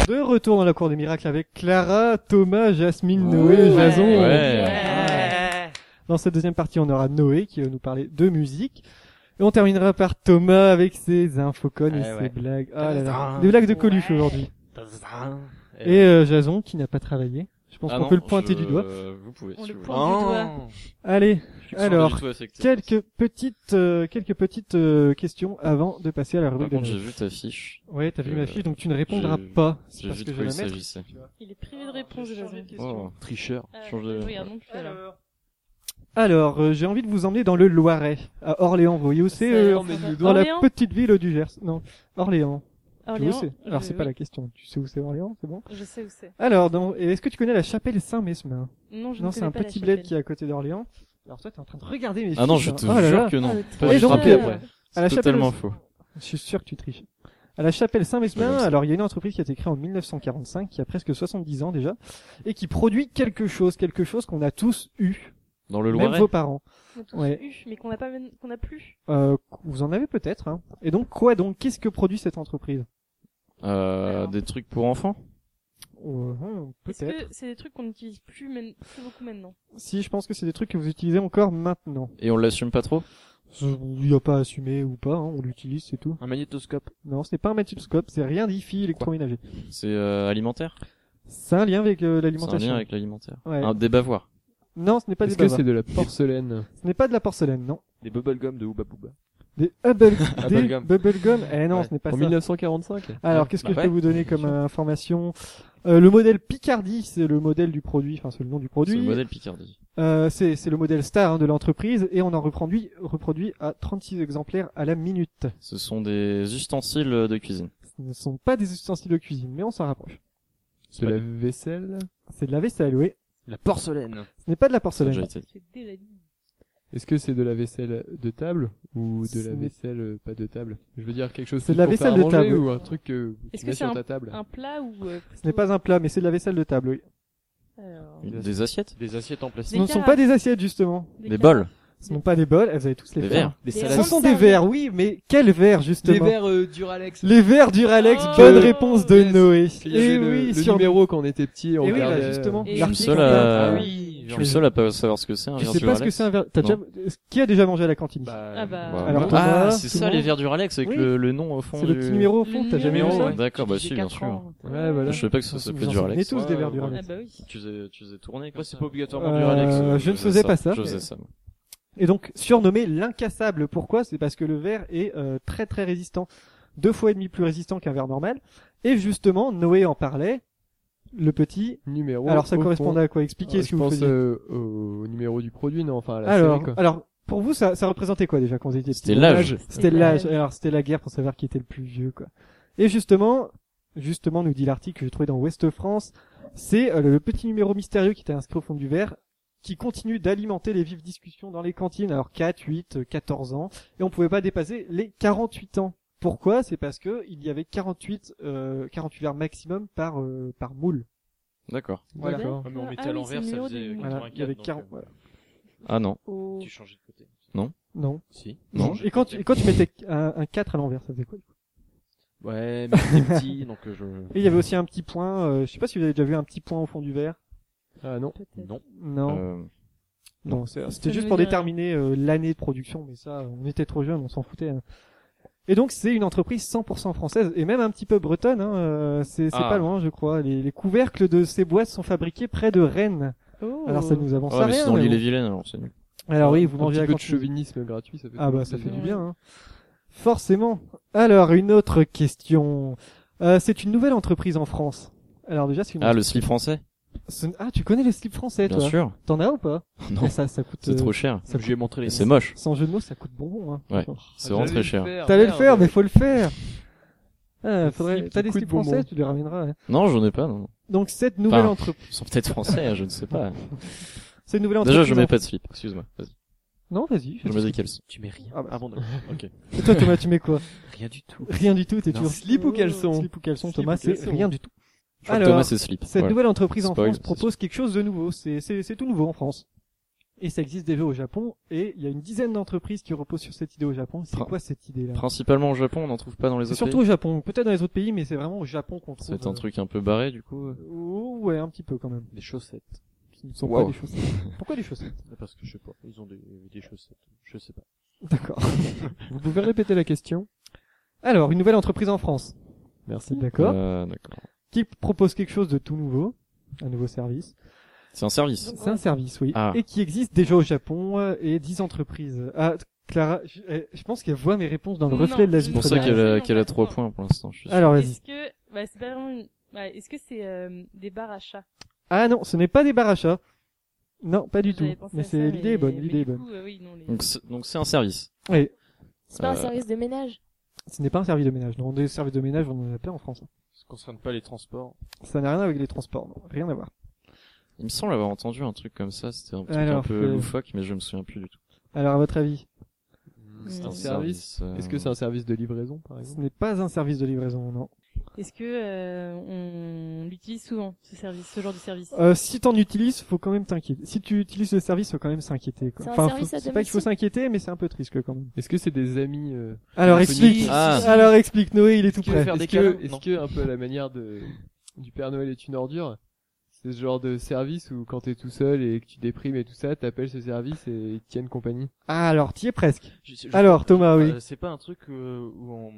[SPEAKER 1] De retour dans la cour des miracles avec Clara, Thomas, Jasmine, Noé, Jason.
[SPEAKER 9] Euh.
[SPEAKER 1] Dans cette deuxième partie, on aura Noé qui va nous parler de musique. Et on terminera par Thomas avec ses infocones et
[SPEAKER 7] Eh ouais.
[SPEAKER 1] ses blagues. Ah là là. Des blagues de Coluche aujourd'hui. Et euh, Jason qui n'a pas travaillé. Je pense
[SPEAKER 7] Eh Ah
[SPEAKER 1] qu'on
[SPEAKER 7] non,
[SPEAKER 1] peut le pointer
[SPEAKER 7] je-
[SPEAKER 1] du doigt.
[SPEAKER 7] Vous pouvez.
[SPEAKER 5] On
[SPEAKER 7] si
[SPEAKER 5] le
[SPEAKER 7] vous voulez.
[SPEAKER 5] pointe du doigt.
[SPEAKER 1] Allez,
[SPEAKER 7] Je me sens
[SPEAKER 1] alors,
[SPEAKER 7] pas du tout affecté.
[SPEAKER 1] quelques petites, euh, quelques petites euh, questions avant de passer à la
[SPEAKER 7] Par
[SPEAKER 1] rubrique de
[SPEAKER 7] contre, j'ai
[SPEAKER 1] Noé.
[SPEAKER 7] vu ta fiche.
[SPEAKER 1] Ouais, t'as vu ma
[SPEAKER 7] Euh,
[SPEAKER 1] fiche, donc tu ne répondras
[SPEAKER 7] j'ai-
[SPEAKER 1] pas. C'est
[SPEAKER 7] J'ai
[SPEAKER 1] parce
[SPEAKER 7] vu
[SPEAKER 1] que
[SPEAKER 7] de
[SPEAKER 1] je
[SPEAKER 7] quoi
[SPEAKER 1] vais la
[SPEAKER 7] il
[SPEAKER 1] mettre.
[SPEAKER 7] s'agissait.
[SPEAKER 5] Il est privé de réponse, Jason.
[SPEAKER 7] Oh, tricheur.
[SPEAKER 5] Ah,
[SPEAKER 7] Change de-
[SPEAKER 5] je regarde non plus,
[SPEAKER 1] Euh,
[SPEAKER 5] alors.
[SPEAKER 1] Alors, euh, j'ai envie de vous emmener dans le Loiret, à Orléans. Vous voyez où c'est
[SPEAKER 5] Ça a
[SPEAKER 1] euh,
[SPEAKER 5] l'air
[SPEAKER 4] emmène-le
[SPEAKER 5] sympa.
[SPEAKER 1] Dans
[SPEAKER 5] Orléans
[SPEAKER 1] la petite ville du Gers. Non, Orléans. tu
[SPEAKER 5] Orléans,
[SPEAKER 1] vois où c'est Alors,
[SPEAKER 5] je-
[SPEAKER 1] c'est pas
[SPEAKER 5] oui,
[SPEAKER 1] la question. Tu sais où c'est Orléans, c'est bon
[SPEAKER 5] Je sais où c'est.
[SPEAKER 1] Alors, dans- et est-ce que tu connais la chapelle Saint-Mesmin
[SPEAKER 5] Non, je ne
[SPEAKER 1] Non, c'est
[SPEAKER 5] connais
[SPEAKER 1] un
[SPEAKER 5] pas la
[SPEAKER 1] petit bled
[SPEAKER 5] chapelle.
[SPEAKER 1] qui est à côté d'orléans. Alors toi, t'es en train de regarder mes
[SPEAKER 7] Ah non,
[SPEAKER 1] fiches,
[SPEAKER 7] je
[SPEAKER 1] hein.
[SPEAKER 7] te
[SPEAKER 1] Oh là
[SPEAKER 7] jure
[SPEAKER 1] là.
[SPEAKER 7] que
[SPEAKER 5] Ah,
[SPEAKER 7] non.
[SPEAKER 5] le
[SPEAKER 7] Pas
[SPEAKER 5] truc.
[SPEAKER 1] Et
[SPEAKER 7] du tout.
[SPEAKER 1] donc,
[SPEAKER 5] Rappelez
[SPEAKER 1] euh,
[SPEAKER 5] après.
[SPEAKER 1] à la
[SPEAKER 7] C'est
[SPEAKER 1] chapelle-
[SPEAKER 7] totalement faux.
[SPEAKER 1] Je suis sûr que tu triches. À la chapelle Saint-Mesmin,
[SPEAKER 7] Ouais, je sais.
[SPEAKER 1] alors il y a une entreprise qui a été créée en 1945, qui a presque 70 ans déjà, et qui produit quelque chose, quelque chose qu'on a tous eu,
[SPEAKER 7] Dans le
[SPEAKER 1] même
[SPEAKER 7] Loiret.
[SPEAKER 1] vos parents.
[SPEAKER 5] On a tous
[SPEAKER 1] Ouais.
[SPEAKER 5] eu, mais qu'on n'a pas, même- qu'on n'a plus.
[SPEAKER 1] Euh, vous en avez peut-être. Hein. Et donc quoi donc Qu'est-ce que produit cette entreprise
[SPEAKER 7] Euh, des trucs pour enfants.
[SPEAKER 1] Oh, hum,
[SPEAKER 5] Est-ce
[SPEAKER 1] Peut-être.
[SPEAKER 5] que c'est des trucs qu'on n'utilise plus, men- plus beaucoup maintenant
[SPEAKER 1] Si, je pense que c'est des trucs que vous utilisez encore maintenant.
[SPEAKER 7] Et on l'assume pas trop.
[SPEAKER 1] Il n'y a pas à assumer ou pas, hein, on l'utilise, c'est tout.
[SPEAKER 7] Un magnétoscope.
[SPEAKER 1] Non, ce n'est pas un magnétoscope, c'est rien d'IFI électroménager.
[SPEAKER 7] C'est euh, alimentaire.
[SPEAKER 1] C'est un lien avec euh,
[SPEAKER 7] C'est un
[SPEAKER 1] l'alimentation.
[SPEAKER 7] lien avec l'alimentaire.
[SPEAKER 1] Ouais.
[SPEAKER 7] Un des bavoirs.
[SPEAKER 1] Non, ce n'est pas des
[SPEAKER 4] Est-ce que
[SPEAKER 1] bavas.
[SPEAKER 4] c'est de la porcelaine
[SPEAKER 1] Ce n'est pas de la porcelaine, non.
[SPEAKER 7] Des bubblegum de Ouba Booba.
[SPEAKER 1] Des
[SPEAKER 7] *laughs*
[SPEAKER 1] bubble, des
[SPEAKER 7] Bubblegum.
[SPEAKER 1] bubblegum. Eh non,
[SPEAKER 7] Ouais.
[SPEAKER 1] ce n'est pas
[SPEAKER 4] En
[SPEAKER 1] ça.
[SPEAKER 4] 1945
[SPEAKER 1] Alors, qu'est-ce que
[SPEAKER 7] Bah
[SPEAKER 1] je peux vous donner comme euh, information Euh, Le modèle Picardie, c'est le modèle du produit, enfin c'est le nom du
[SPEAKER 7] C'est le
[SPEAKER 1] produit.
[SPEAKER 7] modèle Picardie.
[SPEAKER 1] Euh, C'est c'est le modèle star hein, de l'entreprise et on en reproduit, reproduit à 36 exemplaires à la minute.
[SPEAKER 7] Ce sont des ustensiles euh, de cuisine.
[SPEAKER 1] Ce ne sont pas des ustensiles de cuisine, mais on s'en rapproche.
[SPEAKER 4] De la vaisselle
[SPEAKER 1] C'est de la vaisselle, oui.
[SPEAKER 7] La porcelaine.
[SPEAKER 1] Ce n'est pas de la
[SPEAKER 7] Ça a déjà
[SPEAKER 1] porcelaine.
[SPEAKER 7] été dit.
[SPEAKER 5] C'est dès la nuit.
[SPEAKER 4] Est-ce que c'est de la vaisselle de table ou de
[SPEAKER 1] Ce
[SPEAKER 4] la
[SPEAKER 1] n'est-
[SPEAKER 4] vaisselle euh, pas de table Je veux dire quelque chose
[SPEAKER 1] C'est de la
[SPEAKER 4] pour faire
[SPEAKER 1] vaisselle de
[SPEAKER 4] manger
[SPEAKER 1] table, oui.
[SPEAKER 4] ou un truc que
[SPEAKER 5] Est-ce
[SPEAKER 4] tu
[SPEAKER 5] que
[SPEAKER 4] mets
[SPEAKER 5] c'est
[SPEAKER 4] sur ta table.
[SPEAKER 5] Un plat ou... euh, plutôt-
[SPEAKER 1] bah.
[SPEAKER 5] euh,
[SPEAKER 1] Ce n'est pas un plat, mais c'est de la vaisselle de table, oui.
[SPEAKER 5] Alors,
[SPEAKER 7] Des assiettes.
[SPEAKER 2] Des assiettes en
[SPEAKER 1] Ce
[SPEAKER 2] plastique.
[SPEAKER 1] ne
[SPEAKER 5] Des
[SPEAKER 1] sont
[SPEAKER 5] carafes.
[SPEAKER 1] pas des assiettes, justement.
[SPEAKER 7] Des bols.
[SPEAKER 1] Ce ne sont pas des bols, vous avez tous les
[SPEAKER 7] Des
[SPEAKER 1] verres.
[SPEAKER 7] verres.
[SPEAKER 2] Des
[SPEAKER 5] salades.
[SPEAKER 1] Ce
[SPEAKER 5] verres.
[SPEAKER 1] sont des verres, oui, mais quels verres, justement
[SPEAKER 4] euh, Duralex.
[SPEAKER 1] Les verres Duralex,
[SPEAKER 5] Oh,
[SPEAKER 1] bonne réponse de
[SPEAKER 4] yes.
[SPEAKER 1] Noé.
[SPEAKER 4] Il y avait
[SPEAKER 1] Et
[SPEAKER 4] le,
[SPEAKER 1] Eh oui,
[SPEAKER 4] le
[SPEAKER 1] sur...
[SPEAKER 4] numéro quand on était petit, on
[SPEAKER 1] Et oui, bah,
[SPEAKER 4] regardait, euh,
[SPEAKER 2] Eh
[SPEAKER 1] justement.
[SPEAKER 5] Et
[SPEAKER 1] l'article-
[SPEAKER 7] seul à-
[SPEAKER 1] Ah oui.
[SPEAKER 7] oui.
[SPEAKER 2] Je suis seul à pas savoir ce que c'est un
[SPEAKER 1] Tu
[SPEAKER 2] verre
[SPEAKER 1] sais
[SPEAKER 2] du
[SPEAKER 1] pas ce que
[SPEAKER 2] Rolex.
[SPEAKER 1] c'est un verre. T'as déjà... euh,
[SPEAKER 2] Non.
[SPEAKER 1] Qui a déjà mangé à la cantine
[SPEAKER 5] Ah bah.
[SPEAKER 2] Bah,
[SPEAKER 1] Alors,
[SPEAKER 2] non.
[SPEAKER 1] toi,
[SPEAKER 2] ah,
[SPEAKER 1] voilà,
[SPEAKER 2] c'est
[SPEAKER 1] tout le
[SPEAKER 2] ça
[SPEAKER 1] monde.
[SPEAKER 2] les verres du Rolex avec
[SPEAKER 1] Oui.
[SPEAKER 2] le, le nom au fond.
[SPEAKER 1] C'est
[SPEAKER 2] du...
[SPEAKER 1] le petit numéro au fond, t'as jamais
[SPEAKER 2] numéro,
[SPEAKER 1] mangé ça
[SPEAKER 2] ouais. D'accord, bah si, bien sûr.
[SPEAKER 1] Ouais, voilà.
[SPEAKER 2] Je savais pas que ça s'appelait du
[SPEAKER 1] On est
[SPEAKER 2] Rolex.
[SPEAKER 1] tous des verres du
[SPEAKER 7] ouais.
[SPEAKER 1] Rolex.
[SPEAKER 5] Ah bah oui.
[SPEAKER 2] Tu faisais, tu faisais tourner.
[SPEAKER 7] Moi,
[SPEAKER 2] Quoi,
[SPEAKER 7] c'est pas obligatoirement du Rolex.
[SPEAKER 1] Euh, je ne faisais pas ça.
[SPEAKER 2] Je faisais ça. moi.
[SPEAKER 1] Et donc surnommé l'incassable. Pourquoi C'est parce que le verre est euh, très très résistant, deux fois et demi plus résistant qu'un verre normal. Et justement, Noé en parlait. Le petit.
[SPEAKER 4] euh, Numéro.
[SPEAKER 1] Alors ça
[SPEAKER 4] au fond.
[SPEAKER 1] correspondait à quoi Expliquez
[SPEAKER 4] Oh, Euh,
[SPEAKER 1] ce
[SPEAKER 4] je
[SPEAKER 1] que vous
[SPEAKER 4] pense,
[SPEAKER 1] faisiez.
[SPEAKER 4] euh, au numéro du produit, non, enfin à la
[SPEAKER 1] alors,
[SPEAKER 4] série, quoi.
[SPEAKER 1] alors pour vous, ça, ça représentait quoi déjà quand vous étiez petit
[SPEAKER 2] C'était l'âge.
[SPEAKER 1] C'était
[SPEAKER 5] C'était
[SPEAKER 1] l'âge.
[SPEAKER 5] l'âge.
[SPEAKER 1] Alors c'était la guerre pour savoir qui était le plus vieux, quoi. Et justement, justement, nous dit l'article que j'ai trouvé dans Ouest France, c'est euh, le petit numéro mystérieux qui était inscrit au fond du verre, qui continue d'alimenter les vives discussions dans les cantines. Alors 4, 8, euh, 14 ans, et on pouvait pas dépasser les 48 ans. Pourquoi C'est parce que il y avait 48, euh, 48 verres maximum par euh, par moule.
[SPEAKER 2] D'accord.
[SPEAKER 1] Voilà.
[SPEAKER 4] D'accord.
[SPEAKER 7] mais on mettait
[SPEAKER 5] Ah
[SPEAKER 7] à
[SPEAKER 5] oui,
[SPEAKER 7] l'envers,
[SPEAKER 5] c'est
[SPEAKER 7] ça
[SPEAKER 5] le numéro
[SPEAKER 7] faisait
[SPEAKER 5] du-
[SPEAKER 1] Voilà, il y avait
[SPEAKER 7] 84,
[SPEAKER 1] 40.
[SPEAKER 7] donc,
[SPEAKER 1] voilà.
[SPEAKER 2] Ah non.
[SPEAKER 1] Oh,
[SPEAKER 5] Au-
[SPEAKER 7] Tu changeais de côté.
[SPEAKER 1] Non.
[SPEAKER 7] Si.
[SPEAKER 2] Non.
[SPEAKER 1] Et quand tu, et quand tu mettais un, un 4 à l'envers, ça faisait quoi
[SPEAKER 7] Ouais, mais j'étais
[SPEAKER 1] *laughs*
[SPEAKER 7] petit, donc euh, je.
[SPEAKER 1] Et il y avait aussi un petit point. euh, je sais pas si vous avez déjà vu un petit point au fond du verre.
[SPEAKER 4] Ah non.
[SPEAKER 7] Non.
[SPEAKER 1] Non.
[SPEAKER 2] Euh,
[SPEAKER 1] Non, c'est- c'était
[SPEAKER 5] Ça
[SPEAKER 1] juste
[SPEAKER 5] veut
[SPEAKER 1] pour
[SPEAKER 5] dire-
[SPEAKER 1] déterminer euh, l'année de production, mais ça, on était trop jeunes, on s'en foutait. hein. Et donc, c'est une entreprise 100% française, et même un petit peu bretonne, hein, euh, c'est c'est
[SPEAKER 7] Ah.
[SPEAKER 1] pas loin, je crois. Les, les couvercles de ces boîtes sont fabriqués près de Rennes.
[SPEAKER 5] Oh.
[SPEAKER 1] Alors, ça nous avance à
[SPEAKER 2] Ouais, mais
[SPEAKER 1] rien.
[SPEAKER 2] c'est dans
[SPEAKER 1] mais
[SPEAKER 2] l'île et
[SPEAKER 1] bon.
[SPEAKER 2] vilaine, alors c'est nul.
[SPEAKER 1] Alors oui, vous
[SPEAKER 4] Un
[SPEAKER 1] mangez
[SPEAKER 4] petit
[SPEAKER 1] à
[SPEAKER 4] peu de
[SPEAKER 1] cantine.
[SPEAKER 4] chauvinisme gratuit, ça fait.
[SPEAKER 1] Ah bah, ça fait
[SPEAKER 4] plaisir.
[SPEAKER 1] du bien. Hein. Forcément. Alors, une autre question. Euh, c'est une nouvelle entreprise en France. Alors déjà, c'est une...
[SPEAKER 2] Ah, le slip français?
[SPEAKER 1] ce- Ah, tu connais le slip français,
[SPEAKER 2] Bien
[SPEAKER 1] toi
[SPEAKER 2] sûr.
[SPEAKER 1] T'en as ou pas
[SPEAKER 2] *laughs* Non.
[SPEAKER 1] Ah, Ça, ça coûte...
[SPEAKER 2] C'est
[SPEAKER 1] euh,
[SPEAKER 2] trop cher.
[SPEAKER 1] ça
[SPEAKER 7] Je lui ai montré les.
[SPEAKER 2] Et c'est moche.
[SPEAKER 1] Sans jeu de mots, ça coûte bonbon. Hein.
[SPEAKER 2] Ouais.
[SPEAKER 4] Ah,
[SPEAKER 2] C'est vraiment
[SPEAKER 4] j'allais
[SPEAKER 2] très cher.
[SPEAKER 1] T'allais le
[SPEAKER 4] merde.
[SPEAKER 1] faire, mais faut le faire. Ah, faudrait...
[SPEAKER 4] slip
[SPEAKER 1] T'as
[SPEAKER 4] qui
[SPEAKER 1] des
[SPEAKER 4] coûte
[SPEAKER 1] slips
[SPEAKER 4] bonbon.
[SPEAKER 1] français, tu les ramèneras. hein.
[SPEAKER 2] Non, j'en ai pas, non.
[SPEAKER 1] Donc cette nouvelle
[SPEAKER 2] Enfin.
[SPEAKER 1] entreprise,
[SPEAKER 2] Ils sont peut-être français, hein, je ne
[SPEAKER 1] *laughs*
[SPEAKER 2] sais pas.
[SPEAKER 1] cette nouvelle entreprise.
[SPEAKER 2] Déjà, je mets
[SPEAKER 1] en-
[SPEAKER 2] pas de slip. Excuse-moi. Vas-y.
[SPEAKER 1] Non, vas-y.
[SPEAKER 2] Je mets des caleçons.
[SPEAKER 7] Tu mets rien.
[SPEAKER 1] Ah bah.
[SPEAKER 7] bon, d'accord. ok.
[SPEAKER 1] Et toi, Thomas, tu mets quoi
[SPEAKER 7] Rien du tout.
[SPEAKER 1] Rien du tout. T'es
[SPEAKER 7] Non.
[SPEAKER 1] toujours
[SPEAKER 4] Slip ou caleçon
[SPEAKER 1] Slip ou caleçon,
[SPEAKER 4] Slip
[SPEAKER 1] Thomas,
[SPEAKER 4] ou
[SPEAKER 1] c'est
[SPEAKER 4] caleçon.
[SPEAKER 1] rien du tout.
[SPEAKER 2] Je crois que
[SPEAKER 1] Alors,
[SPEAKER 2] Thomas, c'est slip.
[SPEAKER 1] Cette
[SPEAKER 2] Voilà.
[SPEAKER 1] nouvelle entreprise en
[SPEAKER 2] Spoil,
[SPEAKER 1] France
[SPEAKER 2] c'est
[SPEAKER 1] propose quelque chose de nouveau. C'est c'est- c'est tout nouveau en France. Et ça existe déjà au Japon. Et il y a une dizaine d'entreprises qui reposent sur cette idée au Japon. C'est
[SPEAKER 2] Prin-
[SPEAKER 1] quoi cette idée-là
[SPEAKER 2] Principalement au Japon, on n'en trouve pas dans les
[SPEAKER 1] C'est
[SPEAKER 2] autres
[SPEAKER 1] surtout
[SPEAKER 2] pays.
[SPEAKER 1] au Japon. Peut-être dans les autres pays, mais c'est vraiment au Japon qu'on trouve.
[SPEAKER 2] C'est un
[SPEAKER 1] euh,
[SPEAKER 2] truc un peu barré, du coup. euh.
[SPEAKER 1] Oh, ouais, un petit peu quand même.
[SPEAKER 7] Des chaussettes.
[SPEAKER 1] Qui ne sont
[SPEAKER 2] Wow.
[SPEAKER 1] pas des chaussettes. Pourquoi des chaussettes
[SPEAKER 7] Parce que je sais pas. Ils ont des, des chaussettes. Je sais pas.
[SPEAKER 1] D'accord.
[SPEAKER 4] Vous pouvez répéter la question
[SPEAKER 1] Alors, une nouvelle entreprise en France.
[SPEAKER 4] Merci.
[SPEAKER 1] D'accord.
[SPEAKER 2] Euh, d'accord.
[SPEAKER 1] Qui propose quelque chose de tout nouveau. Un nouveau service.
[SPEAKER 2] C'est un service.
[SPEAKER 1] C'est un service, oui.
[SPEAKER 2] Ah.
[SPEAKER 1] Et qui existe déjà au Japon euh, et 10 entreprises. Ah, Clara, je, eh, je pense qu'elle voit mes réponses dans le
[SPEAKER 5] Non,
[SPEAKER 1] reflet de la
[SPEAKER 5] je
[SPEAKER 1] vitre.
[SPEAKER 2] C'est
[SPEAKER 5] ne
[SPEAKER 2] pour
[SPEAKER 5] sais
[SPEAKER 2] ça
[SPEAKER 1] derrière.
[SPEAKER 5] pas.
[SPEAKER 2] qu'elle a,
[SPEAKER 5] Non,
[SPEAKER 2] qu'elle a
[SPEAKER 5] pas
[SPEAKER 2] trois
[SPEAKER 5] trop.
[SPEAKER 2] points pour l'instant. je suis sûr.
[SPEAKER 1] Alors, vas-y.
[SPEAKER 5] Est-ce que bah c'est pas vraiment une... bah, est-ce que c'est euh, des bars à chat
[SPEAKER 1] Ah non, ce n'est pas des barachas. Non, pas du tout.
[SPEAKER 5] J'avais pensé
[SPEAKER 1] Mais
[SPEAKER 5] à ça,
[SPEAKER 1] c'est l'idée est bonne,
[SPEAKER 5] mais
[SPEAKER 1] l'idée est
[SPEAKER 5] du
[SPEAKER 1] bonne.
[SPEAKER 5] coup, euh, oui, non, les-
[SPEAKER 2] Donc, c'est, donc c'est un service.
[SPEAKER 1] Oui,
[SPEAKER 6] C'est pas un
[SPEAKER 2] Euh,
[SPEAKER 6] service de ménage.
[SPEAKER 1] ce n'est pas un service de ménage. Non, des services de ménage, on en a plein en France.
[SPEAKER 7] Ça concerne pas les transports.
[SPEAKER 1] Ça n'a rien avec les transports, non. rien à voir.
[SPEAKER 2] Il me semble avoir entendu un truc comme ça. C'était un truc
[SPEAKER 1] Alors,
[SPEAKER 2] un peu
[SPEAKER 1] euh,
[SPEAKER 2] loufoque, mais je me souviens plus du tout.
[SPEAKER 1] Alors, à votre avis,
[SPEAKER 4] C'est
[SPEAKER 5] Mm.
[SPEAKER 4] un service.
[SPEAKER 2] euh,
[SPEAKER 4] Est-ce que c'est un service de livraison, par
[SPEAKER 1] ce
[SPEAKER 4] exemple
[SPEAKER 1] n'est pas un service de livraison, non.
[SPEAKER 5] Est-ce que euh, on l'utilise souvent ce service, ce genre de service
[SPEAKER 1] Euh, si t'en utilises, faut quand même t'inquiéter. Si tu utilises le service, faut quand même s'inquiéter. quoi.
[SPEAKER 6] C'est un
[SPEAKER 1] Enfin,
[SPEAKER 6] service
[SPEAKER 1] faut-
[SPEAKER 6] à
[SPEAKER 1] c'est pas qu'il faut
[SPEAKER 6] domicile.
[SPEAKER 1] s'inquiéter, mais c'est un peu triste quand même.
[SPEAKER 4] Est-ce que c'est des amis euh,
[SPEAKER 1] Alors
[SPEAKER 4] Téléphonique.
[SPEAKER 1] explique.
[SPEAKER 2] Ah.
[SPEAKER 1] Alors explique, Noé, il est tout
[SPEAKER 7] Tu veux
[SPEAKER 1] prêt.
[SPEAKER 7] faire
[SPEAKER 4] Est-ce
[SPEAKER 7] des
[SPEAKER 4] que,
[SPEAKER 7] câlins
[SPEAKER 4] est-ce
[SPEAKER 7] Non.
[SPEAKER 4] que, un peu à la manière de, du Père Noël est une ordure, c'est ce genre de service où quand t'es tout seul et que tu déprimes et tout ça, t'appelles ce service et ils te tiennent compagnie
[SPEAKER 1] Ah, alors t'y es presque.
[SPEAKER 7] Je sais- je-
[SPEAKER 1] Alors Thomas, oui.
[SPEAKER 7] Euh, c'est pas un truc euh, où on,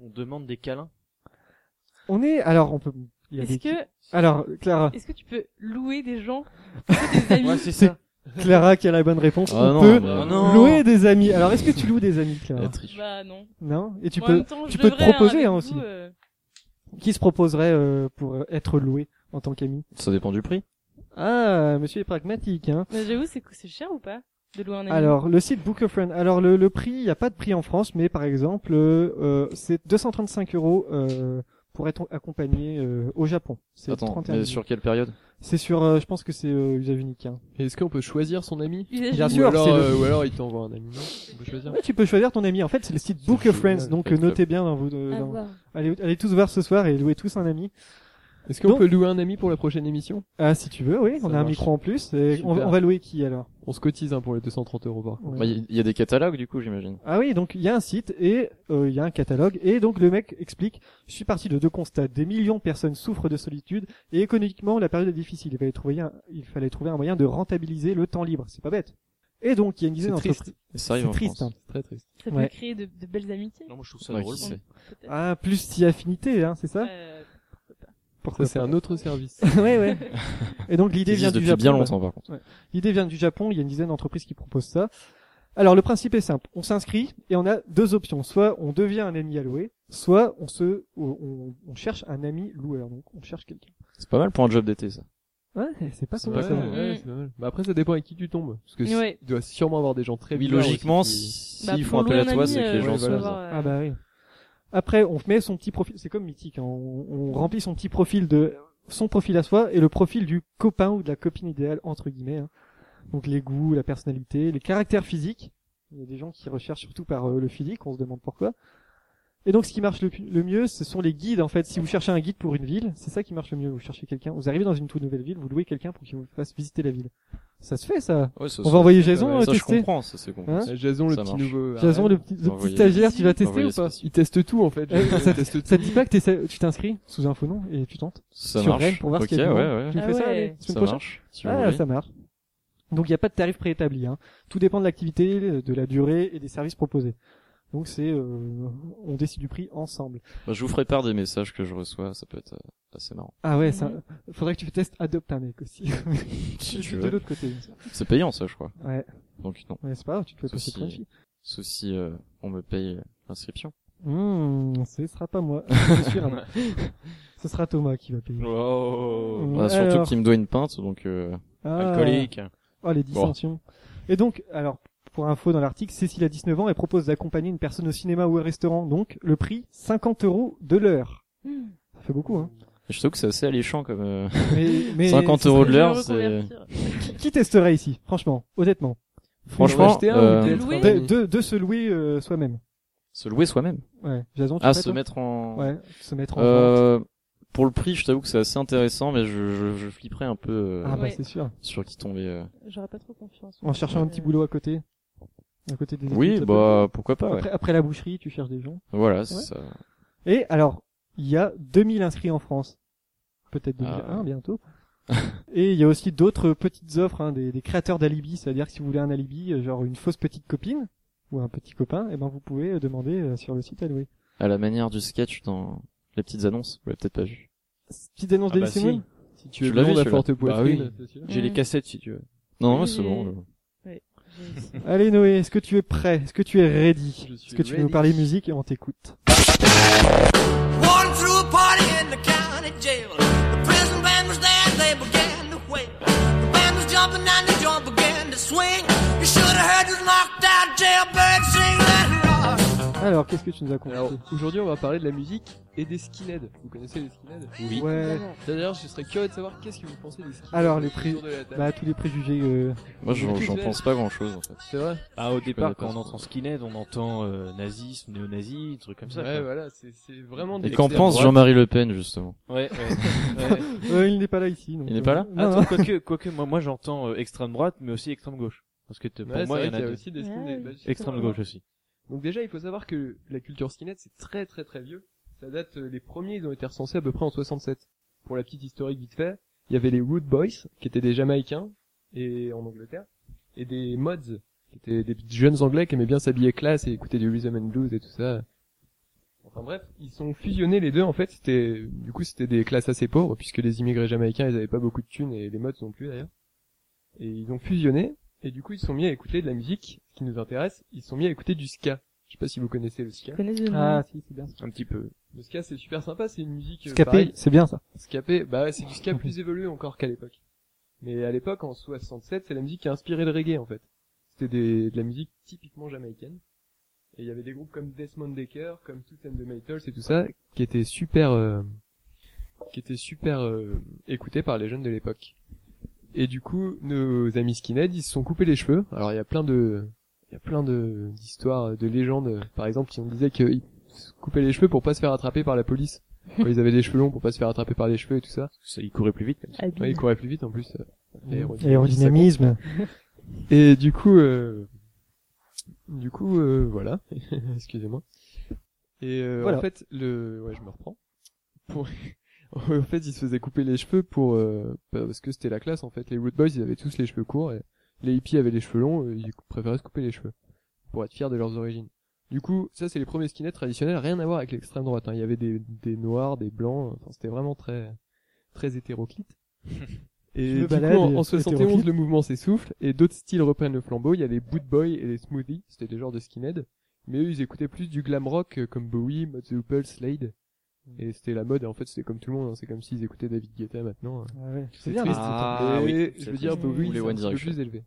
[SPEAKER 7] on demande des câlins.
[SPEAKER 1] On est. Alors on peut. il y a
[SPEAKER 5] Est-ce
[SPEAKER 1] des-
[SPEAKER 5] que
[SPEAKER 1] Alors Clara,
[SPEAKER 5] est-ce que tu peux louer des gens des amis
[SPEAKER 7] Ouais, c'est ça.
[SPEAKER 1] Clara qui a la bonne réponse.
[SPEAKER 2] Ah
[SPEAKER 1] on
[SPEAKER 2] non,
[SPEAKER 1] peut
[SPEAKER 2] mais-
[SPEAKER 7] Oh non.
[SPEAKER 1] louer des amis. Alors est-ce que tu loues des amis, Clara
[SPEAKER 2] Elle triche.
[SPEAKER 5] Bah non.
[SPEAKER 1] Non. Et tu
[SPEAKER 5] En
[SPEAKER 1] peux.
[SPEAKER 5] même temps, je
[SPEAKER 1] tu peux te
[SPEAKER 5] devrais, hein,
[SPEAKER 1] proposer,
[SPEAKER 5] avec
[SPEAKER 1] hein,
[SPEAKER 5] vous,
[SPEAKER 1] aussi.
[SPEAKER 5] euh,
[SPEAKER 1] Qui se proposerait euh, pour euh, être loué en tant qu'ami
[SPEAKER 2] Ça dépend du prix.
[SPEAKER 1] Ah, Monsieur est pragmatique, hein.
[SPEAKER 5] Mais bah, j'avoue, c'est c'est cher ou pas de louer un ami
[SPEAKER 1] Alors, le site Book a Friend. Alors, le, le prix, il n'y a pas de prix en France, mais par exemple, euh, euh, c'est 235 euros euh, pour être accompagné euh, au Japon. C'est
[SPEAKER 2] Attends,
[SPEAKER 1] 31
[SPEAKER 2] mais
[SPEAKER 1] euros.
[SPEAKER 2] sur quelle période
[SPEAKER 1] C'est sur, euh, je pense que c'est euh, usage unique. Hein.
[SPEAKER 4] Et Est-ce qu'on peut choisir son ami
[SPEAKER 5] Il est
[SPEAKER 1] bien
[SPEAKER 4] Ou
[SPEAKER 1] sûr,
[SPEAKER 4] alors,
[SPEAKER 1] c'est le-
[SPEAKER 4] euh, Ou alors il t'envoie un ami, non On peut choisir
[SPEAKER 1] Ah Ouais, tu peux choisir ton ami. En fait, c'est le site Book a
[SPEAKER 4] génial,
[SPEAKER 1] Friends, donc
[SPEAKER 2] le
[SPEAKER 1] euh,
[SPEAKER 2] club.
[SPEAKER 1] notez bien dans vous.
[SPEAKER 6] À voir.
[SPEAKER 1] Allez, allez tous voir ce soir et louez tous un ami.
[SPEAKER 4] Est-ce qu'on
[SPEAKER 1] Donc-
[SPEAKER 4] peut louer un ami pour la prochaine émission
[SPEAKER 1] Ah, si tu veux, oui,
[SPEAKER 4] Ça
[SPEAKER 1] on a un
[SPEAKER 4] marche.
[SPEAKER 1] micro en plus. Et on,
[SPEAKER 4] Super.
[SPEAKER 1] on va louer qui alors
[SPEAKER 4] On se cotise hein, pour les 230 euros par.
[SPEAKER 1] Ouais.
[SPEAKER 2] Bah, Il y a des catalogues du coup, j'imagine.
[SPEAKER 1] Ah oui, donc il y a un site et euh, il y a un catalogue et donc le mec explique je suis parti de deux constats des millions de personnes souffrent de solitude et économiquement la période est difficile. Il fallait trouver un, il fallait trouver un moyen de rentabiliser le temps libre. C'est pas bête. Et donc il y a une dizaine
[SPEAKER 4] C'est triste.
[SPEAKER 1] d'entreprises.
[SPEAKER 2] Et ça arrive
[SPEAKER 1] C'est
[SPEAKER 2] en
[SPEAKER 1] triste, hein.
[SPEAKER 2] France.
[SPEAKER 4] Très triste.
[SPEAKER 10] Ça peut
[SPEAKER 1] Ouais.
[SPEAKER 10] créer de, de belles amitiés.
[SPEAKER 7] Non, moi je trouve ça
[SPEAKER 2] Ouais,
[SPEAKER 7] drôle.
[SPEAKER 2] qui sait.
[SPEAKER 10] peut-être.
[SPEAKER 1] Ah plus si affinité, hein, c'est ça
[SPEAKER 10] Euh,
[SPEAKER 1] Pourquoi
[SPEAKER 4] Ça c'est un autre service.
[SPEAKER 1] pas *laughs* Ouais
[SPEAKER 4] *laughs*
[SPEAKER 1] ouais. Et donc l'idée
[SPEAKER 2] Il
[SPEAKER 1] vient
[SPEAKER 2] existe
[SPEAKER 1] du
[SPEAKER 2] depuis
[SPEAKER 1] Japon.
[SPEAKER 2] bien
[SPEAKER 1] bah.
[SPEAKER 2] longtemps par contre.
[SPEAKER 1] L'idée vient du Japon, il y a une dizaine d'entreprises qui proposent ça. Alors le principe est simple, on s'inscrit et on a deux options, soit on devient un ami à louer, soit on se on, on cherche un ami loueur, donc on cherche quelqu'un.
[SPEAKER 2] C'est pas mal pour un job d'été ça.
[SPEAKER 1] Ouais, c'est pas
[SPEAKER 4] C'est
[SPEAKER 1] con,
[SPEAKER 4] pas
[SPEAKER 1] ça.
[SPEAKER 4] mal, ouais, c'est pas mal. Bah après ça dépend avec qui tu tombes parce que si-
[SPEAKER 5] Ouais.
[SPEAKER 4] il doit sûrement avoir des gens très
[SPEAKER 2] Oui,
[SPEAKER 4] bizarres
[SPEAKER 2] logiquement,
[SPEAKER 4] aussi qui-
[SPEAKER 2] si- s'ils
[SPEAKER 5] Bah,
[SPEAKER 2] font
[SPEAKER 5] pour
[SPEAKER 2] appel à
[SPEAKER 5] louer un
[SPEAKER 2] toi,
[SPEAKER 5] ami,
[SPEAKER 2] c'est que les
[SPEAKER 5] euh,
[SPEAKER 2] gens hein.
[SPEAKER 5] on
[SPEAKER 4] ouais,
[SPEAKER 5] peut
[SPEAKER 2] sont
[SPEAKER 4] voilà.
[SPEAKER 5] avoir, euh,
[SPEAKER 1] Ah bah oui. Après on met son petit profil, c'est comme mythique, hein, on, on remplit son petit profil de son profil à soi et le profil du copain ou de la copine idéale entre guillemets. hein. Donc les goûts, la personnalité, les caractères physiques. Il y a des gens qui recherchent surtout par euh, le physique, on se demande pourquoi. Et donc ce qui marche le, pu- le mieux, ce sont les guides en fait. Si vous cherchez un guide pour une ville, c'est ça qui marche le mieux. Vous cherchez quelqu'un, vous arrivez dans une toute nouvelle ville, vous louez quelqu'un pour qu'il vous fasse visiter la ville. Ça se fait ça.
[SPEAKER 2] Ouais, ça,
[SPEAKER 1] On
[SPEAKER 2] ça-
[SPEAKER 1] va envoyer Jason euh,
[SPEAKER 2] Ça, je
[SPEAKER 1] tester.
[SPEAKER 2] comprends, ça, c'est con.
[SPEAKER 1] Hein
[SPEAKER 4] Ah, Jason le
[SPEAKER 2] Ça
[SPEAKER 4] petit
[SPEAKER 2] marche.
[SPEAKER 4] nouveau.
[SPEAKER 1] Jason,
[SPEAKER 4] Ah,
[SPEAKER 1] le petit, le petit
[SPEAKER 2] Envoyer-
[SPEAKER 1] stagiaire, tu vas tester
[SPEAKER 2] envoyer
[SPEAKER 1] ou pas
[SPEAKER 4] Il teste tout en fait.
[SPEAKER 1] Ouais, *laughs*
[SPEAKER 4] Jason,
[SPEAKER 1] ça-
[SPEAKER 4] il *laughs* teste
[SPEAKER 1] Ça te dit pas que t'es sa- tu t'inscris sous un faux nom et tu tentes.
[SPEAKER 2] Ça
[SPEAKER 1] Sur
[SPEAKER 2] marche.
[SPEAKER 1] Rennes pour voir ce
[SPEAKER 2] ok,
[SPEAKER 1] qu'il y a
[SPEAKER 2] ouais,
[SPEAKER 1] dedans.
[SPEAKER 2] ouais.
[SPEAKER 1] Tu me
[SPEAKER 10] Ah
[SPEAKER 1] fais ça
[SPEAKER 10] ouais.
[SPEAKER 1] allez, semaine
[SPEAKER 2] Ça
[SPEAKER 1] prochaine
[SPEAKER 2] marche. si vous
[SPEAKER 1] Ah,
[SPEAKER 2] voulez.
[SPEAKER 1] ça marche. Donc il n'y a pas de tarif préétabli. Hein. Tout dépend de l'activité, de la durée et des services proposés. Donc c'est, euh, on décide du prix ensemble.
[SPEAKER 2] Bah, je vous ferai part des messages que je reçois, ça peut être euh,
[SPEAKER 1] *laughs*
[SPEAKER 2] assez marrant.
[SPEAKER 1] Ah ouais, ça, faudrait que tu testes adopte un mec aussi.
[SPEAKER 2] *laughs* Si tu
[SPEAKER 1] de
[SPEAKER 2] veux.
[SPEAKER 1] l'autre côté. bien sûr.
[SPEAKER 2] C'est payant, ça, je crois.
[SPEAKER 1] Ouais,
[SPEAKER 2] Donc, non.
[SPEAKER 1] mais c'est pas grave, tu te fais passer
[SPEAKER 2] Ceci-
[SPEAKER 1] pour une fille.
[SPEAKER 2] Sauf si euh, on me paye l'inscription.
[SPEAKER 1] Hmm, ce sera pas moi. *laughs* C'est sûr, hein. ce sera Thomas qui va payer.
[SPEAKER 7] Oh, Wow.
[SPEAKER 1] Mmh,
[SPEAKER 2] Bah, surtout
[SPEAKER 1] alors-
[SPEAKER 2] qu'il me doit une pinte, donc euh,
[SPEAKER 1] Ah.
[SPEAKER 7] Alcoolique.
[SPEAKER 1] Oh, les
[SPEAKER 2] Bon.
[SPEAKER 1] dissensions. Et donc, alors, pour info dans l'article, Cécile a 19 ans et propose d'accompagner une personne au cinéma ou au restaurant. Donc, le prix, 50 euros de l'heure.
[SPEAKER 10] hmm.
[SPEAKER 1] Ça fait beaucoup,
[SPEAKER 2] *laughs*
[SPEAKER 1] hein.
[SPEAKER 2] je trouve que c'est assez alléchant comme euh,
[SPEAKER 1] Mais, mais
[SPEAKER 2] 50
[SPEAKER 1] ce
[SPEAKER 2] euros de
[SPEAKER 10] Je vais
[SPEAKER 2] l'heure, c'est
[SPEAKER 10] reconvertir.
[SPEAKER 1] serait- Qui testerait ici, franchement, honnêtement
[SPEAKER 4] On va
[SPEAKER 2] franchement
[SPEAKER 4] acheter un
[SPEAKER 2] euh,
[SPEAKER 4] ou peut-être
[SPEAKER 10] louer.
[SPEAKER 4] un
[SPEAKER 1] de,
[SPEAKER 4] ami.
[SPEAKER 1] de, de se louer euh, soi-même.
[SPEAKER 2] se louer soi-même.
[SPEAKER 1] Ouais, Jason, tu
[SPEAKER 2] Ah,
[SPEAKER 1] fais,
[SPEAKER 2] se
[SPEAKER 1] toi
[SPEAKER 2] mettre en.
[SPEAKER 1] Ouais, se mettre en vente.
[SPEAKER 2] euh, pour le prix, je t'avoue que c'est assez intéressant, mais je, je, je flipperais un peu euh,
[SPEAKER 1] Ah bah
[SPEAKER 10] ouais.
[SPEAKER 1] c'est sûr.
[SPEAKER 2] sur qui tomber. euh.
[SPEAKER 10] J'aurais pas trop confiance.
[SPEAKER 1] En cherchant
[SPEAKER 10] Euh.
[SPEAKER 1] un petit boulot à côté. À côté des
[SPEAKER 2] Oui,
[SPEAKER 1] études, ça peut
[SPEAKER 2] bah
[SPEAKER 1] être-
[SPEAKER 2] pourquoi pas. Ouais.
[SPEAKER 1] Après, après la boucherie, tu cherches des gens.
[SPEAKER 2] Voilà, c'est
[SPEAKER 1] Ouais.
[SPEAKER 2] ça.
[SPEAKER 1] Et alors, il y a 2000 inscrits en France. Peut-être
[SPEAKER 2] Ah.
[SPEAKER 1] 2001 bientôt. *laughs* Et il y a aussi d'autres petites offres, hein, des, des créateurs d'alibi, c'est-à-dire que si vous voulez un alibi, euh, genre une fausse petite copine ou un petit copain, et ben vous pouvez euh, demander euh, sur le site à louer.
[SPEAKER 2] À la manière du sketch dans les petites annonces, vous l'avez peut-être pas vu.
[SPEAKER 1] Petite annonce
[SPEAKER 7] Ah
[SPEAKER 1] de
[SPEAKER 7] bah
[SPEAKER 1] Elie
[SPEAKER 7] si.
[SPEAKER 1] Semoun.
[SPEAKER 4] Si tu es
[SPEAKER 2] Je l'avais,
[SPEAKER 4] blond, la
[SPEAKER 2] celui-là.
[SPEAKER 4] forte poitrine.
[SPEAKER 7] oui.
[SPEAKER 4] c'est sûr.
[SPEAKER 7] J'ai
[SPEAKER 10] Mmh.
[SPEAKER 7] les cassettes si tu veux.
[SPEAKER 2] Non,
[SPEAKER 10] Oui,
[SPEAKER 2] moi, c'est bon. euh.
[SPEAKER 10] J'ai-
[SPEAKER 1] Allez Noé, est-ce que tu es prêt Est-ce que tu es ready
[SPEAKER 4] Je suis
[SPEAKER 1] Est-ce que tu veux nous
[SPEAKER 4] ready.
[SPEAKER 1] parler musique et on t'écoute
[SPEAKER 3] One threw a party in the county jail. The prison band was there and they began to wail. The band was jumping and the joint began to swing. You should have heard those knocked out jailbird sing that rock.
[SPEAKER 1] Alors, qu'est-ce que tu nous as conté
[SPEAKER 4] Alors aujourd'hui on va parler de la musique et des skinheads. Vous connaissez les skinheads
[SPEAKER 7] Oui.
[SPEAKER 1] Ouais,
[SPEAKER 4] D'ailleurs je serais curieux de savoir qu'est-ce que vous pensez des skinheads.
[SPEAKER 1] Alors, les
[SPEAKER 4] autour
[SPEAKER 1] pré-
[SPEAKER 4] de la table.
[SPEAKER 1] bah tous les préjugés. euh,
[SPEAKER 2] Moi, j'en
[SPEAKER 4] Mais
[SPEAKER 2] j'en
[SPEAKER 4] tu
[SPEAKER 2] pense pas grand-chose en fait.
[SPEAKER 4] C'est vrai.
[SPEAKER 7] Ah, au
[SPEAKER 2] connais pas
[SPEAKER 7] départ, quand on
[SPEAKER 2] trop.
[SPEAKER 7] entend skinhead, on entend euh, nazisme, néo-nazi, des trucs comme ça.
[SPEAKER 4] ouais
[SPEAKER 7] quoi.
[SPEAKER 4] voilà c'est c'est vraiment.
[SPEAKER 2] Et
[SPEAKER 4] des
[SPEAKER 2] qu'en pense Jean-Marie Le Pen justement
[SPEAKER 7] Ouais, ouais. ouais.
[SPEAKER 1] euh, il n'est pas là ici. donc,
[SPEAKER 2] Il n'est
[SPEAKER 1] euh,
[SPEAKER 2] pas là
[SPEAKER 1] *laughs* non,
[SPEAKER 7] Attends,
[SPEAKER 1] non.
[SPEAKER 7] quoique, quoique, moi, moi j'entends euh, extrême droite, mais aussi extrême gauche. Parce que t- pour moi, il y en a deux.
[SPEAKER 4] aussi des
[SPEAKER 10] Ouais,
[SPEAKER 4] skinheads.
[SPEAKER 10] oui.
[SPEAKER 4] Bah, je sais
[SPEAKER 7] Extrême
[SPEAKER 4] pas.
[SPEAKER 7] gauche aussi.
[SPEAKER 4] Donc déjà, il faut savoir que la culture skinhead, c'est très très très vieux. Ça date, euh, les premiers, ils ont été recensés à peu près en 67. Pour la petite historique vite fait, il y avait les Wood Boys, qui étaient des Jamaïcains, et en Angleterre, et des Mods, qui étaient des petits jeunes Anglais qui aimaient bien s'habiller classe et écouter du rhythm and blues et tout ça. Enfin bref, ils sont fusionnés les deux en fait, c'était du coup c'était des classes assez pauvres puisque les immigrés jamaïcains ils avaient pas beaucoup de thunes et les mods non plus d'ailleurs. Et ils ont fusionné et du coup ils se sont mis à écouter de la musique, ce qui nous intéresse, ils se sont mis à écouter du ska. Je sais pas si vous connaissez le ska.
[SPEAKER 10] Je connais ce nom.
[SPEAKER 1] Ah si, c'est bien. ça.
[SPEAKER 7] Un petit peu.
[SPEAKER 4] Le ska c'est super sympa, c'est une musique euh,
[SPEAKER 1] Scapé,
[SPEAKER 4] pareil,
[SPEAKER 1] c'est bien ça.
[SPEAKER 4] Scapé, bah ouais, c'est du ska plus évolué encore qu'à l'époque. Mais à l'époque, en 67, c'est la musique qui a inspiré le reggae, en fait. C'était des, de la musique typiquement jamaïcaine. Et il y avait des groupes comme Desmond Dekker, comme Toots and the Maytals et tout ça, qui étaient super, euh, qui étaient super euh, écoutés par les jeunes de l'époque. Et du coup, nos amis skinheads, ils se sont coupés les cheveux. Alors il y a plein de, il y a plein de d'histoires, de légendes. Par exemple, qui on disait qu'ils se coupaient les cheveux pour pas se faire attraper par la police Quand ils avaient des cheveux longs pour pas se faire attraper par les cheveux et tout ça.
[SPEAKER 7] Ça, il courait plus vite.
[SPEAKER 1] bah,
[SPEAKER 10] Habile.
[SPEAKER 4] Ouais, ils couraient plus vite en plus. euh, l'aérodynamisme,
[SPEAKER 1] Aérodynamisme.
[SPEAKER 4] ça compte. Et du coup, euh, du coup, euh, voilà. *laughs* Excusez-moi. Et euh,
[SPEAKER 1] Voilà.
[SPEAKER 4] en fait, le, ouais, je me reprends. Pour... *laughs* en fait, ils se faisaient couper les cheveux pour euh, bah, parce que c'était la classe en fait. Les Root Boys, ils avaient tous les cheveux courts et les hippies avaient les cheveux longs. euh, Ils préféraient se couper les cheveux pour être fiers de leurs origines. Du coup, ça c'est les premiers skinheads traditionnels, rien à voir avec l'extrême droite. hein. Il y avait des, des noirs, des blancs, enfin, c'était vraiment très
[SPEAKER 1] *laughs*
[SPEAKER 4] très hétéroclite. Et
[SPEAKER 1] Je me
[SPEAKER 4] du coup,
[SPEAKER 1] balade,
[SPEAKER 4] en, en
[SPEAKER 1] hétéroclite.
[SPEAKER 4] 71, le mouvement s'essouffle et d'autres styles reprennent le flambeau. Il y a les boot boys et les smoothies, c'était des genres de skinheads. Mais eux, ils écoutaient plus du glam rock euh, comme Bowie, Mott the Hoople, Slade. Et c'était la mode. Et en fait, c'était comme tout le monde. hein. C'est comme s'ils écoutaient David Guetta maintenant. hein.
[SPEAKER 1] Ah ouais.
[SPEAKER 4] C'est
[SPEAKER 1] bien,
[SPEAKER 4] triste.
[SPEAKER 2] Ah,
[SPEAKER 4] mais
[SPEAKER 2] oui,
[SPEAKER 4] je
[SPEAKER 2] c'est
[SPEAKER 4] veux dire,
[SPEAKER 2] triste.
[SPEAKER 4] Bowie,
[SPEAKER 2] Ou les
[SPEAKER 4] c'est un
[SPEAKER 2] One
[SPEAKER 4] petit peu
[SPEAKER 2] Direction.
[SPEAKER 4] plus élevé.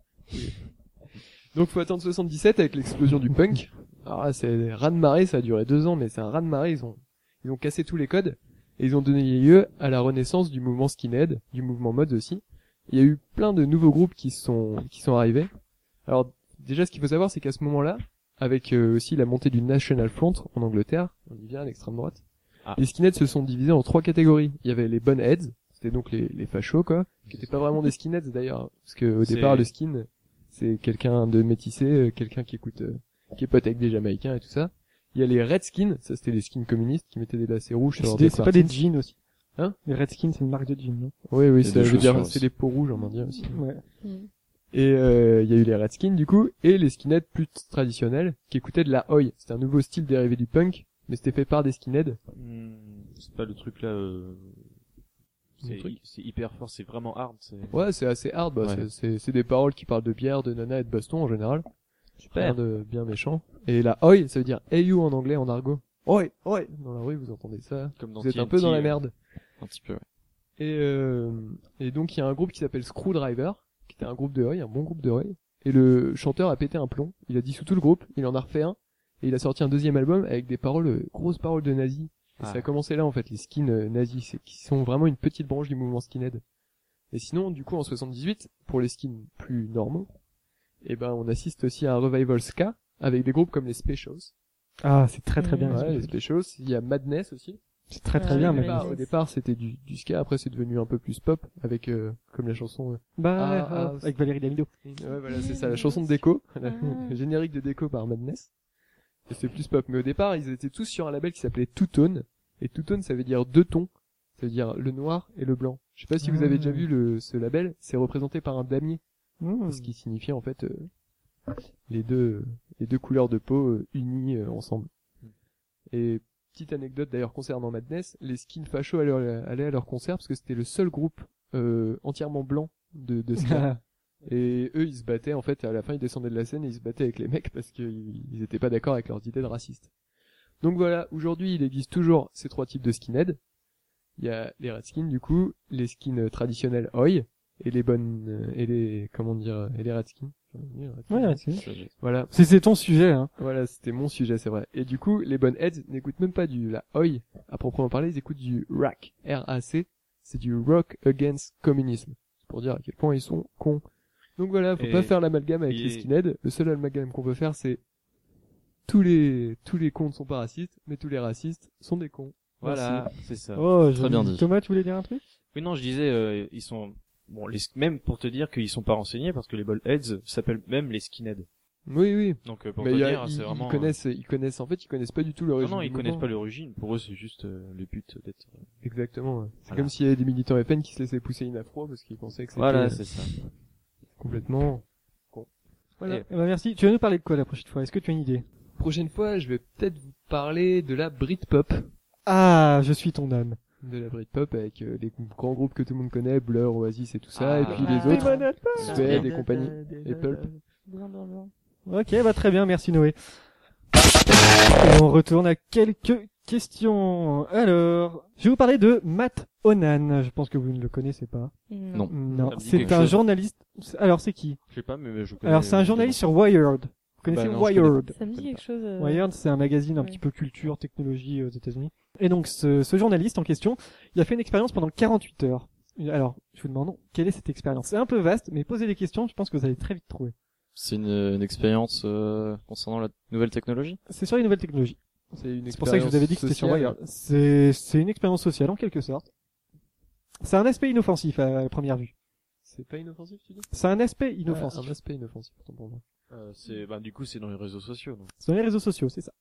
[SPEAKER 4] Donc, faut attendre 77 avec l'explosion du punk. Alors là, c'est raz de marée, ça a duré deux ans, mais c'est un raz de marée, ils ont, ils ont cassé tous les codes, et ils ont donné lieu à la renaissance du mouvement skinhead, du mouvement mode aussi. Il y a eu plein de nouveaux groupes qui sont, qui sont arrivés. Alors, déjà, ce qu'il faut savoir, c'est qu'à ce moment-là, avec euh, aussi la montée du National Front en Angleterre, on y vient à l'extrême droite,
[SPEAKER 7] Ah.
[SPEAKER 4] les skinheads se sont divisés en trois catégories. Il y avait les bunheads, c'était donc les, les fachos, quoi, qui n'étaient pas vraiment des skinheads d'ailleurs, parce que au
[SPEAKER 7] C'est-
[SPEAKER 4] départ, le skin, c'est quelqu'un de métissé, euh, quelqu'un qui écoute, euh, qui est pote avec des Jamaïcains et tout ça. Il y a les redskins, ça c'était les skins communistes qui mettaient des lacets rouges sur
[SPEAKER 1] C'est
[SPEAKER 4] leurs
[SPEAKER 1] des- c'est pas
[SPEAKER 4] tartines.
[SPEAKER 1] des jeans aussi.
[SPEAKER 4] Hein
[SPEAKER 1] Les Redskins, c'est une marque de jeans, non
[SPEAKER 4] Oui, oui, c'est
[SPEAKER 2] des
[SPEAKER 4] je veux dire,
[SPEAKER 2] chaussures
[SPEAKER 4] c'est
[SPEAKER 2] aussi.
[SPEAKER 4] les peaux rouges en indien aussi.
[SPEAKER 1] Ouais.
[SPEAKER 4] Et euh, il y a eu les Redskins du coup, et les skinheads plus traditionnels qui écoutaient de la oi. C'était un nouveau style dérivé du punk, mais c'était fait par des skinheads.
[SPEAKER 7] C'est pas le truc là. euh,
[SPEAKER 4] Le
[SPEAKER 7] C'est
[SPEAKER 4] truc.
[SPEAKER 7] c'est hyper fort, c'est vraiment hard. c'est-
[SPEAKER 4] Ouais, c'est assez hard, bah,
[SPEAKER 7] Ouais.
[SPEAKER 4] c'est- c'est c'est des paroles qui parlent de bière, de nana et de baston en général. Rien de bien méchant. Et la oi, ça veut dire hey you en anglais, en argot. Oi, oi Dans la rue, vous entendez ça.
[SPEAKER 7] Comme dans
[SPEAKER 4] Vous êtes un
[SPEAKER 7] TNT,
[SPEAKER 4] peu dans la
[SPEAKER 7] euh,
[SPEAKER 4] merde.
[SPEAKER 2] Un petit peu, ouais.
[SPEAKER 4] Et, euh, et donc il y a un groupe qui s'appelle Screwdriver, qui était un groupe de Roy, un bon groupe de Roy. Et le chanteur a pété un plomb, il a dissous tout le groupe, il en a refait un, et il a sorti un deuxième album avec des paroles, euh, grosses paroles de nazis. Et
[SPEAKER 7] Ah.
[SPEAKER 4] ça a commencé là en fait, les skins euh, nazis, c'est- qui sont vraiment une petite branche du mouvement skinhead. Et sinon, du coup, en 78, pour les skins plus normaux, eh ben on assiste aussi à un revival ska, avec des groupes comme les Specials.
[SPEAKER 1] Ah, c'est très très bien.
[SPEAKER 4] Ouais, les
[SPEAKER 1] les Specials.
[SPEAKER 4] Specials, il y a Madness aussi,
[SPEAKER 1] C'est très très
[SPEAKER 10] Ouais,
[SPEAKER 1] bien,
[SPEAKER 4] au
[SPEAKER 10] mais-
[SPEAKER 1] mec.
[SPEAKER 4] départ, au départ, c'était du, du ska, après c'est devenu un peu plus pop, avec euh, comme la chanson. euh,
[SPEAKER 1] Bah,
[SPEAKER 4] Ah, ah,
[SPEAKER 1] avec Valérie Damido.
[SPEAKER 4] Ouais, voilà, c'est ça, la chanson de déco, *laughs* la-
[SPEAKER 10] Ah.
[SPEAKER 4] le générique de déco par Madness. Et c'est plus pop. Mais au départ, ils étaient tous sur un label qui s'appelait Two Tone, et Two Tone, ça veut dire deux tons, ça veut dire le noir et le blanc. Je sais pas si vous avez déjà
[SPEAKER 1] Ah.
[SPEAKER 4] vu le, ce label, c'est représenté par un damier,
[SPEAKER 1] Mmh.
[SPEAKER 4] Hein, ce qui signifie en fait euh, les deux les deux couleurs de peau euh, unies euh, ensemble. Et petite anecdote d'ailleurs concernant Madness, les skins fachos allaient, allaient à leur concert parce que c'était le seul groupe euh, entièrement blanc de, de ska. et eux ils se battaient en fait à la fin ils descendaient de la scène et ils se battaient avec les mecs parce qu'ils ils étaient pas d'accord avec leurs idées de racistes. Donc voilà, aujourd'hui il existe toujours ces trois types de skinheads. Il y a les redskins du coup, les skins traditionnels oi et les bonnes euh, et les comment dire et les redskins.
[SPEAKER 1] Ah, Ouais, c'est-
[SPEAKER 4] Voilà,
[SPEAKER 1] c'est c'est ton sujet, hein.
[SPEAKER 4] voilà, c'était mon sujet, c'est vrai. Et du coup, les bonnes heads n'écoutent même pas du la oi à proprement parler, ils écoutent du rack, R-A-C, c'est du rock against communisme. C'est pour dire à quel point ils sont cons. Donc voilà, faut
[SPEAKER 7] Et-
[SPEAKER 4] pas faire l'amalgame avec
[SPEAKER 7] et-
[SPEAKER 4] les skinheads. Le seul amalgame qu'on peut faire, c'est tous les tous les cons ne sont pas racistes, mais tous les racistes sont des cons.
[SPEAKER 7] Voilà, c'est ça.
[SPEAKER 1] Oh,
[SPEAKER 2] Très bien dit.
[SPEAKER 1] Thomas, tu voulais dire un truc
[SPEAKER 7] Oui, non, je disais, euh, ils sont... Bon, les... même pour te dire qu'ils sont pas renseignés, parce que les Ballheads s'appellent même les Skinheads.
[SPEAKER 4] Oui, oui.
[SPEAKER 7] Donc, euh, pour
[SPEAKER 4] mais
[SPEAKER 7] te
[SPEAKER 4] il y a-
[SPEAKER 7] dire,
[SPEAKER 4] ils,
[SPEAKER 7] c'est
[SPEAKER 4] ils
[SPEAKER 7] vraiment... euh,
[SPEAKER 4] connaissent, ils connaissent. En fait, ils connaissent pas du tout
[SPEAKER 7] Non,
[SPEAKER 4] l'origine.
[SPEAKER 7] non,
[SPEAKER 4] du
[SPEAKER 7] ils connaissent
[SPEAKER 4] mouvement.
[SPEAKER 7] pas l'origine. Pour eux, c'est juste euh, le but d'être...
[SPEAKER 4] Exactement. ouais. C'est
[SPEAKER 7] Voilà.
[SPEAKER 4] comme s'il y avait des militants FN qui se laissaient pousser une afro parce qu'ils pensaient que c'était
[SPEAKER 7] Voilà, c'est ça.
[SPEAKER 4] complètement.
[SPEAKER 1] Eh ben, merci. Tu vas nous parler de quoi la prochaine fois Est-ce que tu as une idée
[SPEAKER 4] Prochaine fois, je vais peut-être vous parler de la Britpop.
[SPEAKER 1] Ah, je suis ton âme.
[SPEAKER 4] De la Britpop avec euh, les grands groupes que tout le monde connaît, Blur, Oasis et tout ça,
[SPEAKER 7] Ah.
[SPEAKER 4] et
[SPEAKER 5] bah,
[SPEAKER 4] puis les
[SPEAKER 10] Ah.
[SPEAKER 4] autres,
[SPEAKER 10] Des
[SPEAKER 4] Suède et compagnie. et Pulp.
[SPEAKER 10] Brin, brin, brin.
[SPEAKER 1] Ok, bah très bien, merci Noé. Et on retourne à quelques questions. Alors, je vais vous parler de Matt Onan. Je pense que vous ne le connaissez pas.
[SPEAKER 2] Non.
[SPEAKER 1] Non,
[SPEAKER 7] Ça me dit
[SPEAKER 1] c'est
[SPEAKER 7] quelque
[SPEAKER 1] un
[SPEAKER 7] chose.
[SPEAKER 1] journaliste. Alors c'est qui
[SPEAKER 7] Je sais pas, mais je connais...
[SPEAKER 1] Alors c'est un journaliste sur Wired. Vous connaissez
[SPEAKER 7] Bah non, je connais
[SPEAKER 1] Wired
[SPEAKER 10] Ça me dit quelque chose. euh,
[SPEAKER 1] Wired, c'est un magazine un
[SPEAKER 10] Ouais.
[SPEAKER 1] petit peu culture, technologie euh, aux États-Unis. Et donc, ce, ce journaliste en question, il a fait une expérience pendant 48 heures. Alors, je vous demande, quelle est cette expérience C'est un peu vaste, mais posez des questions, je pense que vous allez très vite trouver.
[SPEAKER 2] C'est une, une expérience euh, concernant la nouvelle technologie
[SPEAKER 1] C'est sur les nouvelles technologies.
[SPEAKER 4] C'est une
[SPEAKER 1] C'est pour ça que je vous avais dit que c'était sur
[SPEAKER 4] expérience
[SPEAKER 1] Wire. C'est c'est une expérience sociale en quelque sorte. C'est un aspect inoffensif à première vue.
[SPEAKER 4] C'est pas inoffensif, tu dis
[SPEAKER 1] C'est un aspect
[SPEAKER 4] Ah,
[SPEAKER 1] inoffensif.
[SPEAKER 4] un aspect inoffensif, autant pour moi.
[SPEAKER 7] Euh, c'est, bah, du coup, c'est dans les réseaux sociaux. donc.
[SPEAKER 1] C'est dans les réseaux sociaux, c'est ça.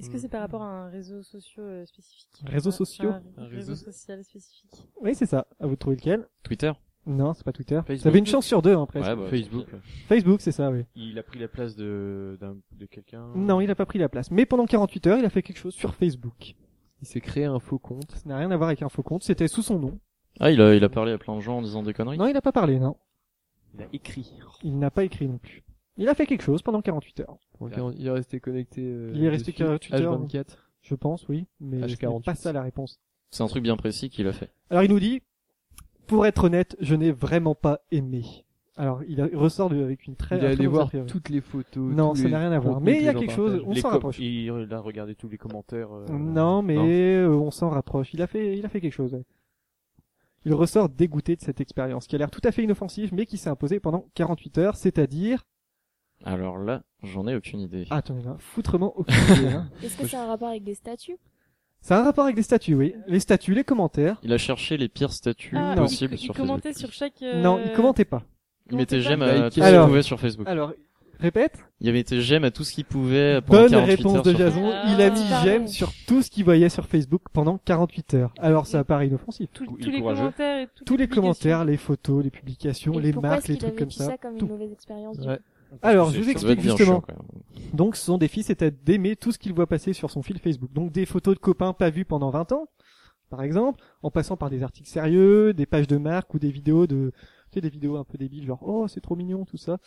[SPEAKER 5] Est-ce que c'est par rapport à un réseau social euh, spécifique
[SPEAKER 1] Réseaux
[SPEAKER 5] Un-
[SPEAKER 1] sociaux
[SPEAKER 5] un,
[SPEAKER 4] Un
[SPEAKER 5] réseau,
[SPEAKER 4] réseau-
[SPEAKER 5] social spécifique.
[SPEAKER 1] Oui, c'est ça. À vous de trouver lequel.
[SPEAKER 2] Twitter
[SPEAKER 1] Non, c'est pas Twitter.
[SPEAKER 7] Facebook.
[SPEAKER 1] Ça avait une chance sur deux, hein, presque.
[SPEAKER 2] Ouais, bah,
[SPEAKER 7] Facebook.
[SPEAKER 1] Facebook, c'est ça, oui.
[SPEAKER 7] Il a pris la place de, d'un, de quelqu'un.
[SPEAKER 1] Non, il a pas pris la place. Mais pendant 48 heures, il a fait quelque chose sur Facebook.
[SPEAKER 4] Il s'est créé un faux compte.
[SPEAKER 1] Ça n'a rien à voir avec un faux compte, c'était sous son nom.
[SPEAKER 2] Ah, il a, il a parlé à plein de gens en disant des conneries.
[SPEAKER 1] Non, il n'a pas parlé, non.
[SPEAKER 7] Il a écrit.
[SPEAKER 1] Il n'a pas écrit non plus. Il a fait quelque chose pendant 48 heures.
[SPEAKER 4] Pour lequel on- il est resté connecté. euh,
[SPEAKER 1] Ah. Il est resté
[SPEAKER 4] dessus,
[SPEAKER 1] qu'à Twitter,
[SPEAKER 4] H24.
[SPEAKER 1] Je pense, oui. Mais
[SPEAKER 4] H48.
[SPEAKER 1] ce n'est pas ça la réponse.
[SPEAKER 2] C'est un truc bien précis qu'il a fait.
[SPEAKER 1] Alors il nous dit, pour être honnête, je n'ai vraiment pas aimé. Alors il a- il ressort de- avec une très...
[SPEAKER 4] Il est
[SPEAKER 1] un très
[SPEAKER 4] allé
[SPEAKER 1] bon a
[SPEAKER 4] voir
[SPEAKER 1] priori.
[SPEAKER 4] toutes les photos.
[SPEAKER 1] Non,
[SPEAKER 4] tous
[SPEAKER 1] ça
[SPEAKER 4] les
[SPEAKER 1] n'a rien à voir.
[SPEAKER 4] contenus
[SPEAKER 1] Mais
[SPEAKER 4] que
[SPEAKER 1] il y a
[SPEAKER 4] les gens
[SPEAKER 1] quelque chose-
[SPEAKER 4] partagent.
[SPEAKER 1] On
[SPEAKER 7] Les
[SPEAKER 1] s'en rapproche.
[SPEAKER 7] Il, il a regardé tous les commentaires. euh,
[SPEAKER 1] Non, mais euh, on s'en rapproche. Il a fait, il a fait quelque chose. ouais. Il ressort dégoûté de cette expérience, qui a l'air tout à fait inoffensive, mais qui s'est imposée pendant 48 heures, c'est-à-dire
[SPEAKER 2] Alors là, j'en ai aucune idée.
[SPEAKER 1] Ah, attendez, là, foutrement
[SPEAKER 2] *laughs*
[SPEAKER 1] aucune idée, hein.
[SPEAKER 6] Est-ce que c'est un rapport avec des statues
[SPEAKER 1] Ça a un rapport avec les statuts, oui. Les statuts, les commentaires.
[SPEAKER 2] Il a cherché les pires statuts
[SPEAKER 5] Ah,
[SPEAKER 2] possibles
[SPEAKER 5] il, il
[SPEAKER 2] sur Facebook.
[SPEAKER 5] commentait sur chaque. euh,
[SPEAKER 1] Non, ils commentaient pas.
[SPEAKER 2] Il mettait
[SPEAKER 5] commentait
[SPEAKER 2] j'aime
[SPEAKER 5] pas.
[SPEAKER 2] à tout ce qu'il
[SPEAKER 1] Bah, Alors- Ah.
[SPEAKER 2] pouvait sur Facebook.
[SPEAKER 1] Alors, répète.
[SPEAKER 2] Il avait été j'aime à tout ce qu'il pouvait pendant
[SPEAKER 1] Bonne
[SPEAKER 2] 48
[SPEAKER 1] réponse
[SPEAKER 2] Euh, heures
[SPEAKER 1] de
[SPEAKER 2] sur-
[SPEAKER 1] Jason.
[SPEAKER 5] Facebook.
[SPEAKER 1] Il a mis
[SPEAKER 6] Ah, pareil.
[SPEAKER 1] j'aime sur tout ce qu'il voyait sur Facebook pendant 48 heures. Alors, ça apparaît inoffensif.
[SPEAKER 5] tous-
[SPEAKER 7] Il est
[SPEAKER 5] tous les
[SPEAKER 7] courageux.
[SPEAKER 5] commentaires et toutes
[SPEAKER 1] Tous les
[SPEAKER 5] publications.
[SPEAKER 1] commentaires, les photos, les publications,
[SPEAKER 6] Et
[SPEAKER 1] les
[SPEAKER 6] pourquoi
[SPEAKER 1] marques,
[SPEAKER 6] est-ce
[SPEAKER 1] les
[SPEAKER 6] qu'il a
[SPEAKER 1] trucs comme
[SPEAKER 6] vécu
[SPEAKER 1] ça.
[SPEAKER 6] comme
[SPEAKER 1] tout.
[SPEAKER 6] une mauvaise expérience du
[SPEAKER 4] Ouais.
[SPEAKER 6] coup
[SPEAKER 1] Alors, je
[SPEAKER 7] C'est
[SPEAKER 1] vous
[SPEAKER 7] chiant.
[SPEAKER 2] Ça doit être
[SPEAKER 1] explique
[SPEAKER 2] bien
[SPEAKER 1] justement.
[SPEAKER 2] chiant, quand même.
[SPEAKER 1] Donc, son défi, c'était d'aimer tout ce qu'il voit passer sur son fil Facebook. Donc, des photos de copains pas vus pendant 20 ans, par exemple, en passant par des articles sérieux, des pages de marque ou des vidéos de, tu sais, des vidéos un peu débiles, genre, oh, c'est trop mignon, tout ça.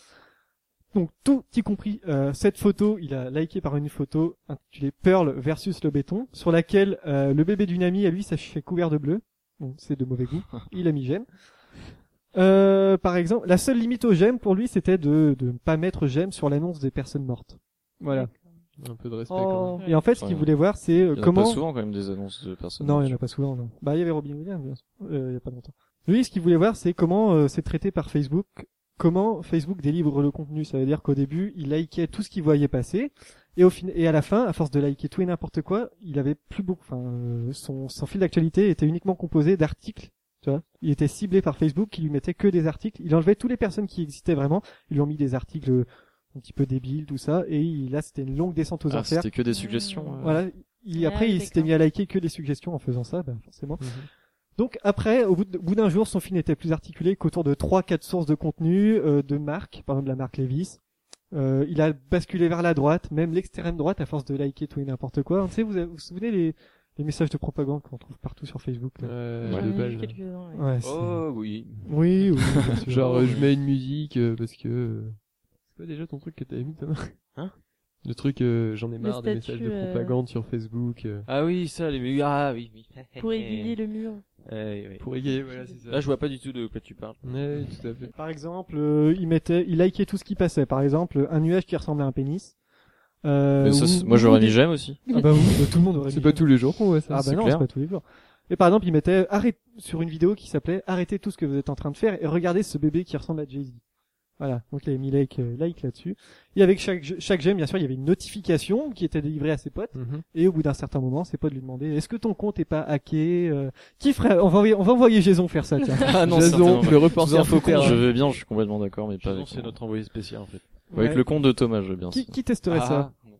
[SPEAKER 1] Donc, tout, y compris, euh, cette photo, il a liké par une photo intitulée Pearl versus le béton, sur laquelle, euh, le bébé d'une amie, à lui, s'est couvert de bleu. Bon, c'est de mauvais goût. Il a mis j'aime. Euh, par exemple, la seule limite au j'aime pour lui, c'était de, de ne pas mettre j'aime sur l'annonce des personnes mortes. Voilà.
[SPEAKER 4] Un peu de respect. quand même.
[SPEAKER 1] Oh. Et en fait, ce
[SPEAKER 2] Ouais.
[SPEAKER 1] qu'il voulait voir, c'est euh,
[SPEAKER 2] Il y en a
[SPEAKER 1] comment.
[SPEAKER 2] pas souvent quand même des annonces de personnes.
[SPEAKER 1] non, il n'y en a pas souvent. Non. Bah, il y avait Robin Williams bien sûr, euh, il y a pas longtemps. Lui, ce qu'il voulait voir, c'est comment euh, c'est traité par Facebook. Comment Facebook délivre le contenu. Ça veut dire qu'au début, il likait tout ce qu'il voyait passer, et au fin... et à la fin, à force de liker tout et n'importe quoi, il avait plus beaucoup. Enfin, euh, son son fil d'actualité était uniquement composé d'articles. Tu vois, il était ciblé par Facebook, qui lui mettait que des articles. Il enlevait toutes les personnes qui existaient vraiment. Ils lui ont mis des articles euh, un petit peu débiles, tout ça. Et il- là, c'était une longue descente aux
[SPEAKER 2] Ah,
[SPEAKER 1] enfers.
[SPEAKER 2] c'était que des suggestions. euh.
[SPEAKER 1] Voilà. Il,
[SPEAKER 5] Ah,
[SPEAKER 1] après, il s'était
[SPEAKER 5] d'accord.
[SPEAKER 1] mis à liker que des suggestions en faisant ça, bah, forcément.
[SPEAKER 4] Mhm.
[SPEAKER 1] Donc après, au bout de- au bout d'un jour, son film était plus articulé qu'autour de trois, quatre sources de contenu, euh, de marques, par exemple la marque Levis. Euh, il a basculé vers la droite, même l'extrême droite, à force de liker tout et n'importe quoi. Tu sais, vous vous vous souvenez les, les messages de propagande qu'on trouve partout sur Facebook là
[SPEAKER 4] Euh,
[SPEAKER 5] J'en ai
[SPEAKER 4] de
[SPEAKER 5] vu
[SPEAKER 4] balle.
[SPEAKER 5] quelques-uns,
[SPEAKER 2] *laughs*
[SPEAKER 5] ouais.
[SPEAKER 1] Ouais, c'est-
[SPEAKER 7] Oh oui.
[SPEAKER 1] Oui, oui. bien sûr.
[SPEAKER 4] Genre, euh, je mets une musique euh, parce que. euh, C'est quoi déjà ton truc que t'avais mis, Thomas
[SPEAKER 7] Hein
[SPEAKER 4] Le truc, euh, j'en ai
[SPEAKER 5] Le
[SPEAKER 4] marre des
[SPEAKER 5] statut,
[SPEAKER 4] messages de
[SPEAKER 5] euh,
[SPEAKER 4] propagande sur Facebook. euh,
[SPEAKER 7] Ah oui, ça, les Ah oui, oui.
[SPEAKER 5] Pour aiguiller le mur.
[SPEAKER 7] Euh, oui.
[SPEAKER 4] pour égayer, voilà, c'est ça.
[SPEAKER 7] Là, je vois pas du tout de quoi tu parles.
[SPEAKER 4] Ouais, tout à fait.
[SPEAKER 1] Par exemple, euh, il mettait, il likait tout ce qui passait. Par exemple, un nuage qui ressemblait à un pénis. Euh,
[SPEAKER 2] Mais ça,
[SPEAKER 1] ou-
[SPEAKER 2] c'est- moi j'aurais
[SPEAKER 1] ou des-
[SPEAKER 2] mis j'aime aussi.
[SPEAKER 1] Ah bah oui, bah, tout le monde aurait
[SPEAKER 4] C'est
[SPEAKER 1] mis
[SPEAKER 4] pas tous les jours qu'on voit ça.
[SPEAKER 1] Ah bah
[SPEAKER 2] c'est
[SPEAKER 1] non,
[SPEAKER 2] clair.
[SPEAKER 1] c'est pas tous les jours. Et par exemple, il mettait arrête sur une vidéo qui s'appelait arrêtez tout ce que vous êtes en train de faire et regardez ce bébé qui ressemble à Jay-Z. Voilà, donc il avait mis like, euh, like là-dessus. Et avec chaque chaque j'aime, bien sûr, il y avait une notification qui était délivrée à ses potes.
[SPEAKER 4] *laughs* Mhm.
[SPEAKER 1] Et au bout d'un certain moment, ses potes lui demandaient est-ce que ton compte est pas hacké Euh, Qui ferait On va envoyer, on va envoyer Jason faire ça. Tiens.
[SPEAKER 2] Ah non,
[SPEAKER 4] Jason,
[SPEAKER 2] certainement pas.
[SPEAKER 4] le
[SPEAKER 2] Sous
[SPEAKER 4] reporter
[SPEAKER 2] un faux
[SPEAKER 4] Twitter. hein.
[SPEAKER 2] compte, je veux bien, je suis complètement d'accord, mais pas
[SPEAKER 7] Jason,
[SPEAKER 2] avec.
[SPEAKER 7] c'est notre envoyé spécial en fait.
[SPEAKER 2] *laughs* Avec le compte Ah. de Thomas, je veux bien.
[SPEAKER 1] Qui,
[SPEAKER 2] ça.
[SPEAKER 1] qui testerait ça
[SPEAKER 5] Ah,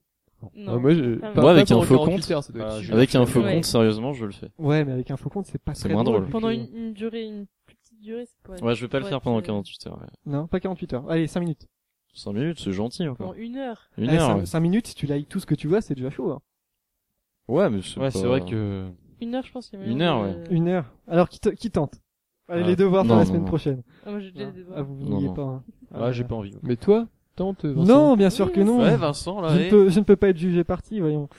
[SPEAKER 5] Non.
[SPEAKER 4] Ah, moi, je... Bah,
[SPEAKER 5] Pas
[SPEAKER 4] pas-
[SPEAKER 5] mal.
[SPEAKER 2] avec
[SPEAKER 4] pas
[SPEAKER 2] un
[SPEAKER 4] pendant
[SPEAKER 2] faux
[SPEAKER 4] 48
[SPEAKER 2] compte.
[SPEAKER 4] heures, ça doit être
[SPEAKER 7] Ah,
[SPEAKER 4] chiant.
[SPEAKER 2] Avec un faux
[SPEAKER 5] Ouais.
[SPEAKER 2] compte, sérieusement, je le fais.
[SPEAKER 1] Ouais, mais avec un faux compte, c'est pas très
[SPEAKER 2] moins
[SPEAKER 1] drôle.
[SPEAKER 2] drôle.
[SPEAKER 5] Pendant une, une durée, une plus petite durée, c'est quoi
[SPEAKER 2] Ouais, je vais pas le
[SPEAKER 5] Ouais,
[SPEAKER 2] faire pendant
[SPEAKER 5] c'est-
[SPEAKER 2] 48 heures. ouais.
[SPEAKER 1] Non, pas 48 heures. Allez, 5 minutes.
[SPEAKER 2] 5 minutes, c'est gentil
[SPEAKER 5] Pendant
[SPEAKER 2] encore.
[SPEAKER 5] une heure.
[SPEAKER 2] Une
[SPEAKER 1] Allez,
[SPEAKER 2] heure.
[SPEAKER 1] 5,
[SPEAKER 2] ouais.
[SPEAKER 1] minutes, si tu likes tout ce que tu vois, c'est déjà chaud. hein.
[SPEAKER 2] Ouais, mais c'est
[SPEAKER 7] Ouais,
[SPEAKER 2] pas-
[SPEAKER 7] c'est vrai que.
[SPEAKER 5] Une heure, je pense. qu'il y a
[SPEAKER 2] Une
[SPEAKER 5] moyen
[SPEAKER 2] heure,
[SPEAKER 5] de-
[SPEAKER 1] Une heure. Alors, qui, te- qui tente Allez,
[SPEAKER 7] Ah.
[SPEAKER 1] les devoirs pour
[SPEAKER 2] Euh, Non,
[SPEAKER 1] la
[SPEAKER 2] non,
[SPEAKER 1] semaine
[SPEAKER 2] non.
[SPEAKER 1] prochaine.
[SPEAKER 5] Ah, moi, j'ai déjà des
[SPEAKER 1] Ah,
[SPEAKER 5] devoirs.
[SPEAKER 1] vous
[SPEAKER 2] Non,
[SPEAKER 1] n'oubliez
[SPEAKER 2] non.
[SPEAKER 1] pas. hein.
[SPEAKER 7] Ah, j'ai pas envie.
[SPEAKER 4] Mais toi, tente, Vincent.
[SPEAKER 1] Non, bien sûr que non.
[SPEAKER 7] Ouais, Vincent, là.
[SPEAKER 1] je,
[SPEAKER 7] eh.
[SPEAKER 1] ne peux, je ne peux pas être jugé parti, voyons.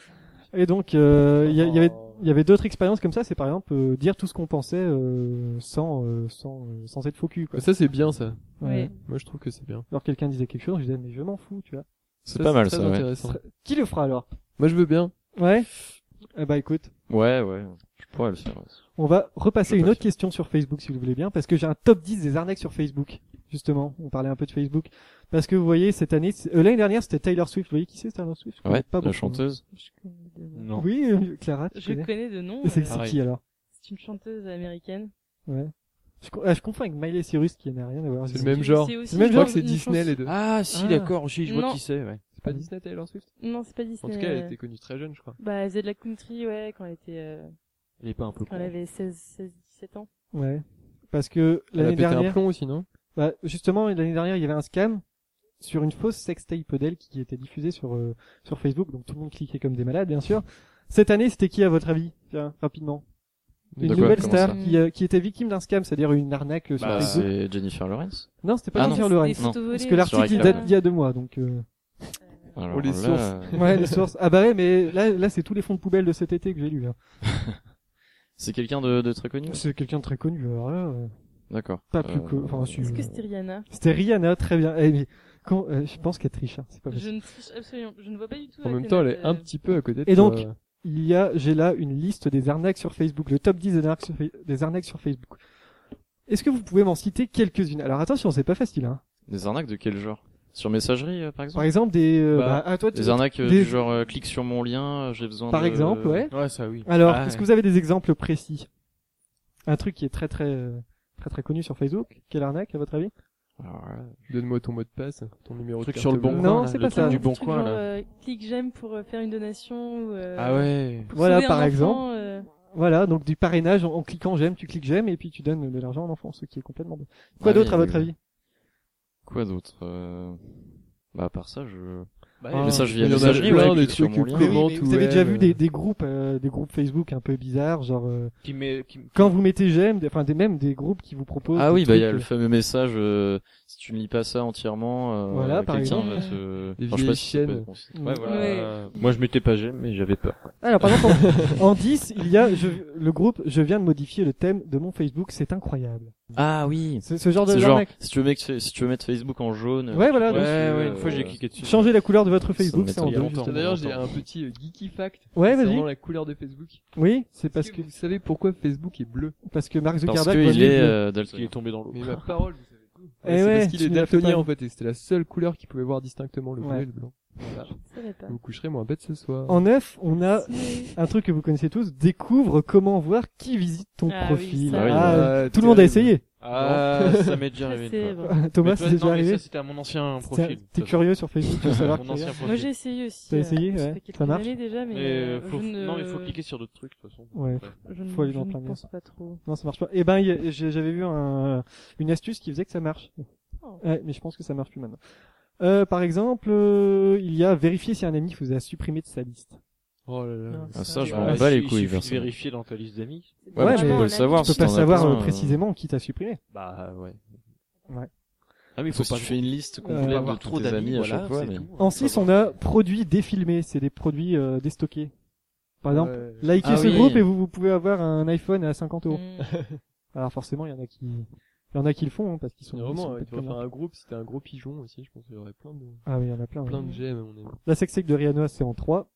[SPEAKER 1] Et donc, euh, il y, a- il y avait,
[SPEAKER 7] Oh.
[SPEAKER 1] il y avait d'autres expériences comme ça. C'est par exemple euh, dire tout ce qu'on pensait euh, sans, euh, sans, euh, sans être faux cul. Quoi.
[SPEAKER 4] Mais Bah, Ça, c'est bien, ça.
[SPEAKER 5] Ah, Ouais.
[SPEAKER 4] Moi, je trouve que c'est bien.
[SPEAKER 1] Alors quelqu'un disait quelque chose, je disais mais je m'en fous, tu vois.
[SPEAKER 2] C'est
[SPEAKER 4] Ça,
[SPEAKER 2] pas mal
[SPEAKER 4] très
[SPEAKER 2] ça, ouais.
[SPEAKER 4] intéressant.
[SPEAKER 1] Qui le fera alors
[SPEAKER 4] Moi, je veux bien.
[SPEAKER 1] Ouais. Eh bah écoute,
[SPEAKER 2] Ouais, ouais. Je pourrais le faire. ouais.
[SPEAKER 1] on va repasser
[SPEAKER 2] Je
[SPEAKER 1] une
[SPEAKER 2] passe.
[SPEAKER 1] autre question sur Facebook si vous voulez bien, parce que j'ai un top 10 des arnaques sur Facebook. Justement, on parlait un peu de Facebook, parce que vous voyez cette année, c'est- euh, l'année dernière c'était Taylor Swift. Vous voyez qui c'est Taylor Swift Je connais
[SPEAKER 2] Ouais,
[SPEAKER 1] pas
[SPEAKER 2] la
[SPEAKER 1] beaucoup.
[SPEAKER 2] chanteuse.
[SPEAKER 5] Je connais
[SPEAKER 10] de...
[SPEAKER 7] Non.
[SPEAKER 1] Oui, euh, Clara, tu
[SPEAKER 5] Je
[SPEAKER 1] connais.
[SPEAKER 5] connais de nom.
[SPEAKER 1] Et c'est
[SPEAKER 5] euh,
[SPEAKER 1] c'est
[SPEAKER 7] Pareil.
[SPEAKER 1] qui alors
[SPEAKER 5] C'est une chanteuse américaine.
[SPEAKER 1] Ouais. Je, co- ah, je confonds avec Miley Cyrus qui n'a rien à voir.
[SPEAKER 4] C'est le
[SPEAKER 1] Je-
[SPEAKER 4] même
[SPEAKER 5] C'est
[SPEAKER 4] genre.
[SPEAKER 5] aussi
[SPEAKER 4] C'est le même
[SPEAKER 5] une
[SPEAKER 4] genre que
[SPEAKER 5] chanson-
[SPEAKER 4] c'est
[SPEAKER 5] une
[SPEAKER 4] Disney
[SPEAKER 5] chanson-
[SPEAKER 4] les deux.
[SPEAKER 7] Ah, si,
[SPEAKER 1] Ah.
[SPEAKER 7] d'accord, je, je vois
[SPEAKER 5] Non.
[SPEAKER 7] qui c'est, ouais.
[SPEAKER 4] C'est pas Disney Taylor Swift
[SPEAKER 5] Non, c'est pas
[SPEAKER 4] En
[SPEAKER 5] Disney.
[SPEAKER 4] tout cas, elle
[SPEAKER 5] euh,
[SPEAKER 4] était connue très jeune, je crois.
[SPEAKER 5] Bah, elle faisait de la country, ouais, quand elle était, euh,
[SPEAKER 7] Il est pas un peu con.
[SPEAKER 5] quand elle avait 16, 16, 17 ans.
[SPEAKER 1] Ouais. Parce que
[SPEAKER 4] Elle a
[SPEAKER 1] l'année
[SPEAKER 4] pété un
[SPEAKER 1] dernière,
[SPEAKER 4] plomb aussi, non
[SPEAKER 1] bah, justement, l'année dernière, il y avait un scam sur une fausse sextape d'elle qui était diffusée sur, euh, sur Facebook, donc tout le monde cliquait comme des malades, bien sûr. Cette année, c'était qui à votre avis? Tiens, rapidement. Une
[SPEAKER 7] De quoi
[SPEAKER 1] nouvelle
[SPEAKER 7] Comment
[SPEAKER 1] star
[SPEAKER 5] ça
[SPEAKER 1] qui, euh, qui était victime d'un scam, c'est-à-dire une arnaque euh, sur
[SPEAKER 7] Bah,
[SPEAKER 1] Facebook.
[SPEAKER 2] C'est Jennifer Lawrence.
[SPEAKER 1] Non, c'était pas
[SPEAKER 2] Ah non.
[SPEAKER 1] Jennifer
[SPEAKER 5] C'était
[SPEAKER 1] Lawrence.
[SPEAKER 5] des photos volées.
[SPEAKER 1] Parce que l'article,
[SPEAKER 2] Sur
[SPEAKER 1] il
[SPEAKER 2] iCloud.
[SPEAKER 1] date d'il y a deux mois, donc, euh,
[SPEAKER 2] Alors
[SPEAKER 4] Oh, les
[SPEAKER 2] là,
[SPEAKER 4] sources.
[SPEAKER 2] euh,
[SPEAKER 1] Ouais, *laughs* les sources. Ah bah ouais, mais là, là, c'est tous les fonds de poubelle de cet été que j'ai lu. hein.
[SPEAKER 2] C'est quelqu'un de, de très connu
[SPEAKER 1] C'est quelqu'un de très connu, alors là, euh,
[SPEAKER 2] D'accord.
[SPEAKER 1] pas plus
[SPEAKER 2] Euh,
[SPEAKER 1] que, enfin, si,
[SPEAKER 5] Est-ce
[SPEAKER 1] euh,
[SPEAKER 5] que c'était Rihanna?
[SPEAKER 1] c'était Rihanna, très bien. Eh, mais, quand, euh, je pense qu'elle triche, hein, c'est pas
[SPEAKER 5] Je
[SPEAKER 1] possible.
[SPEAKER 5] ne triche absolument, je ne vois pas du tout.
[SPEAKER 4] En
[SPEAKER 5] la
[SPEAKER 4] même temps, elle
[SPEAKER 5] thématique,
[SPEAKER 4] est un
[SPEAKER 5] euh,
[SPEAKER 4] petit peu à côté de
[SPEAKER 1] Et
[SPEAKER 4] toi.
[SPEAKER 1] donc, Il y a, j'ai là une liste des arnaques sur Facebook, le top 10 des arnaques sur, Fa- des arnaques sur Facebook. Est-ce que vous pouvez m'en citer quelques-unes Alors attention, c'est pas facile. Hein.
[SPEAKER 2] Des arnaques de quel genre Sur messagerie, euh, par exemple
[SPEAKER 1] Par exemple, des, euh, bah,
[SPEAKER 4] Bah,
[SPEAKER 1] à toi, tu-
[SPEAKER 2] Des arnaques euh,
[SPEAKER 1] des-
[SPEAKER 2] du genre euh, clique sur mon lien, euh, j'ai besoin
[SPEAKER 1] par
[SPEAKER 2] de...
[SPEAKER 1] exemple, ouais.
[SPEAKER 7] Ouais, ça oui.
[SPEAKER 1] Alors,
[SPEAKER 7] Ah,
[SPEAKER 1] est-ce que
[SPEAKER 7] ouais.
[SPEAKER 1] vous avez des exemples précis Un truc qui est très très euh, très très connu sur Facebook. Quelle arnaque, à votre avis
[SPEAKER 2] Alors, euh, ouais.
[SPEAKER 4] Donne-moi ton mot de passe, ton numéro
[SPEAKER 7] truc
[SPEAKER 4] de carte
[SPEAKER 7] sur le bon
[SPEAKER 4] bleue.
[SPEAKER 1] Non,
[SPEAKER 7] coin. là,
[SPEAKER 1] c'est
[SPEAKER 7] le
[SPEAKER 1] pas
[SPEAKER 7] truc
[SPEAKER 1] ça.
[SPEAKER 7] du bon
[SPEAKER 5] truc
[SPEAKER 7] coin,
[SPEAKER 5] genre,
[SPEAKER 7] là.
[SPEAKER 5] euh, clique j'aime pour euh, faire une donation ou, euh,
[SPEAKER 7] Ah ouais.
[SPEAKER 5] pour
[SPEAKER 1] Voilà,
[SPEAKER 5] sauver un
[SPEAKER 1] par
[SPEAKER 5] enfant,
[SPEAKER 1] exemple.
[SPEAKER 5] euh,
[SPEAKER 1] Voilà, donc du parrainage en, en cliquant j'aime, tu cliques j'aime et puis tu donnes de l'argent à l'enfant, ce qui est complètement. dingue. Quoi
[SPEAKER 2] Ah
[SPEAKER 1] d'autre
[SPEAKER 2] oui,
[SPEAKER 1] à votre
[SPEAKER 2] oui.
[SPEAKER 1] avis
[SPEAKER 2] Quoi d'autre euh... Bah, à part ça, je...
[SPEAKER 7] Bah,
[SPEAKER 1] Ah.
[SPEAKER 2] message via
[SPEAKER 4] Il y en a
[SPEAKER 2] messagerie,
[SPEAKER 4] plein,
[SPEAKER 2] ouais,
[SPEAKER 4] des
[SPEAKER 2] clique sur
[SPEAKER 4] trucs
[SPEAKER 2] mon lien.
[SPEAKER 4] comment
[SPEAKER 1] Oui, mais
[SPEAKER 4] tout
[SPEAKER 1] Vous avez
[SPEAKER 4] web,
[SPEAKER 1] déjà vu
[SPEAKER 4] euh.
[SPEAKER 1] des, des groupes euh, des groupes Facebook un peu bizarres, genre euh,
[SPEAKER 7] Qui met, qui...
[SPEAKER 1] quand vous mettez j'aime, des- enfin des même des groupes qui vous proposent.
[SPEAKER 2] Ah
[SPEAKER 1] des
[SPEAKER 2] oui, bah il y a le
[SPEAKER 1] trucs,
[SPEAKER 2] fameux message euh, si tu ne lis pas ça entièrement, euh,
[SPEAKER 1] Voilà, par
[SPEAKER 2] quelqu'un
[SPEAKER 1] exemple.
[SPEAKER 2] va te...
[SPEAKER 4] Des
[SPEAKER 2] Enfin, je sais
[SPEAKER 4] vieilles
[SPEAKER 2] pas si ça peut
[SPEAKER 4] chaînes.
[SPEAKER 2] être considéré.
[SPEAKER 1] euh, Ah,
[SPEAKER 7] Ouais, voilà.
[SPEAKER 5] Ouais.
[SPEAKER 7] Euh, Moi, je m'étais pas gêné, mais j'avais peur.
[SPEAKER 1] Alors par
[SPEAKER 7] *laughs*
[SPEAKER 1] exemple en, en 10, il y a je, le groupe je viens de modifier le thème de mon Facebook, c'est incroyable.
[SPEAKER 2] Ah oui
[SPEAKER 1] C'est ce genre de
[SPEAKER 2] C'est genre,
[SPEAKER 1] arnaque.
[SPEAKER 2] si tu, veux mettre, si tu veux mettre Facebook en jaune...
[SPEAKER 1] Ouais,
[SPEAKER 2] tu
[SPEAKER 1] voilà,
[SPEAKER 2] cliques
[SPEAKER 1] donc-
[SPEAKER 2] dessus,
[SPEAKER 7] ouais,
[SPEAKER 2] euh,
[SPEAKER 7] une fois, j'ai cliqué dessus.
[SPEAKER 1] Changer la couleur de votre Facebook, c'est
[SPEAKER 2] Ça m'étonne
[SPEAKER 1] en
[SPEAKER 2] il y a
[SPEAKER 1] deux.
[SPEAKER 2] longtemps.
[SPEAKER 1] justement.
[SPEAKER 4] D'ailleurs,
[SPEAKER 2] Attends.
[SPEAKER 4] j'ai un petit euh, geeky fact
[SPEAKER 1] Ouais, vas-y.
[SPEAKER 4] concernant la couleur de Facebook.
[SPEAKER 1] Oui, c'est parce
[SPEAKER 4] Est-ce
[SPEAKER 1] que
[SPEAKER 4] que vous savez pourquoi Facebook est bleu
[SPEAKER 1] parce que Mark
[SPEAKER 2] Parce
[SPEAKER 1] Zuckerberg voit
[SPEAKER 2] qu'il
[SPEAKER 1] mieux
[SPEAKER 2] est
[SPEAKER 1] que-
[SPEAKER 2] euh,
[SPEAKER 7] Parce qu'il
[SPEAKER 2] daltonien.
[SPEAKER 7] est tombé dans l'eau.
[SPEAKER 4] *laughs* Mais ma parole, vous savez tout.
[SPEAKER 1] Eh
[SPEAKER 4] Oh. Ouais, c'est
[SPEAKER 1] ouais,
[SPEAKER 4] parce qu'il
[SPEAKER 1] tu
[SPEAKER 4] est
[SPEAKER 1] nous l'as fait
[SPEAKER 4] daltonien
[SPEAKER 1] pas.
[SPEAKER 4] en fait et c'était la seule couleur qui pouvait voir distinctement le bleu
[SPEAKER 1] Ouais.
[SPEAKER 4] et le blanc.
[SPEAKER 10] Je savais pas.
[SPEAKER 4] Vous coucherez moins bête ce soir.
[SPEAKER 1] En neuf, on a un truc que vous connaissez tous, découvre comment voir qui visite ton
[SPEAKER 5] Ah oui,
[SPEAKER 1] profil.
[SPEAKER 5] ça.
[SPEAKER 2] Ah oui,
[SPEAKER 1] Ah,
[SPEAKER 4] ouais,
[SPEAKER 1] tout le monde a
[SPEAKER 4] terrible.
[SPEAKER 1] essayé.
[SPEAKER 7] Ah, ça m'est déjà
[SPEAKER 5] ça,
[SPEAKER 7] arrivé
[SPEAKER 5] c'est
[SPEAKER 7] une fois.
[SPEAKER 5] vrai.
[SPEAKER 1] Thomas,
[SPEAKER 7] Mais toi,
[SPEAKER 1] c'est
[SPEAKER 7] non,
[SPEAKER 1] déjà
[SPEAKER 7] mais
[SPEAKER 1] arrivé.
[SPEAKER 7] ça, c'était à mon ancien
[SPEAKER 1] Tiens,
[SPEAKER 7] profil.
[SPEAKER 1] T'es curieux sur Facebook,
[SPEAKER 2] *laughs*
[SPEAKER 1] tu veux savoir
[SPEAKER 7] Mon
[SPEAKER 1] qui
[SPEAKER 7] ancien
[SPEAKER 1] est.
[SPEAKER 7] profil.
[SPEAKER 5] Moi j'ai essayé aussi.
[SPEAKER 1] T'as
[SPEAKER 5] euh,
[SPEAKER 1] essayé,
[SPEAKER 5] ça
[SPEAKER 1] ouais.
[SPEAKER 5] fait quelques
[SPEAKER 1] Ça marche
[SPEAKER 5] années déjà, mais
[SPEAKER 7] Mais
[SPEAKER 5] euh,
[SPEAKER 7] faut,
[SPEAKER 5] je ne...
[SPEAKER 7] Non, mais faut cliquer sur d'autres trucs, de toute façon.
[SPEAKER 1] Ouais,
[SPEAKER 5] Je ne
[SPEAKER 1] Faut aller
[SPEAKER 5] je
[SPEAKER 1] dans
[SPEAKER 5] n'y
[SPEAKER 1] plein de
[SPEAKER 5] pense pas trop.
[SPEAKER 1] non, ça marche pas. Eh ben, il y a- j'ai- j'avais vu un, une astuce qui faisait que ça marche.
[SPEAKER 7] Ah,
[SPEAKER 5] Oh.
[SPEAKER 1] Ouais, mais je pense que ça marche plus maintenant. Euh, par exemple, euh, il y a vérifier si un ami vous a supprimé de sa liste.
[SPEAKER 4] Oh là là.
[SPEAKER 2] Ah, ça, je
[SPEAKER 7] Ah,
[SPEAKER 2] m'en
[SPEAKER 7] bah,
[SPEAKER 2] bats les
[SPEAKER 7] si, il
[SPEAKER 2] couilles,
[SPEAKER 7] suffit de
[SPEAKER 2] personne.
[SPEAKER 7] vérifier dans ta liste d'amis.
[SPEAKER 1] Ouais, mais
[SPEAKER 2] tu
[SPEAKER 1] tu
[SPEAKER 2] peux
[SPEAKER 1] peux
[SPEAKER 2] le savoir
[SPEAKER 1] Tu
[SPEAKER 2] si
[SPEAKER 1] peux pas
[SPEAKER 2] t'en as
[SPEAKER 1] savoir
[SPEAKER 2] plein,
[SPEAKER 1] euh,
[SPEAKER 2] euh,
[SPEAKER 1] précisément qui t'a supprimé.
[SPEAKER 7] Bah, ouais.
[SPEAKER 1] Ouais.
[SPEAKER 7] Ah, mais
[SPEAKER 2] Faut que tu fais une liste complète
[SPEAKER 1] Euh,
[SPEAKER 2] de tous tes amis à chaque fois. mais-
[SPEAKER 1] En 6, on a produits défilmés, c'est des produits euh, déstockés. Par exemple,
[SPEAKER 4] Ouais.
[SPEAKER 1] likez
[SPEAKER 2] Ah
[SPEAKER 1] ce
[SPEAKER 2] oui.
[SPEAKER 1] groupe et vous, vous pouvez avoir un iPhone à 50 euros.
[SPEAKER 5] Mm.
[SPEAKER 1] Alors forcément, il y en a qui, il y en a qui le font hein, parce qu'ils sont.
[SPEAKER 4] Mais
[SPEAKER 1] ils sont
[SPEAKER 4] vraiment,
[SPEAKER 1] pas
[SPEAKER 4] il
[SPEAKER 1] de
[SPEAKER 4] faudrait
[SPEAKER 1] connard.
[SPEAKER 4] faire un groupe, c'était un gros pigeon aussi, je pense qu'il y aurait plein de,
[SPEAKER 1] Ah oui, il y en a plein. ouais.
[SPEAKER 4] plein de gemmes à mon avis.
[SPEAKER 1] La sextape de Rihanna, c'est en 3.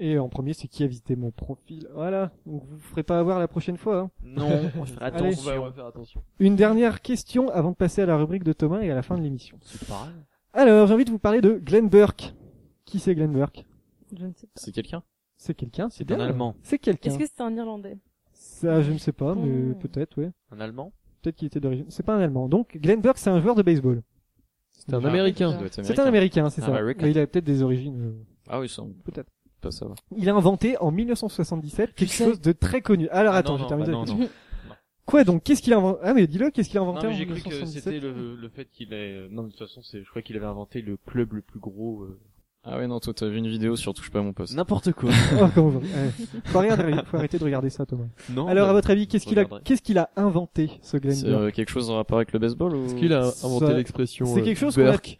[SPEAKER 1] Et en premier, c'est qui a visité mon profil. Voilà. Donc vous ferez pas avoir la prochaine fois. hein.
[SPEAKER 7] Non, on va faire
[SPEAKER 1] Allez.
[SPEAKER 4] On va, on
[SPEAKER 7] attention.
[SPEAKER 4] va faire attention.
[SPEAKER 1] Une dernière question avant de passer à la rubrique de Thomas et à la fin de l'émission.
[SPEAKER 7] C'est pas grave.
[SPEAKER 1] Alors, j'ai envie de vous parler de Glenn Burke. Qui c'est Glenn Burke
[SPEAKER 5] Je ne sais pas.
[SPEAKER 2] C'est quelqu'un
[SPEAKER 1] C'est quelqu'un, c'est
[SPEAKER 7] C'est un
[SPEAKER 1] bien.
[SPEAKER 7] allemand.
[SPEAKER 1] C'est quelqu'un.
[SPEAKER 5] Est-ce que c'est un Irlandais
[SPEAKER 1] Ça, je ne sais pas, mais
[SPEAKER 5] Oh.
[SPEAKER 1] peut-être, ouais.
[SPEAKER 7] Un allemand?
[SPEAKER 1] Peut-être qu'il était d'origine. C'est pas un Allemand. Donc, Glenn Burke, c'est un joueur de baseball.
[SPEAKER 4] C'était un
[SPEAKER 7] Ah,
[SPEAKER 4] américain.
[SPEAKER 2] Il doit être
[SPEAKER 1] C'est un Américain, c'est
[SPEAKER 7] Un
[SPEAKER 1] ça.
[SPEAKER 7] American.
[SPEAKER 1] Mais il a peut-être des origines. euh,
[SPEAKER 2] Ah oui, ça, on
[SPEAKER 1] Peut-être.
[SPEAKER 2] peut pas savoir.
[SPEAKER 1] Il a inventé en 1977 quelque chose de très connu. Alors
[SPEAKER 7] Ah,
[SPEAKER 1] attends,
[SPEAKER 7] non,
[SPEAKER 1] je
[SPEAKER 7] non,
[SPEAKER 1] termine.
[SPEAKER 7] bah,
[SPEAKER 1] avec-
[SPEAKER 7] non, non.
[SPEAKER 1] Quoi donc Qu'est-ce qu'il a inventé Ah mais dis-le, qu'est-ce qu'il a
[SPEAKER 7] Non,
[SPEAKER 1] inventé
[SPEAKER 7] mais
[SPEAKER 1] en
[SPEAKER 7] j'ai cru que
[SPEAKER 1] 1977
[SPEAKER 7] c'était le, le fait qu'il ait, non, mais de toute façon, c'est, je crois qu'il avait inventé le club le plus gros, euh,
[SPEAKER 2] Ah ouais, non, toi, t'as vu une vidéo sur Touche pas à mon poste.
[SPEAKER 7] N'importe quoi.
[SPEAKER 1] Oh, comment vous- ouais. faut, regarder- faut arrêter de regarder ça, Thomas.
[SPEAKER 7] non.
[SPEAKER 1] Alors à
[SPEAKER 7] mais-
[SPEAKER 1] votre avis, qu'est-ce qu'il a,
[SPEAKER 7] regarderai.
[SPEAKER 1] qu'est-ce qu'il a inventé ce Glenn
[SPEAKER 2] C'est
[SPEAKER 1] Burke
[SPEAKER 2] euh, quelque chose en rapport avec le baseball ou...
[SPEAKER 4] Est-ce qu'il a inventé
[SPEAKER 1] Ça-
[SPEAKER 4] l'expression
[SPEAKER 1] C'est
[SPEAKER 4] euh,
[SPEAKER 1] quelque chose qu'on a-
[SPEAKER 4] Burke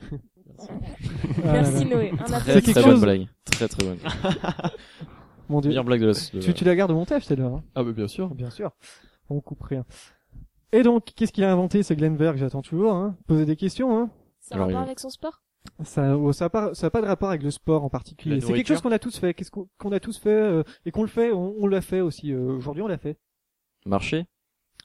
[SPEAKER 1] *laughs* Ah, là, là.
[SPEAKER 6] Merci Noé. Un
[SPEAKER 2] Très,
[SPEAKER 1] C'est
[SPEAKER 2] très
[SPEAKER 6] applaudissement.
[SPEAKER 1] quelque
[SPEAKER 2] bonne
[SPEAKER 1] chose-
[SPEAKER 2] blague. Très très bonne.
[SPEAKER 1] Mon Dieu.
[SPEAKER 2] Meilleure blague de la de-
[SPEAKER 1] Tu, tu la gardes au montage, celle-là. hein
[SPEAKER 4] Ah bah bien sûr.
[SPEAKER 1] Bien sûr. On coupe rien. Et donc, qu'est-ce qu'il a inventé ce Glenn Burke J'attends toujours. Hein. Poser des questions. Hein.
[SPEAKER 6] Ça a
[SPEAKER 2] Alors,
[SPEAKER 6] rapport
[SPEAKER 2] il-
[SPEAKER 6] avec son sport
[SPEAKER 1] Ça, oh, ça a pas, ça a pas de rapport avec le sport en particulier.
[SPEAKER 7] La
[SPEAKER 1] C'est quelque
[SPEAKER 7] nourriture
[SPEAKER 1] chose qu'on a tous fait. Qu'est-ce qu'on qu'on a tous fait euh, et qu'on le fait, on, on l'a fait aussi. euh, Aujourd'hui, on l'a fait.
[SPEAKER 2] Marcher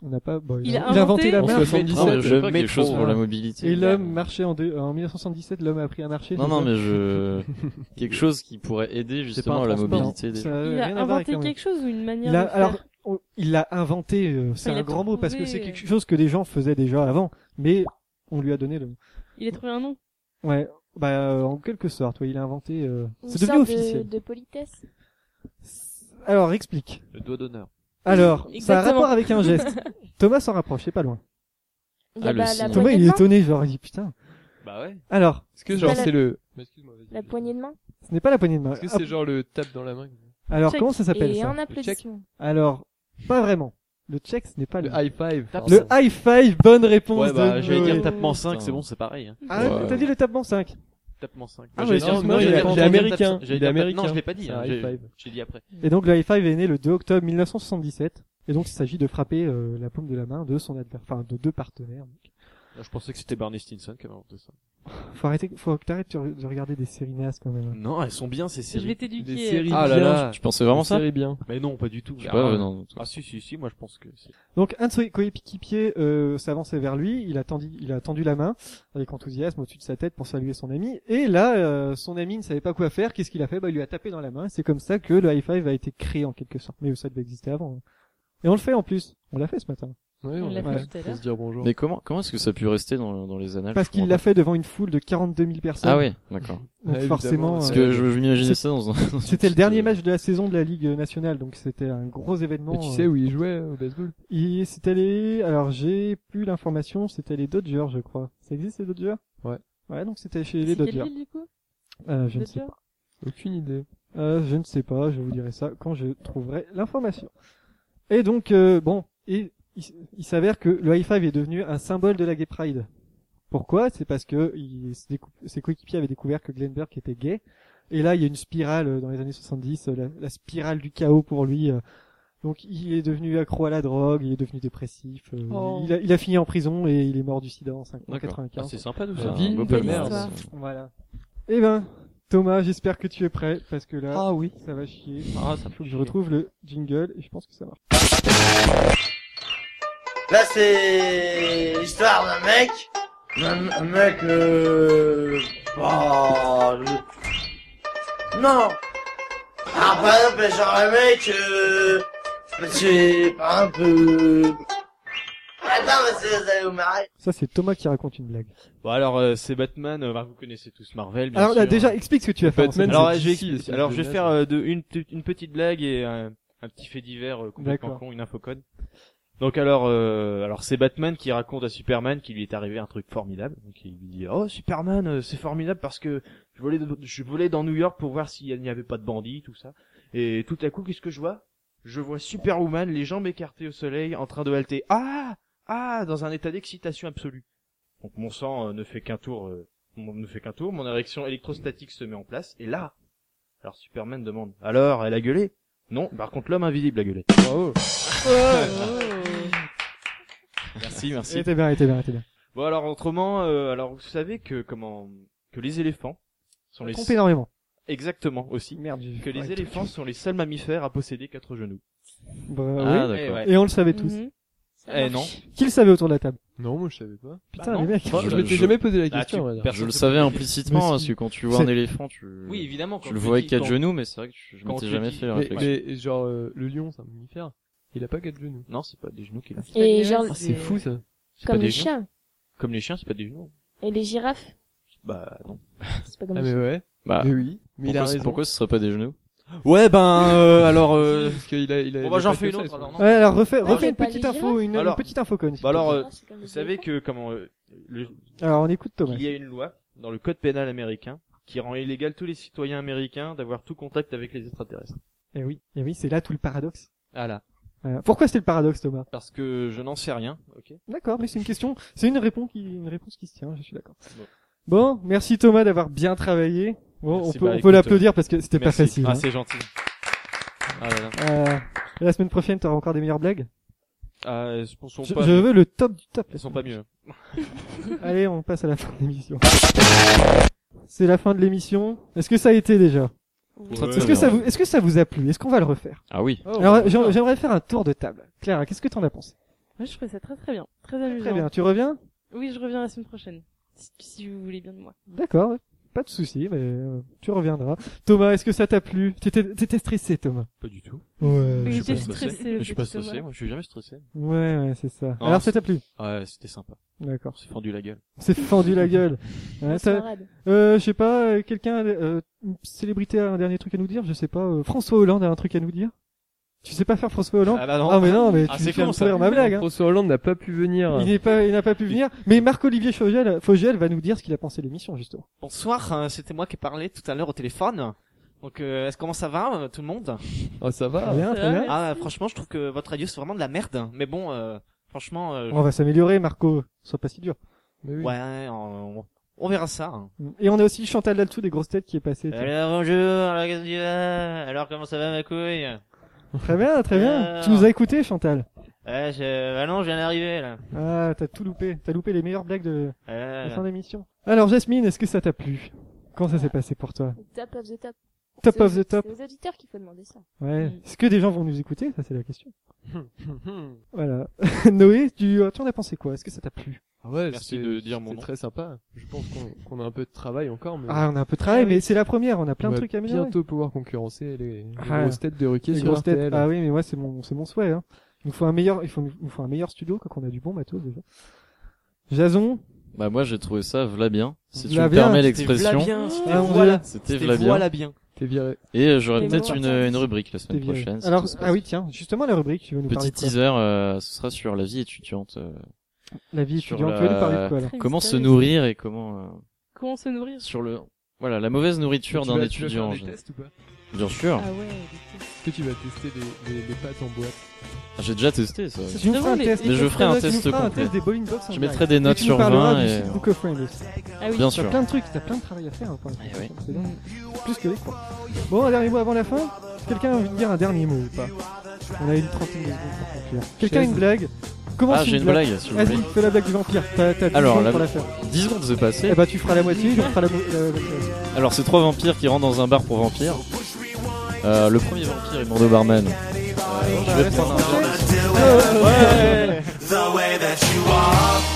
[SPEAKER 1] on n'a pas. bon,
[SPEAKER 5] Il a inventé-
[SPEAKER 1] la
[SPEAKER 5] En
[SPEAKER 1] marche.
[SPEAKER 5] 77,
[SPEAKER 2] Non, mais je sais
[SPEAKER 7] le
[SPEAKER 2] pas,
[SPEAKER 7] métro,
[SPEAKER 2] quelque chose pour la
[SPEAKER 7] voilà.
[SPEAKER 2] mobilité.
[SPEAKER 1] Et l'homme marchait en, deux- en 1977, l'homme a appris à marcher.
[SPEAKER 2] Non,
[SPEAKER 1] c'est
[SPEAKER 2] non,
[SPEAKER 1] ça
[SPEAKER 2] mais je...
[SPEAKER 1] *laughs*
[SPEAKER 2] Quelque chose qui pourrait aider
[SPEAKER 1] C'est pas
[SPEAKER 2] justement
[SPEAKER 1] un
[SPEAKER 2] à la
[SPEAKER 1] transport.
[SPEAKER 2] mobilité des
[SPEAKER 1] Ça
[SPEAKER 2] gens.
[SPEAKER 1] a
[SPEAKER 5] Il
[SPEAKER 1] rien à
[SPEAKER 5] a
[SPEAKER 1] voir avec
[SPEAKER 5] inventé
[SPEAKER 1] la
[SPEAKER 5] quelque chose ou une manière
[SPEAKER 1] Il a-
[SPEAKER 5] de faire.
[SPEAKER 1] alors, on- il l'a inventé, euh, c'est
[SPEAKER 5] il
[SPEAKER 1] un
[SPEAKER 5] l'a
[SPEAKER 1] grand mot parce que
[SPEAKER 5] trouvé,
[SPEAKER 1] c'est
[SPEAKER 5] euh.
[SPEAKER 1] quelque chose que des gens faisaient déjà avant, mais on lui a donné le.
[SPEAKER 5] Il a trouvé un nom.
[SPEAKER 1] Ouais, bah euh, en quelque sorte, ouais, il a inventé. euh,
[SPEAKER 6] Une
[SPEAKER 1] C'est devenu
[SPEAKER 6] sorte de-
[SPEAKER 1] officiel.
[SPEAKER 6] de politesse.
[SPEAKER 1] Alors explique.
[SPEAKER 7] Le doigt d'honneur.
[SPEAKER 1] Alors, ça a
[SPEAKER 5] Exactement.
[SPEAKER 1] rapport avec un
[SPEAKER 6] *laughs*
[SPEAKER 1] geste. Thomas s'en rapproche, c'est pas loin.
[SPEAKER 6] Il
[SPEAKER 2] Ah,
[SPEAKER 6] a
[SPEAKER 2] le
[SPEAKER 6] bah,
[SPEAKER 2] signe.
[SPEAKER 6] la
[SPEAKER 1] Thomas,
[SPEAKER 6] poignée
[SPEAKER 1] il est
[SPEAKER 6] de main.
[SPEAKER 1] étonné, genre il dit putain.
[SPEAKER 7] Bah ouais.
[SPEAKER 1] Alors,
[SPEAKER 4] Est-ce que genre
[SPEAKER 6] pas la-
[SPEAKER 4] c'est le... Mais excuse-moi, vas-y.
[SPEAKER 6] La poignée de main.
[SPEAKER 1] ce n'est pas la poignée de main.
[SPEAKER 4] Est-ce que
[SPEAKER 1] Ah,
[SPEAKER 4] c'est genre le tape dans la main
[SPEAKER 1] Alors
[SPEAKER 5] Check.
[SPEAKER 1] comment ça s'appelle
[SPEAKER 6] Et
[SPEAKER 1] ça
[SPEAKER 6] un applaudissement.
[SPEAKER 1] Alors, pas vraiment. Le check, ce n'est pas le.
[SPEAKER 4] ah, Le high five.
[SPEAKER 7] Tape
[SPEAKER 1] Le high five, bonne réponse.
[SPEAKER 7] Ouais, bah,
[SPEAKER 1] de
[SPEAKER 7] j'allais
[SPEAKER 1] Noé.
[SPEAKER 7] dire tapement 5,
[SPEAKER 2] Putain.
[SPEAKER 7] c'est bon, c'est pareil. Hein.
[SPEAKER 1] Ah,
[SPEAKER 2] Ouais.
[SPEAKER 1] t'as dit le tapement 5.
[SPEAKER 7] Tapement 5.
[SPEAKER 1] Ah,
[SPEAKER 7] J'allais
[SPEAKER 1] ouais,
[SPEAKER 7] dire-
[SPEAKER 1] non,
[SPEAKER 7] j'allais
[SPEAKER 1] il
[SPEAKER 7] dire-
[SPEAKER 1] a- il
[SPEAKER 7] j'allais
[SPEAKER 1] est
[SPEAKER 7] dire
[SPEAKER 4] américain,
[SPEAKER 7] tape- j'allais
[SPEAKER 4] il est
[SPEAKER 7] dire tape- Non,
[SPEAKER 4] américain.
[SPEAKER 7] je l'ai pas dit.
[SPEAKER 4] C'est un
[SPEAKER 7] hein,
[SPEAKER 4] high
[SPEAKER 7] J'ai
[SPEAKER 4] five.
[SPEAKER 7] j'ai dit après.
[SPEAKER 1] Et donc le high five est né le 2 octobre 1977. Et donc il s'agit de frapper euh, la paume de la main de son adversaire, enfin de deux partenaires.
[SPEAKER 7] Je pensais que c'était Barney Stinson qui avait inventé ça.
[SPEAKER 1] Faut arrêter, faut que t'arrêtes de re- de regarder des séries nasses quand même.
[SPEAKER 7] Non, elles sont bien ces
[SPEAKER 5] Je vais
[SPEAKER 7] séries.
[SPEAKER 5] t'éduquer.
[SPEAKER 4] Des séries.
[SPEAKER 7] Ah là là.
[SPEAKER 2] Tu pensais vraiment ça
[SPEAKER 4] Série bien.
[SPEAKER 7] Mais non, pas du tout.
[SPEAKER 2] Je sais pas, euh, non.
[SPEAKER 7] Ah si si si, moi je pense que c'est
[SPEAKER 1] Donc un de ses coéquipiers euh, s'avançait vers lui, il a, tendu, il a tendu la main avec enthousiasme au-dessus de sa tête pour saluer son ami. Et là, euh, son ami ne savait pas quoi faire, qu'est-ce qu'il a fait Bah il lui a tapé dans la main. C'est comme ça que le high five a été créé en quelque sorte. Mais ça devait exister avant. hein. Et on le fait en plus. On l'a fait ce
[SPEAKER 2] Ah,
[SPEAKER 1] matin.
[SPEAKER 4] Ouais,
[SPEAKER 5] On l'a
[SPEAKER 1] Ouais.
[SPEAKER 5] fait tout à
[SPEAKER 4] Faut
[SPEAKER 5] l'heure.
[SPEAKER 4] se dire bonjour.
[SPEAKER 2] Mais comment, comment est-ce que ça a pu rester dans, dans les annales
[SPEAKER 1] Parce
[SPEAKER 2] je
[SPEAKER 1] qu'il
[SPEAKER 2] comprends
[SPEAKER 1] l'a
[SPEAKER 2] pas.
[SPEAKER 1] fait devant une foule de 42 000 personnes.
[SPEAKER 2] Ah oui, d'accord.
[SPEAKER 1] Donc
[SPEAKER 4] Ah, évidemment,
[SPEAKER 1] forcément,
[SPEAKER 4] parce
[SPEAKER 2] Parce
[SPEAKER 1] euh,
[SPEAKER 2] que je, je m'imaginais
[SPEAKER 1] c'est-
[SPEAKER 2] ça dans un... dans une
[SPEAKER 1] c'était le
[SPEAKER 2] petite,
[SPEAKER 1] dernier
[SPEAKER 2] euh,
[SPEAKER 1] match de la saison de la Ligue nationale, donc c'était un gros événement.
[SPEAKER 4] Mais tu sais où il jouait euh, au baseball
[SPEAKER 1] Il c'était les alors j'ai plus l'information, c'était les Dodgers, je crois. Ça existe les Dodgers
[SPEAKER 4] Ouais.
[SPEAKER 1] Ouais, donc c'était chez les
[SPEAKER 5] C'est quelle
[SPEAKER 1] Dodgers.
[SPEAKER 5] ville du coup
[SPEAKER 1] Euh, je ne sais
[SPEAKER 5] Dodger
[SPEAKER 1] pas.
[SPEAKER 4] Aucune idée.
[SPEAKER 1] Euh, je ne sais pas, je vous dirai ça quand je trouverai l'information. Et donc euh, bon, et il, il s'avère que le high five est devenu un symbole de la gay pride. Pourquoi C'est parce que il- ses décou- ses coéquipiers avaient découvert que Glenn Burke était gay. Et là, il y a une spirale euh, dans les années 70, euh, la, la spirale du chaos pour lui. euh. Donc, il est devenu accro à la drogue, il est devenu dépressif. euh,
[SPEAKER 5] Oh.
[SPEAKER 1] il, a, il a fini en prison et il est mort du sida en
[SPEAKER 2] D'accord.
[SPEAKER 1] 1995.
[SPEAKER 7] c'est sympa tout
[SPEAKER 2] euh, un
[SPEAKER 7] ça.
[SPEAKER 4] Ville,
[SPEAKER 2] beau
[SPEAKER 4] belle
[SPEAKER 2] palmarès.
[SPEAKER 5] histoire.
[SPEAKER 1] voilà. Eh ben, Thomas, j'espère que tu es prêt parce que là,
[SPEAKER 4] oui.
[SPEAKER 1] ça va chier.
[SPEAKER 7] Ah, ça me
[SPEAKER 1] Faut que je retrouve le jingle et je pense que ça marche.
[SPEAKER 9] Là, c'est l'histoire d'un mec. Un, un mec, euh... Oh, le- Non. Ah, par exemple, genre un mec, euh... C'est, par exemple, euh... Attends, monsieur, vous allez vous marrer.
[SPEAKER 1] Ça, c'est Thomas qui raconte une blague.
[SPEAKER 7] Bon alors euh, c'est Batman, euh, bah, vous connaissez tous Marvel bien
[SPEAKER 1] Alors là,
[SPEAKER 7] sûr. hein.
[SPEAKER 1] déjà, explique ce que tu as fait.
[SPEAKER 4] Batman,
[SPEAKER 1] en
[SPEAKER 7] Alors,
[SPEAKER 1] cette-
[SPEAKER 7] ouais, je vais,
[SPEAKER 4] d'ici,
[SPEAKER 7] expliquer.
[SPEAKER 4] le
[SPEAKER 7] Alors, je
[SPEAKER 4] film
[SPEAKER 7] vais
[SPEAKER 4] de
[SPEAKER 7] faire
[SPEAKER 4] Nolan.
[SPEAKER 7] euh, de, une, petite- une petite blague et un, un petit fait divers euh, complètement
[SPEAKER 1] D'accord.
[SPEAKER 7] con, une infocode. Donc alors, euh, alors c'est Batman qui raconte à Superman qu'il lui est arrivé un truc formidable. Donc il lui dit oh Superman, euh, c'est formidable parce que je volais, de- je volais dans New York pour voir s'il n'y avait pas de bandits, tout ça. Et tout à coup, qu'est-ce que je vois Je vois Superwoman, les jambes écartées au soleil, en train de halter. Ah ah, dans un état d'excitation absolue. Donc mon sang euh, ne fait qu'un tour, euh, mon- ne fait qu'un tour. Mon érection électrostatique se met en place et là, alors Superman demande Alors, elle a gueulé Non, par contre l'homme invisible a gueulé.
[SPEAKER 4] Bravo.
[SPEAKER 1] Oh,
[SPEAKER 7] *laughs* Merci,
[SPEAKER 1] Elle
[SPEAKER 7] merci.
[SPEAKER 1] oh, était bien, elle était bien, elle était bien.
[SPEAKER 7] Bon alors autrement, euh, alors vous savez que comment que les éléphants sont les
[SPEAKER 1] Trompe énormément.
[SPEAKER 7] exactement aussi
[SPEAKER 1] Merde, j'ai-
[SPEAKER 7] que les
[SPEAKER 1] ouais.
[SPEAKER 7] éléphants sont les seuls mammifères à posséder quatre genoux.
[SPEAKER 1] Bah, oui.
[SPEAKER 2] Ah,
[SPEAKER 7] Eh
[SPEAKER 2] d'accord.
[SPEAKER 7] ouais.
[SPEAKER 1] Et on le savait tous.
[SPEAKER 5] Mhm.
[SPEAKER 7] Eh non.
[SPEAKER 1] Qui le savait autour de la table
[SPEAKER 4] Non, moi je savais pas.
[SPEAKER 1] Putain,
[SPEAKER 7] non.
[SPEAKER 1] les mecs.
[SPEAKER 7] Moi,
[SPEAKER 2] je
[SPEAKER 4] Ah, Je
[SPEAKER 2] Bah,
[SPEAKER 4] m'étais jamais posé la question. on va dire.
[SPEAKER 2] Je le
[SPEAKER 7] se
[SPEAKER 2] savais
[SPEAKER 7] pose-
[SPEAKER 1] Mais
[SPEAKER 2] implicitement, parce
[SPEAKER 1] si.
[SPEAKER 2] que quand tu vois
[SPEAKER 1] C'est-
[SPEAKER 2] un éléphant, tu,
[SPEAKER 7] Oui, évidemment. quand
[SPEAKER 2] tu le
[SPEAKER 7] tu
[SPEAKER 2] vois
[SPEAKER 7] dis
[SPEAKER 2] avec quatre
[SPEAKER 7] quand-
[SPEAKER 2] genoux, mais c'est vrai que je, je
[SPEAKER 7] quand
[SPEAKER 2] m'étais
[SPEAKER 7] tu
[SPEAKER 2] jamais
[SPEAKER 7] dis-
[SPEAKER 2] fait la
[SPEAKER 7] mais-
[SPEAKER 2] réflexion.
[SPEAKER 4] Mais, mais genre euh, le lion, c'est un mammifère. Il a pas quatre genoux.
[SPEAKER 7] Non, c'est pas des genoux qu'il a.
[SPEAKER 6] Et genre,
[SPEAKER 4] Ah, c'est fou ça.
[SPEAKER 7] C'est
[SPEAKER 6] comme
[SPEAKER 7] pas des
[SPEAKER 6] les
[SPEAKER 7] genoux.
[SPEAKER 6] chiens.
[SPEAKER 7] Comme les chiens, c'est pas des genoux.
[SPEAKER 6] Et les girafes.
[SPEAKER 7] Bah non.
[SPEAKER 6] C'est pas comme
[SPEAKER 4] Ah
[SPEAKER 6] les
[SPEAKER 4] mais
[SPEAKER 6] chiens.
[SPEAKER 4] ouais.
[SPEAKER 2] Bah,
[SPEAKER 4] Mais oui. Mais il a
[SPEAKER 2] pourquoi, c'est-
[SPEAKER 4] raison.
[SPEAKER 2] pourquoi ce serait pas des genoux
[SPEAKER 7] Ouais ben alors.
[SPEAKER 4] Parce qu'il a, il a.
[SPEAKER 7] Bon,
[SPEAKER 4] il
[SPEAKER 7] bah,
[SPEAKER 4] a
[SPEAKER 7] j'en
[SPEAKER 4] pas
[SPEAKER 7] fais
[SPEAKER 4] Euh, que
[SPEAKER 7] une
[SPEAKER 4] ça,
[SPEAKER 7] autre,
[SPEAKER 4] ça.
[SPEAKER 7] alors, non
[SPEAKER 1] Ouais, alors refais,
[SPEAKER 6] Non,
[SPEAKER 1] refais
[SPEAKER 6] j'ai
[SPEAKER 1] une
[SPEAKER 6] pas
[SPEAKER 1] petite
[SPEAKER 6] les
[SPEAKER 1] info, une,
[SPEAKER 7] Alors-
[SPEAKER 1] une petite info conne.
[SPEAKER 7] Bah, alors, euh,
[SPEAKER 6] C'est comme les
[SPEAKER 7] Vous savez
[SPEAKER 6] éléphants.
[SPEAKER 7] que comment euh, le,
[SPEAKER 1] Alors, Ah, on écoute Thomas.
[SPEAKER 7] Il y a une loi dans le code pénal américain qui rend illégal tous les citoyens américains d'avoir tout contact avec les extraterrestres.
[SPEAKER 1] Eh oui, eh oui, c'est là tout le paradoxe.
[SPEAKER 7] Ah là.
[SPEAKER 1] Voilà. Pourquoi c'était le paradoxe, Thomas
[SPEAKER 7] Parce que je n'en sais rien. Ok.
[SPEAKER 1] D'accord, mais c'est une question, c'est une réponse qui, une réponse qui se tient. Je suis d'accord.
[SPEAKER 7] Bon.
[SPEAKER 1] Bon, merci Thomas d'avoir bien travaillé. Bon,
[SPEAKER 7] Merci,
[SPEAKER 1] on peut,
[SPEAKER 7] bah,
[SPEAKER 1] on peut
[SPEAKER 7] écoute,
[SPEAKER 1] l'applaudir parce que c'était pas
[SPEAKER 7] Merci.
[SPEAKER 1] facile.
[SPEAKER 7] Ah,
[SPEAKER 1] hein.
[SPEAKER 7] c'est gentil. Ah là là.
[SPEAKER 1] Euh, la semaine prochaine, t'auras encore des meilleures blagues.
[SPEAKER 7] Ah, elles sont sont
[SPEAKER 1] Je,
[SPEAKER 7] pas.
[SPEAKER 1] je veux le top du top. *laughs*
[SPEAKER 7] Elles sont pas mieux.
[SPEAKER 1] Allez, on passe à la fin de l'émission. C'est la fin de l'émission. Est-ce que ça a été déjà
[SPEAKER 7] euh,
[SPEAKER 1] Est-ce que ça vous, est-ce que ça vous a plu Est-ce qu'on va le refaire
[SPEAKER 7] Oh,
[SPEAKER 4] Oh,
[SPEAKER 2] Ah oui.
[SPEAKER 1] Alors, j'ai- j'aimerais faire un tour de table. Clara, qu'est-ce que t'en as pensé
[SPEAKER 5] Moi, je trouvais ça très très bien, très amusant.
[SPEAKER 1] Très bien, tu reviens
[SPEAKER 5] Oui, je reviens la semaine prochaine, si, si vous voulez bien de moi.
[SPEAKER 1] D'accord, ouais. pas de souci, mais euh, tu reviendras. Thomas, est-ce que ça t'a plu T'étais t'étais stressé, Thomas
[SPEAKER 7] Pas du tout.
[SPEAKER 1] Ouais.
[SPEAKER 5] Oui,
[SPEAKER 7] Euh, je suis
[SPEAKER 5] j'étais
[SPEAKER 7] pas stressé.
[SPEAKER 5] stressé,
[SPEAKER 7] je suis pas
[SPEAKER 5] petit
[SPEAKER 7] stressé,
[SPEAKER 5] Thomas.
[SPEAKER 7] moi. Je suis jamais stressé.
[SPEAKER 1] Ouais, ouais, c'est ça.
[SPEAKER 7] Non,
[SPEAKER 1] Alors ça
[SPEAKER 7] c'est-
[SPEAKER 1] t'a plu
[SPEAKER 7] Ouais, c'était sympa.
[SPEAKER 1] D'accord.
[SPEAKER 7] On s'est fendu la gueule.
[SPEAKER 1] C'est fendu la gueule. Ouais, ça-
[SPEAKER 6] Camarade.
[SPEAKER 1] euh, je sais pas, euh, quelqu'un, euh, une célébrité a un dernier truc à nous dire Je sais pas, euh, François Hollande a un truc à nous dire Tu sais pas faire François Hollande
[SPEAKER 7] bah
[SPEAKER 1] Ah mais non, mais
[SPEAKER 7] Ah,
[SPEAKER 1] tu
[SPEAKER 7] c'est
[SPEAKER 1] viens
[SPEAKER 7] con,
[SPEAKER 1] de
[SPEAKER 7] ça. Ah.
[SPEAKER 1] faire ma blague. hein.
[SPEAKER 7] *laughs*
[SPEAKER 4] François Hollande n'a pas pu venir.
[SPEAKER 1] Il n'est pas, il n'a pas pu venir. Mais Marc-Olivier Fogel, Fogel va nous dire ce qu'il a pensé de l'émission, justement.
[SPEAKER 11] Bonsoir, euh, c'était moi qui ai parlé tout à l'heure au téléphone. Donc, euh, est-ce comment ça va, euh, tout le monde
[SPEAKER 4] Ah, ça va.
[SPEAKER 1] Très bien, très bien.
[SPEAKER 11] Ah, franchement, je trouve que votre radio c'est vraiment de la merde. Mais bon, euh, franchement, euh,
[SPEAKER 1] On va s'améliorer, Marco. Sois pas si dur.
[SPEAKER 4] Mais oui.
[SPEAKER 11] ouais, on, on verra ça. hein.
[SPEAKER 1] Et on a aussi Chantal Latsou des grosses têtes qui est passée.
[SPEAKER 7] Ah,
[SPEAKER 1] tiens.
[SPEAKER 11] Alors bonjour, alors qu'est-ce que tu vas Alors comment ça va ma couille
[SPEAKER 1] Très bien, très bien.
[SPEAKER 11] Alors.
[SPEAKER 1] Tu
[SPEAKER 7] Ah.
[SPEAKER 1] nous as écouté, Chantal.
[SPEAKER 11] Ouais, je... Bah non, je viens d'arriver là.
[SPEAKER 1] Ah, t'as tout loupé. T'as loupé les meilleures blagues de
[SPEAKER 11] Euh,
[SPEAKER 1] la fin d'émission. Alors, Jasmine, est-ce que ça t'a plu Comment ça s'est passé pour toi
[SPEAKER 6] Top of the top.
[SPEAKER 1] Top
[SPEAKER 6] C'est
[SPEAKER 1] of
[SPEAKER 6] aux-
[SPEAKER 1] the top.
[SPEAKER 6] C'est aux auditeurs qu'il faut demander ça.
[SPEAKER 1] Ouais. Est-ce que des gens vont nous écouter Ça, c'est la *laughs* question. Voilà. *laughs* Noé, tu, euh, tu en as pensé quoi Est-ce que ça t'a plu
[SPEAKER 4] Ah ouais,
[SPEAKER 7] Merci
[SPEAKER 4] c'est-
[SPEAKER 7] de dire mon
[SPEAKER 4] c'est
[SPEAKER 7] nom.
[SPEAKER 4] très sympa. Je pense qu'on qu'on a un peu de travail encore, mais
[SPEAKER 1] Ah, on a un peu de travail,
[SPEAKER 5] Ah oui.
[SPEAKER 1] mais c'est la première. On a plein
[SPEAKER 4] on
[SPEAKER 1] de
[SPEAKER 4] va
[SPEAKER 1] trucs à améliorer.
[SPEAKER 4] bientôt pouvoir concurrencer les, les
[SPEAKER 1] Ah.
[SPEAKER 4] grosses têtes de Ruquier
[SPEAKER 1] Les
[SPEAKER 4] sur
[SPEAKER 1] grosses têtes.
[SPEAKER 4] RTL.
[SPEAKER 1] Ah oui, mais moi c'est mon c'est mon souhait. Hein. Il nous faut un meilleur, il faut il nous faut un meilleur studio quand on a du bon matos déjà. Jason,
[SPEAKER 2] Bah moi j'ai trouvé ça vla bien, si tu
[SPEAKER 1] Vla
[SPEAKER 2] me
[SPEAKER 1] bien,
[SPEAKER 2] permets
[SPEAKER 11] c'était v'là
[SPEAKER 2] l'expression.
[SPEAKER 11] bien, c'était
[SPEAKER 1] Ah, mon
[SPEAKER 11] voilà.
[SPEAKER 1] Dieu.
[SPEAKER 2] C'était
[SPEAKER 11] C'était
[SPEAKER 2] vla bien.
[SPEAKER 11] voilà bien.
[SPEAKER 4] T'es viré.
[SPEAKER 2] Et euh, j'aurais
[SPEAKER 5] Mais
[SPEAKER 2] peut-être
[SPEAKER 5] bon,
[SPEAKER 2] une,
[SPEAKER 5] attends.
[SPEAKER 2] une rubrique la
[SPEAKER 1] t'es
[SPEAKER 2] semaine
[SPEAKER 1] viré.
[SPEAKER 2] prochaine. si
[SPEAKER 1] Alors
[SPEAKER 2] tout se passe.
[SPEAKER 1] ah oui tiens, justement la rubrique, tu veux nous parler
[SPEAKER 2] Petit
[SPEAKER 1] de quoi
[SPEAKER 2] teaser, euh, ce sera sur la vie étudiante. euh,
[SPEAKER 1] La vie
[SPEAKER 2] sur
[SPEAKER 1] étudiante,
[SPEAKER 2] la-
[SPEAKER 1] tu veux nous parler de quoi là
[SPEAKER 5] Très
[SPEAKER 2] comment se
[SPEAKER 5] mystérieux.
[SPEAKER 2] nourrir et comment euh,
[SPEAKER 5] Comment se nourrir
[SPEAKER 2] sur le voilà la mauvaise nourriture
[SPEAKER 4] Tu
[SPEAKER 2] d'un
[SPEAKER 4] vas- tu vas
[SPEAKER 2] étudiant. en
[SPEAKER 4] faire des
[SPEAKER 2] général.
[SPEAKER 4] tests ou pas
[SPEAKER 2] Bien sûr,
[SPEAKER 5] Ah ouais, des tests.
[SPEAKER 4] Est-ce que tu vas tester des, des, des pâtes en boîte
[SPEAKER 1] Ah.
[SPEAKER 2] j'ai déjà testé ça.
[SPEAKER 1] Tu nous feras un
[SPEAKER 5] les-
[SPEAKER 1] test.
[SPEAKER 5] les-
[SPEAKER 2] Mais Euh, je ferai un
[SPEAKER 1] Tu nous
[SPEAKER 2] test
[SPEAKER 1] feras un
[SPEAKER 2] complet.
[SPEAKER 1] test des bowling box. en
[SPEAKER 2] Je
[SPEAKER 1] direct.
[SPEAKER 2] mettrai des notes
[SPEAKER 1] Et tu
[SPEAKER 2] sur
[SPEAKER 1] nous parleras
[SPEAKER 2] 20
[SPEAKER 1] du
[SPEAKER 2] et
[SPEAKER 1] site Book of Friends aussi.
[SPEAKER 5] Ah oui.
[SPEAKER 2] bien
[SPEAKER 1] T'as
[SPEAKER 2] sûr.
[SPEAKER 1] plein de trucs, t'as plein de travail à faire. hein, pour la
[SPEAKER 2] Eh
[SPEAKER 1] prochaine
[SPEAKER 2] oui.
[SPEAKER 1] fois, c'est bien. Plus que les cours. Bon, un dernier mot avant la fin. Quelqu'un a envie de dire un dernier mot ou pas On a une trentaine de secondes pour conclure. Quelqu'un a une blague Comment
[SPEAKER 2] Ah j'ai une blague. si vous
[SPEAKER 1] Vas-y,
[SPEAKER 2] voulez.
[SPEAKER 1] fais la blague du vampire. T'as t'as dix
[SPEAKER 2] Alors,
[SPEAKER 1] secondes
[SPEAKER 2] la-
[SPEAKER 1] pour la faire.
[SPEAKER 2] 10 secondes de passé.
[SPEAKER 1] Eh bah tu feras la moitié, je ferai la, mo- la moitié.
[SPEAKER 2] Alors, c'est trois vampires qui rentrent dans un bar pour vampires. Euh, le premier vampire est demande au barman. Euh, je vais prendre un verre.
[SPEAKER 9] The way that you are.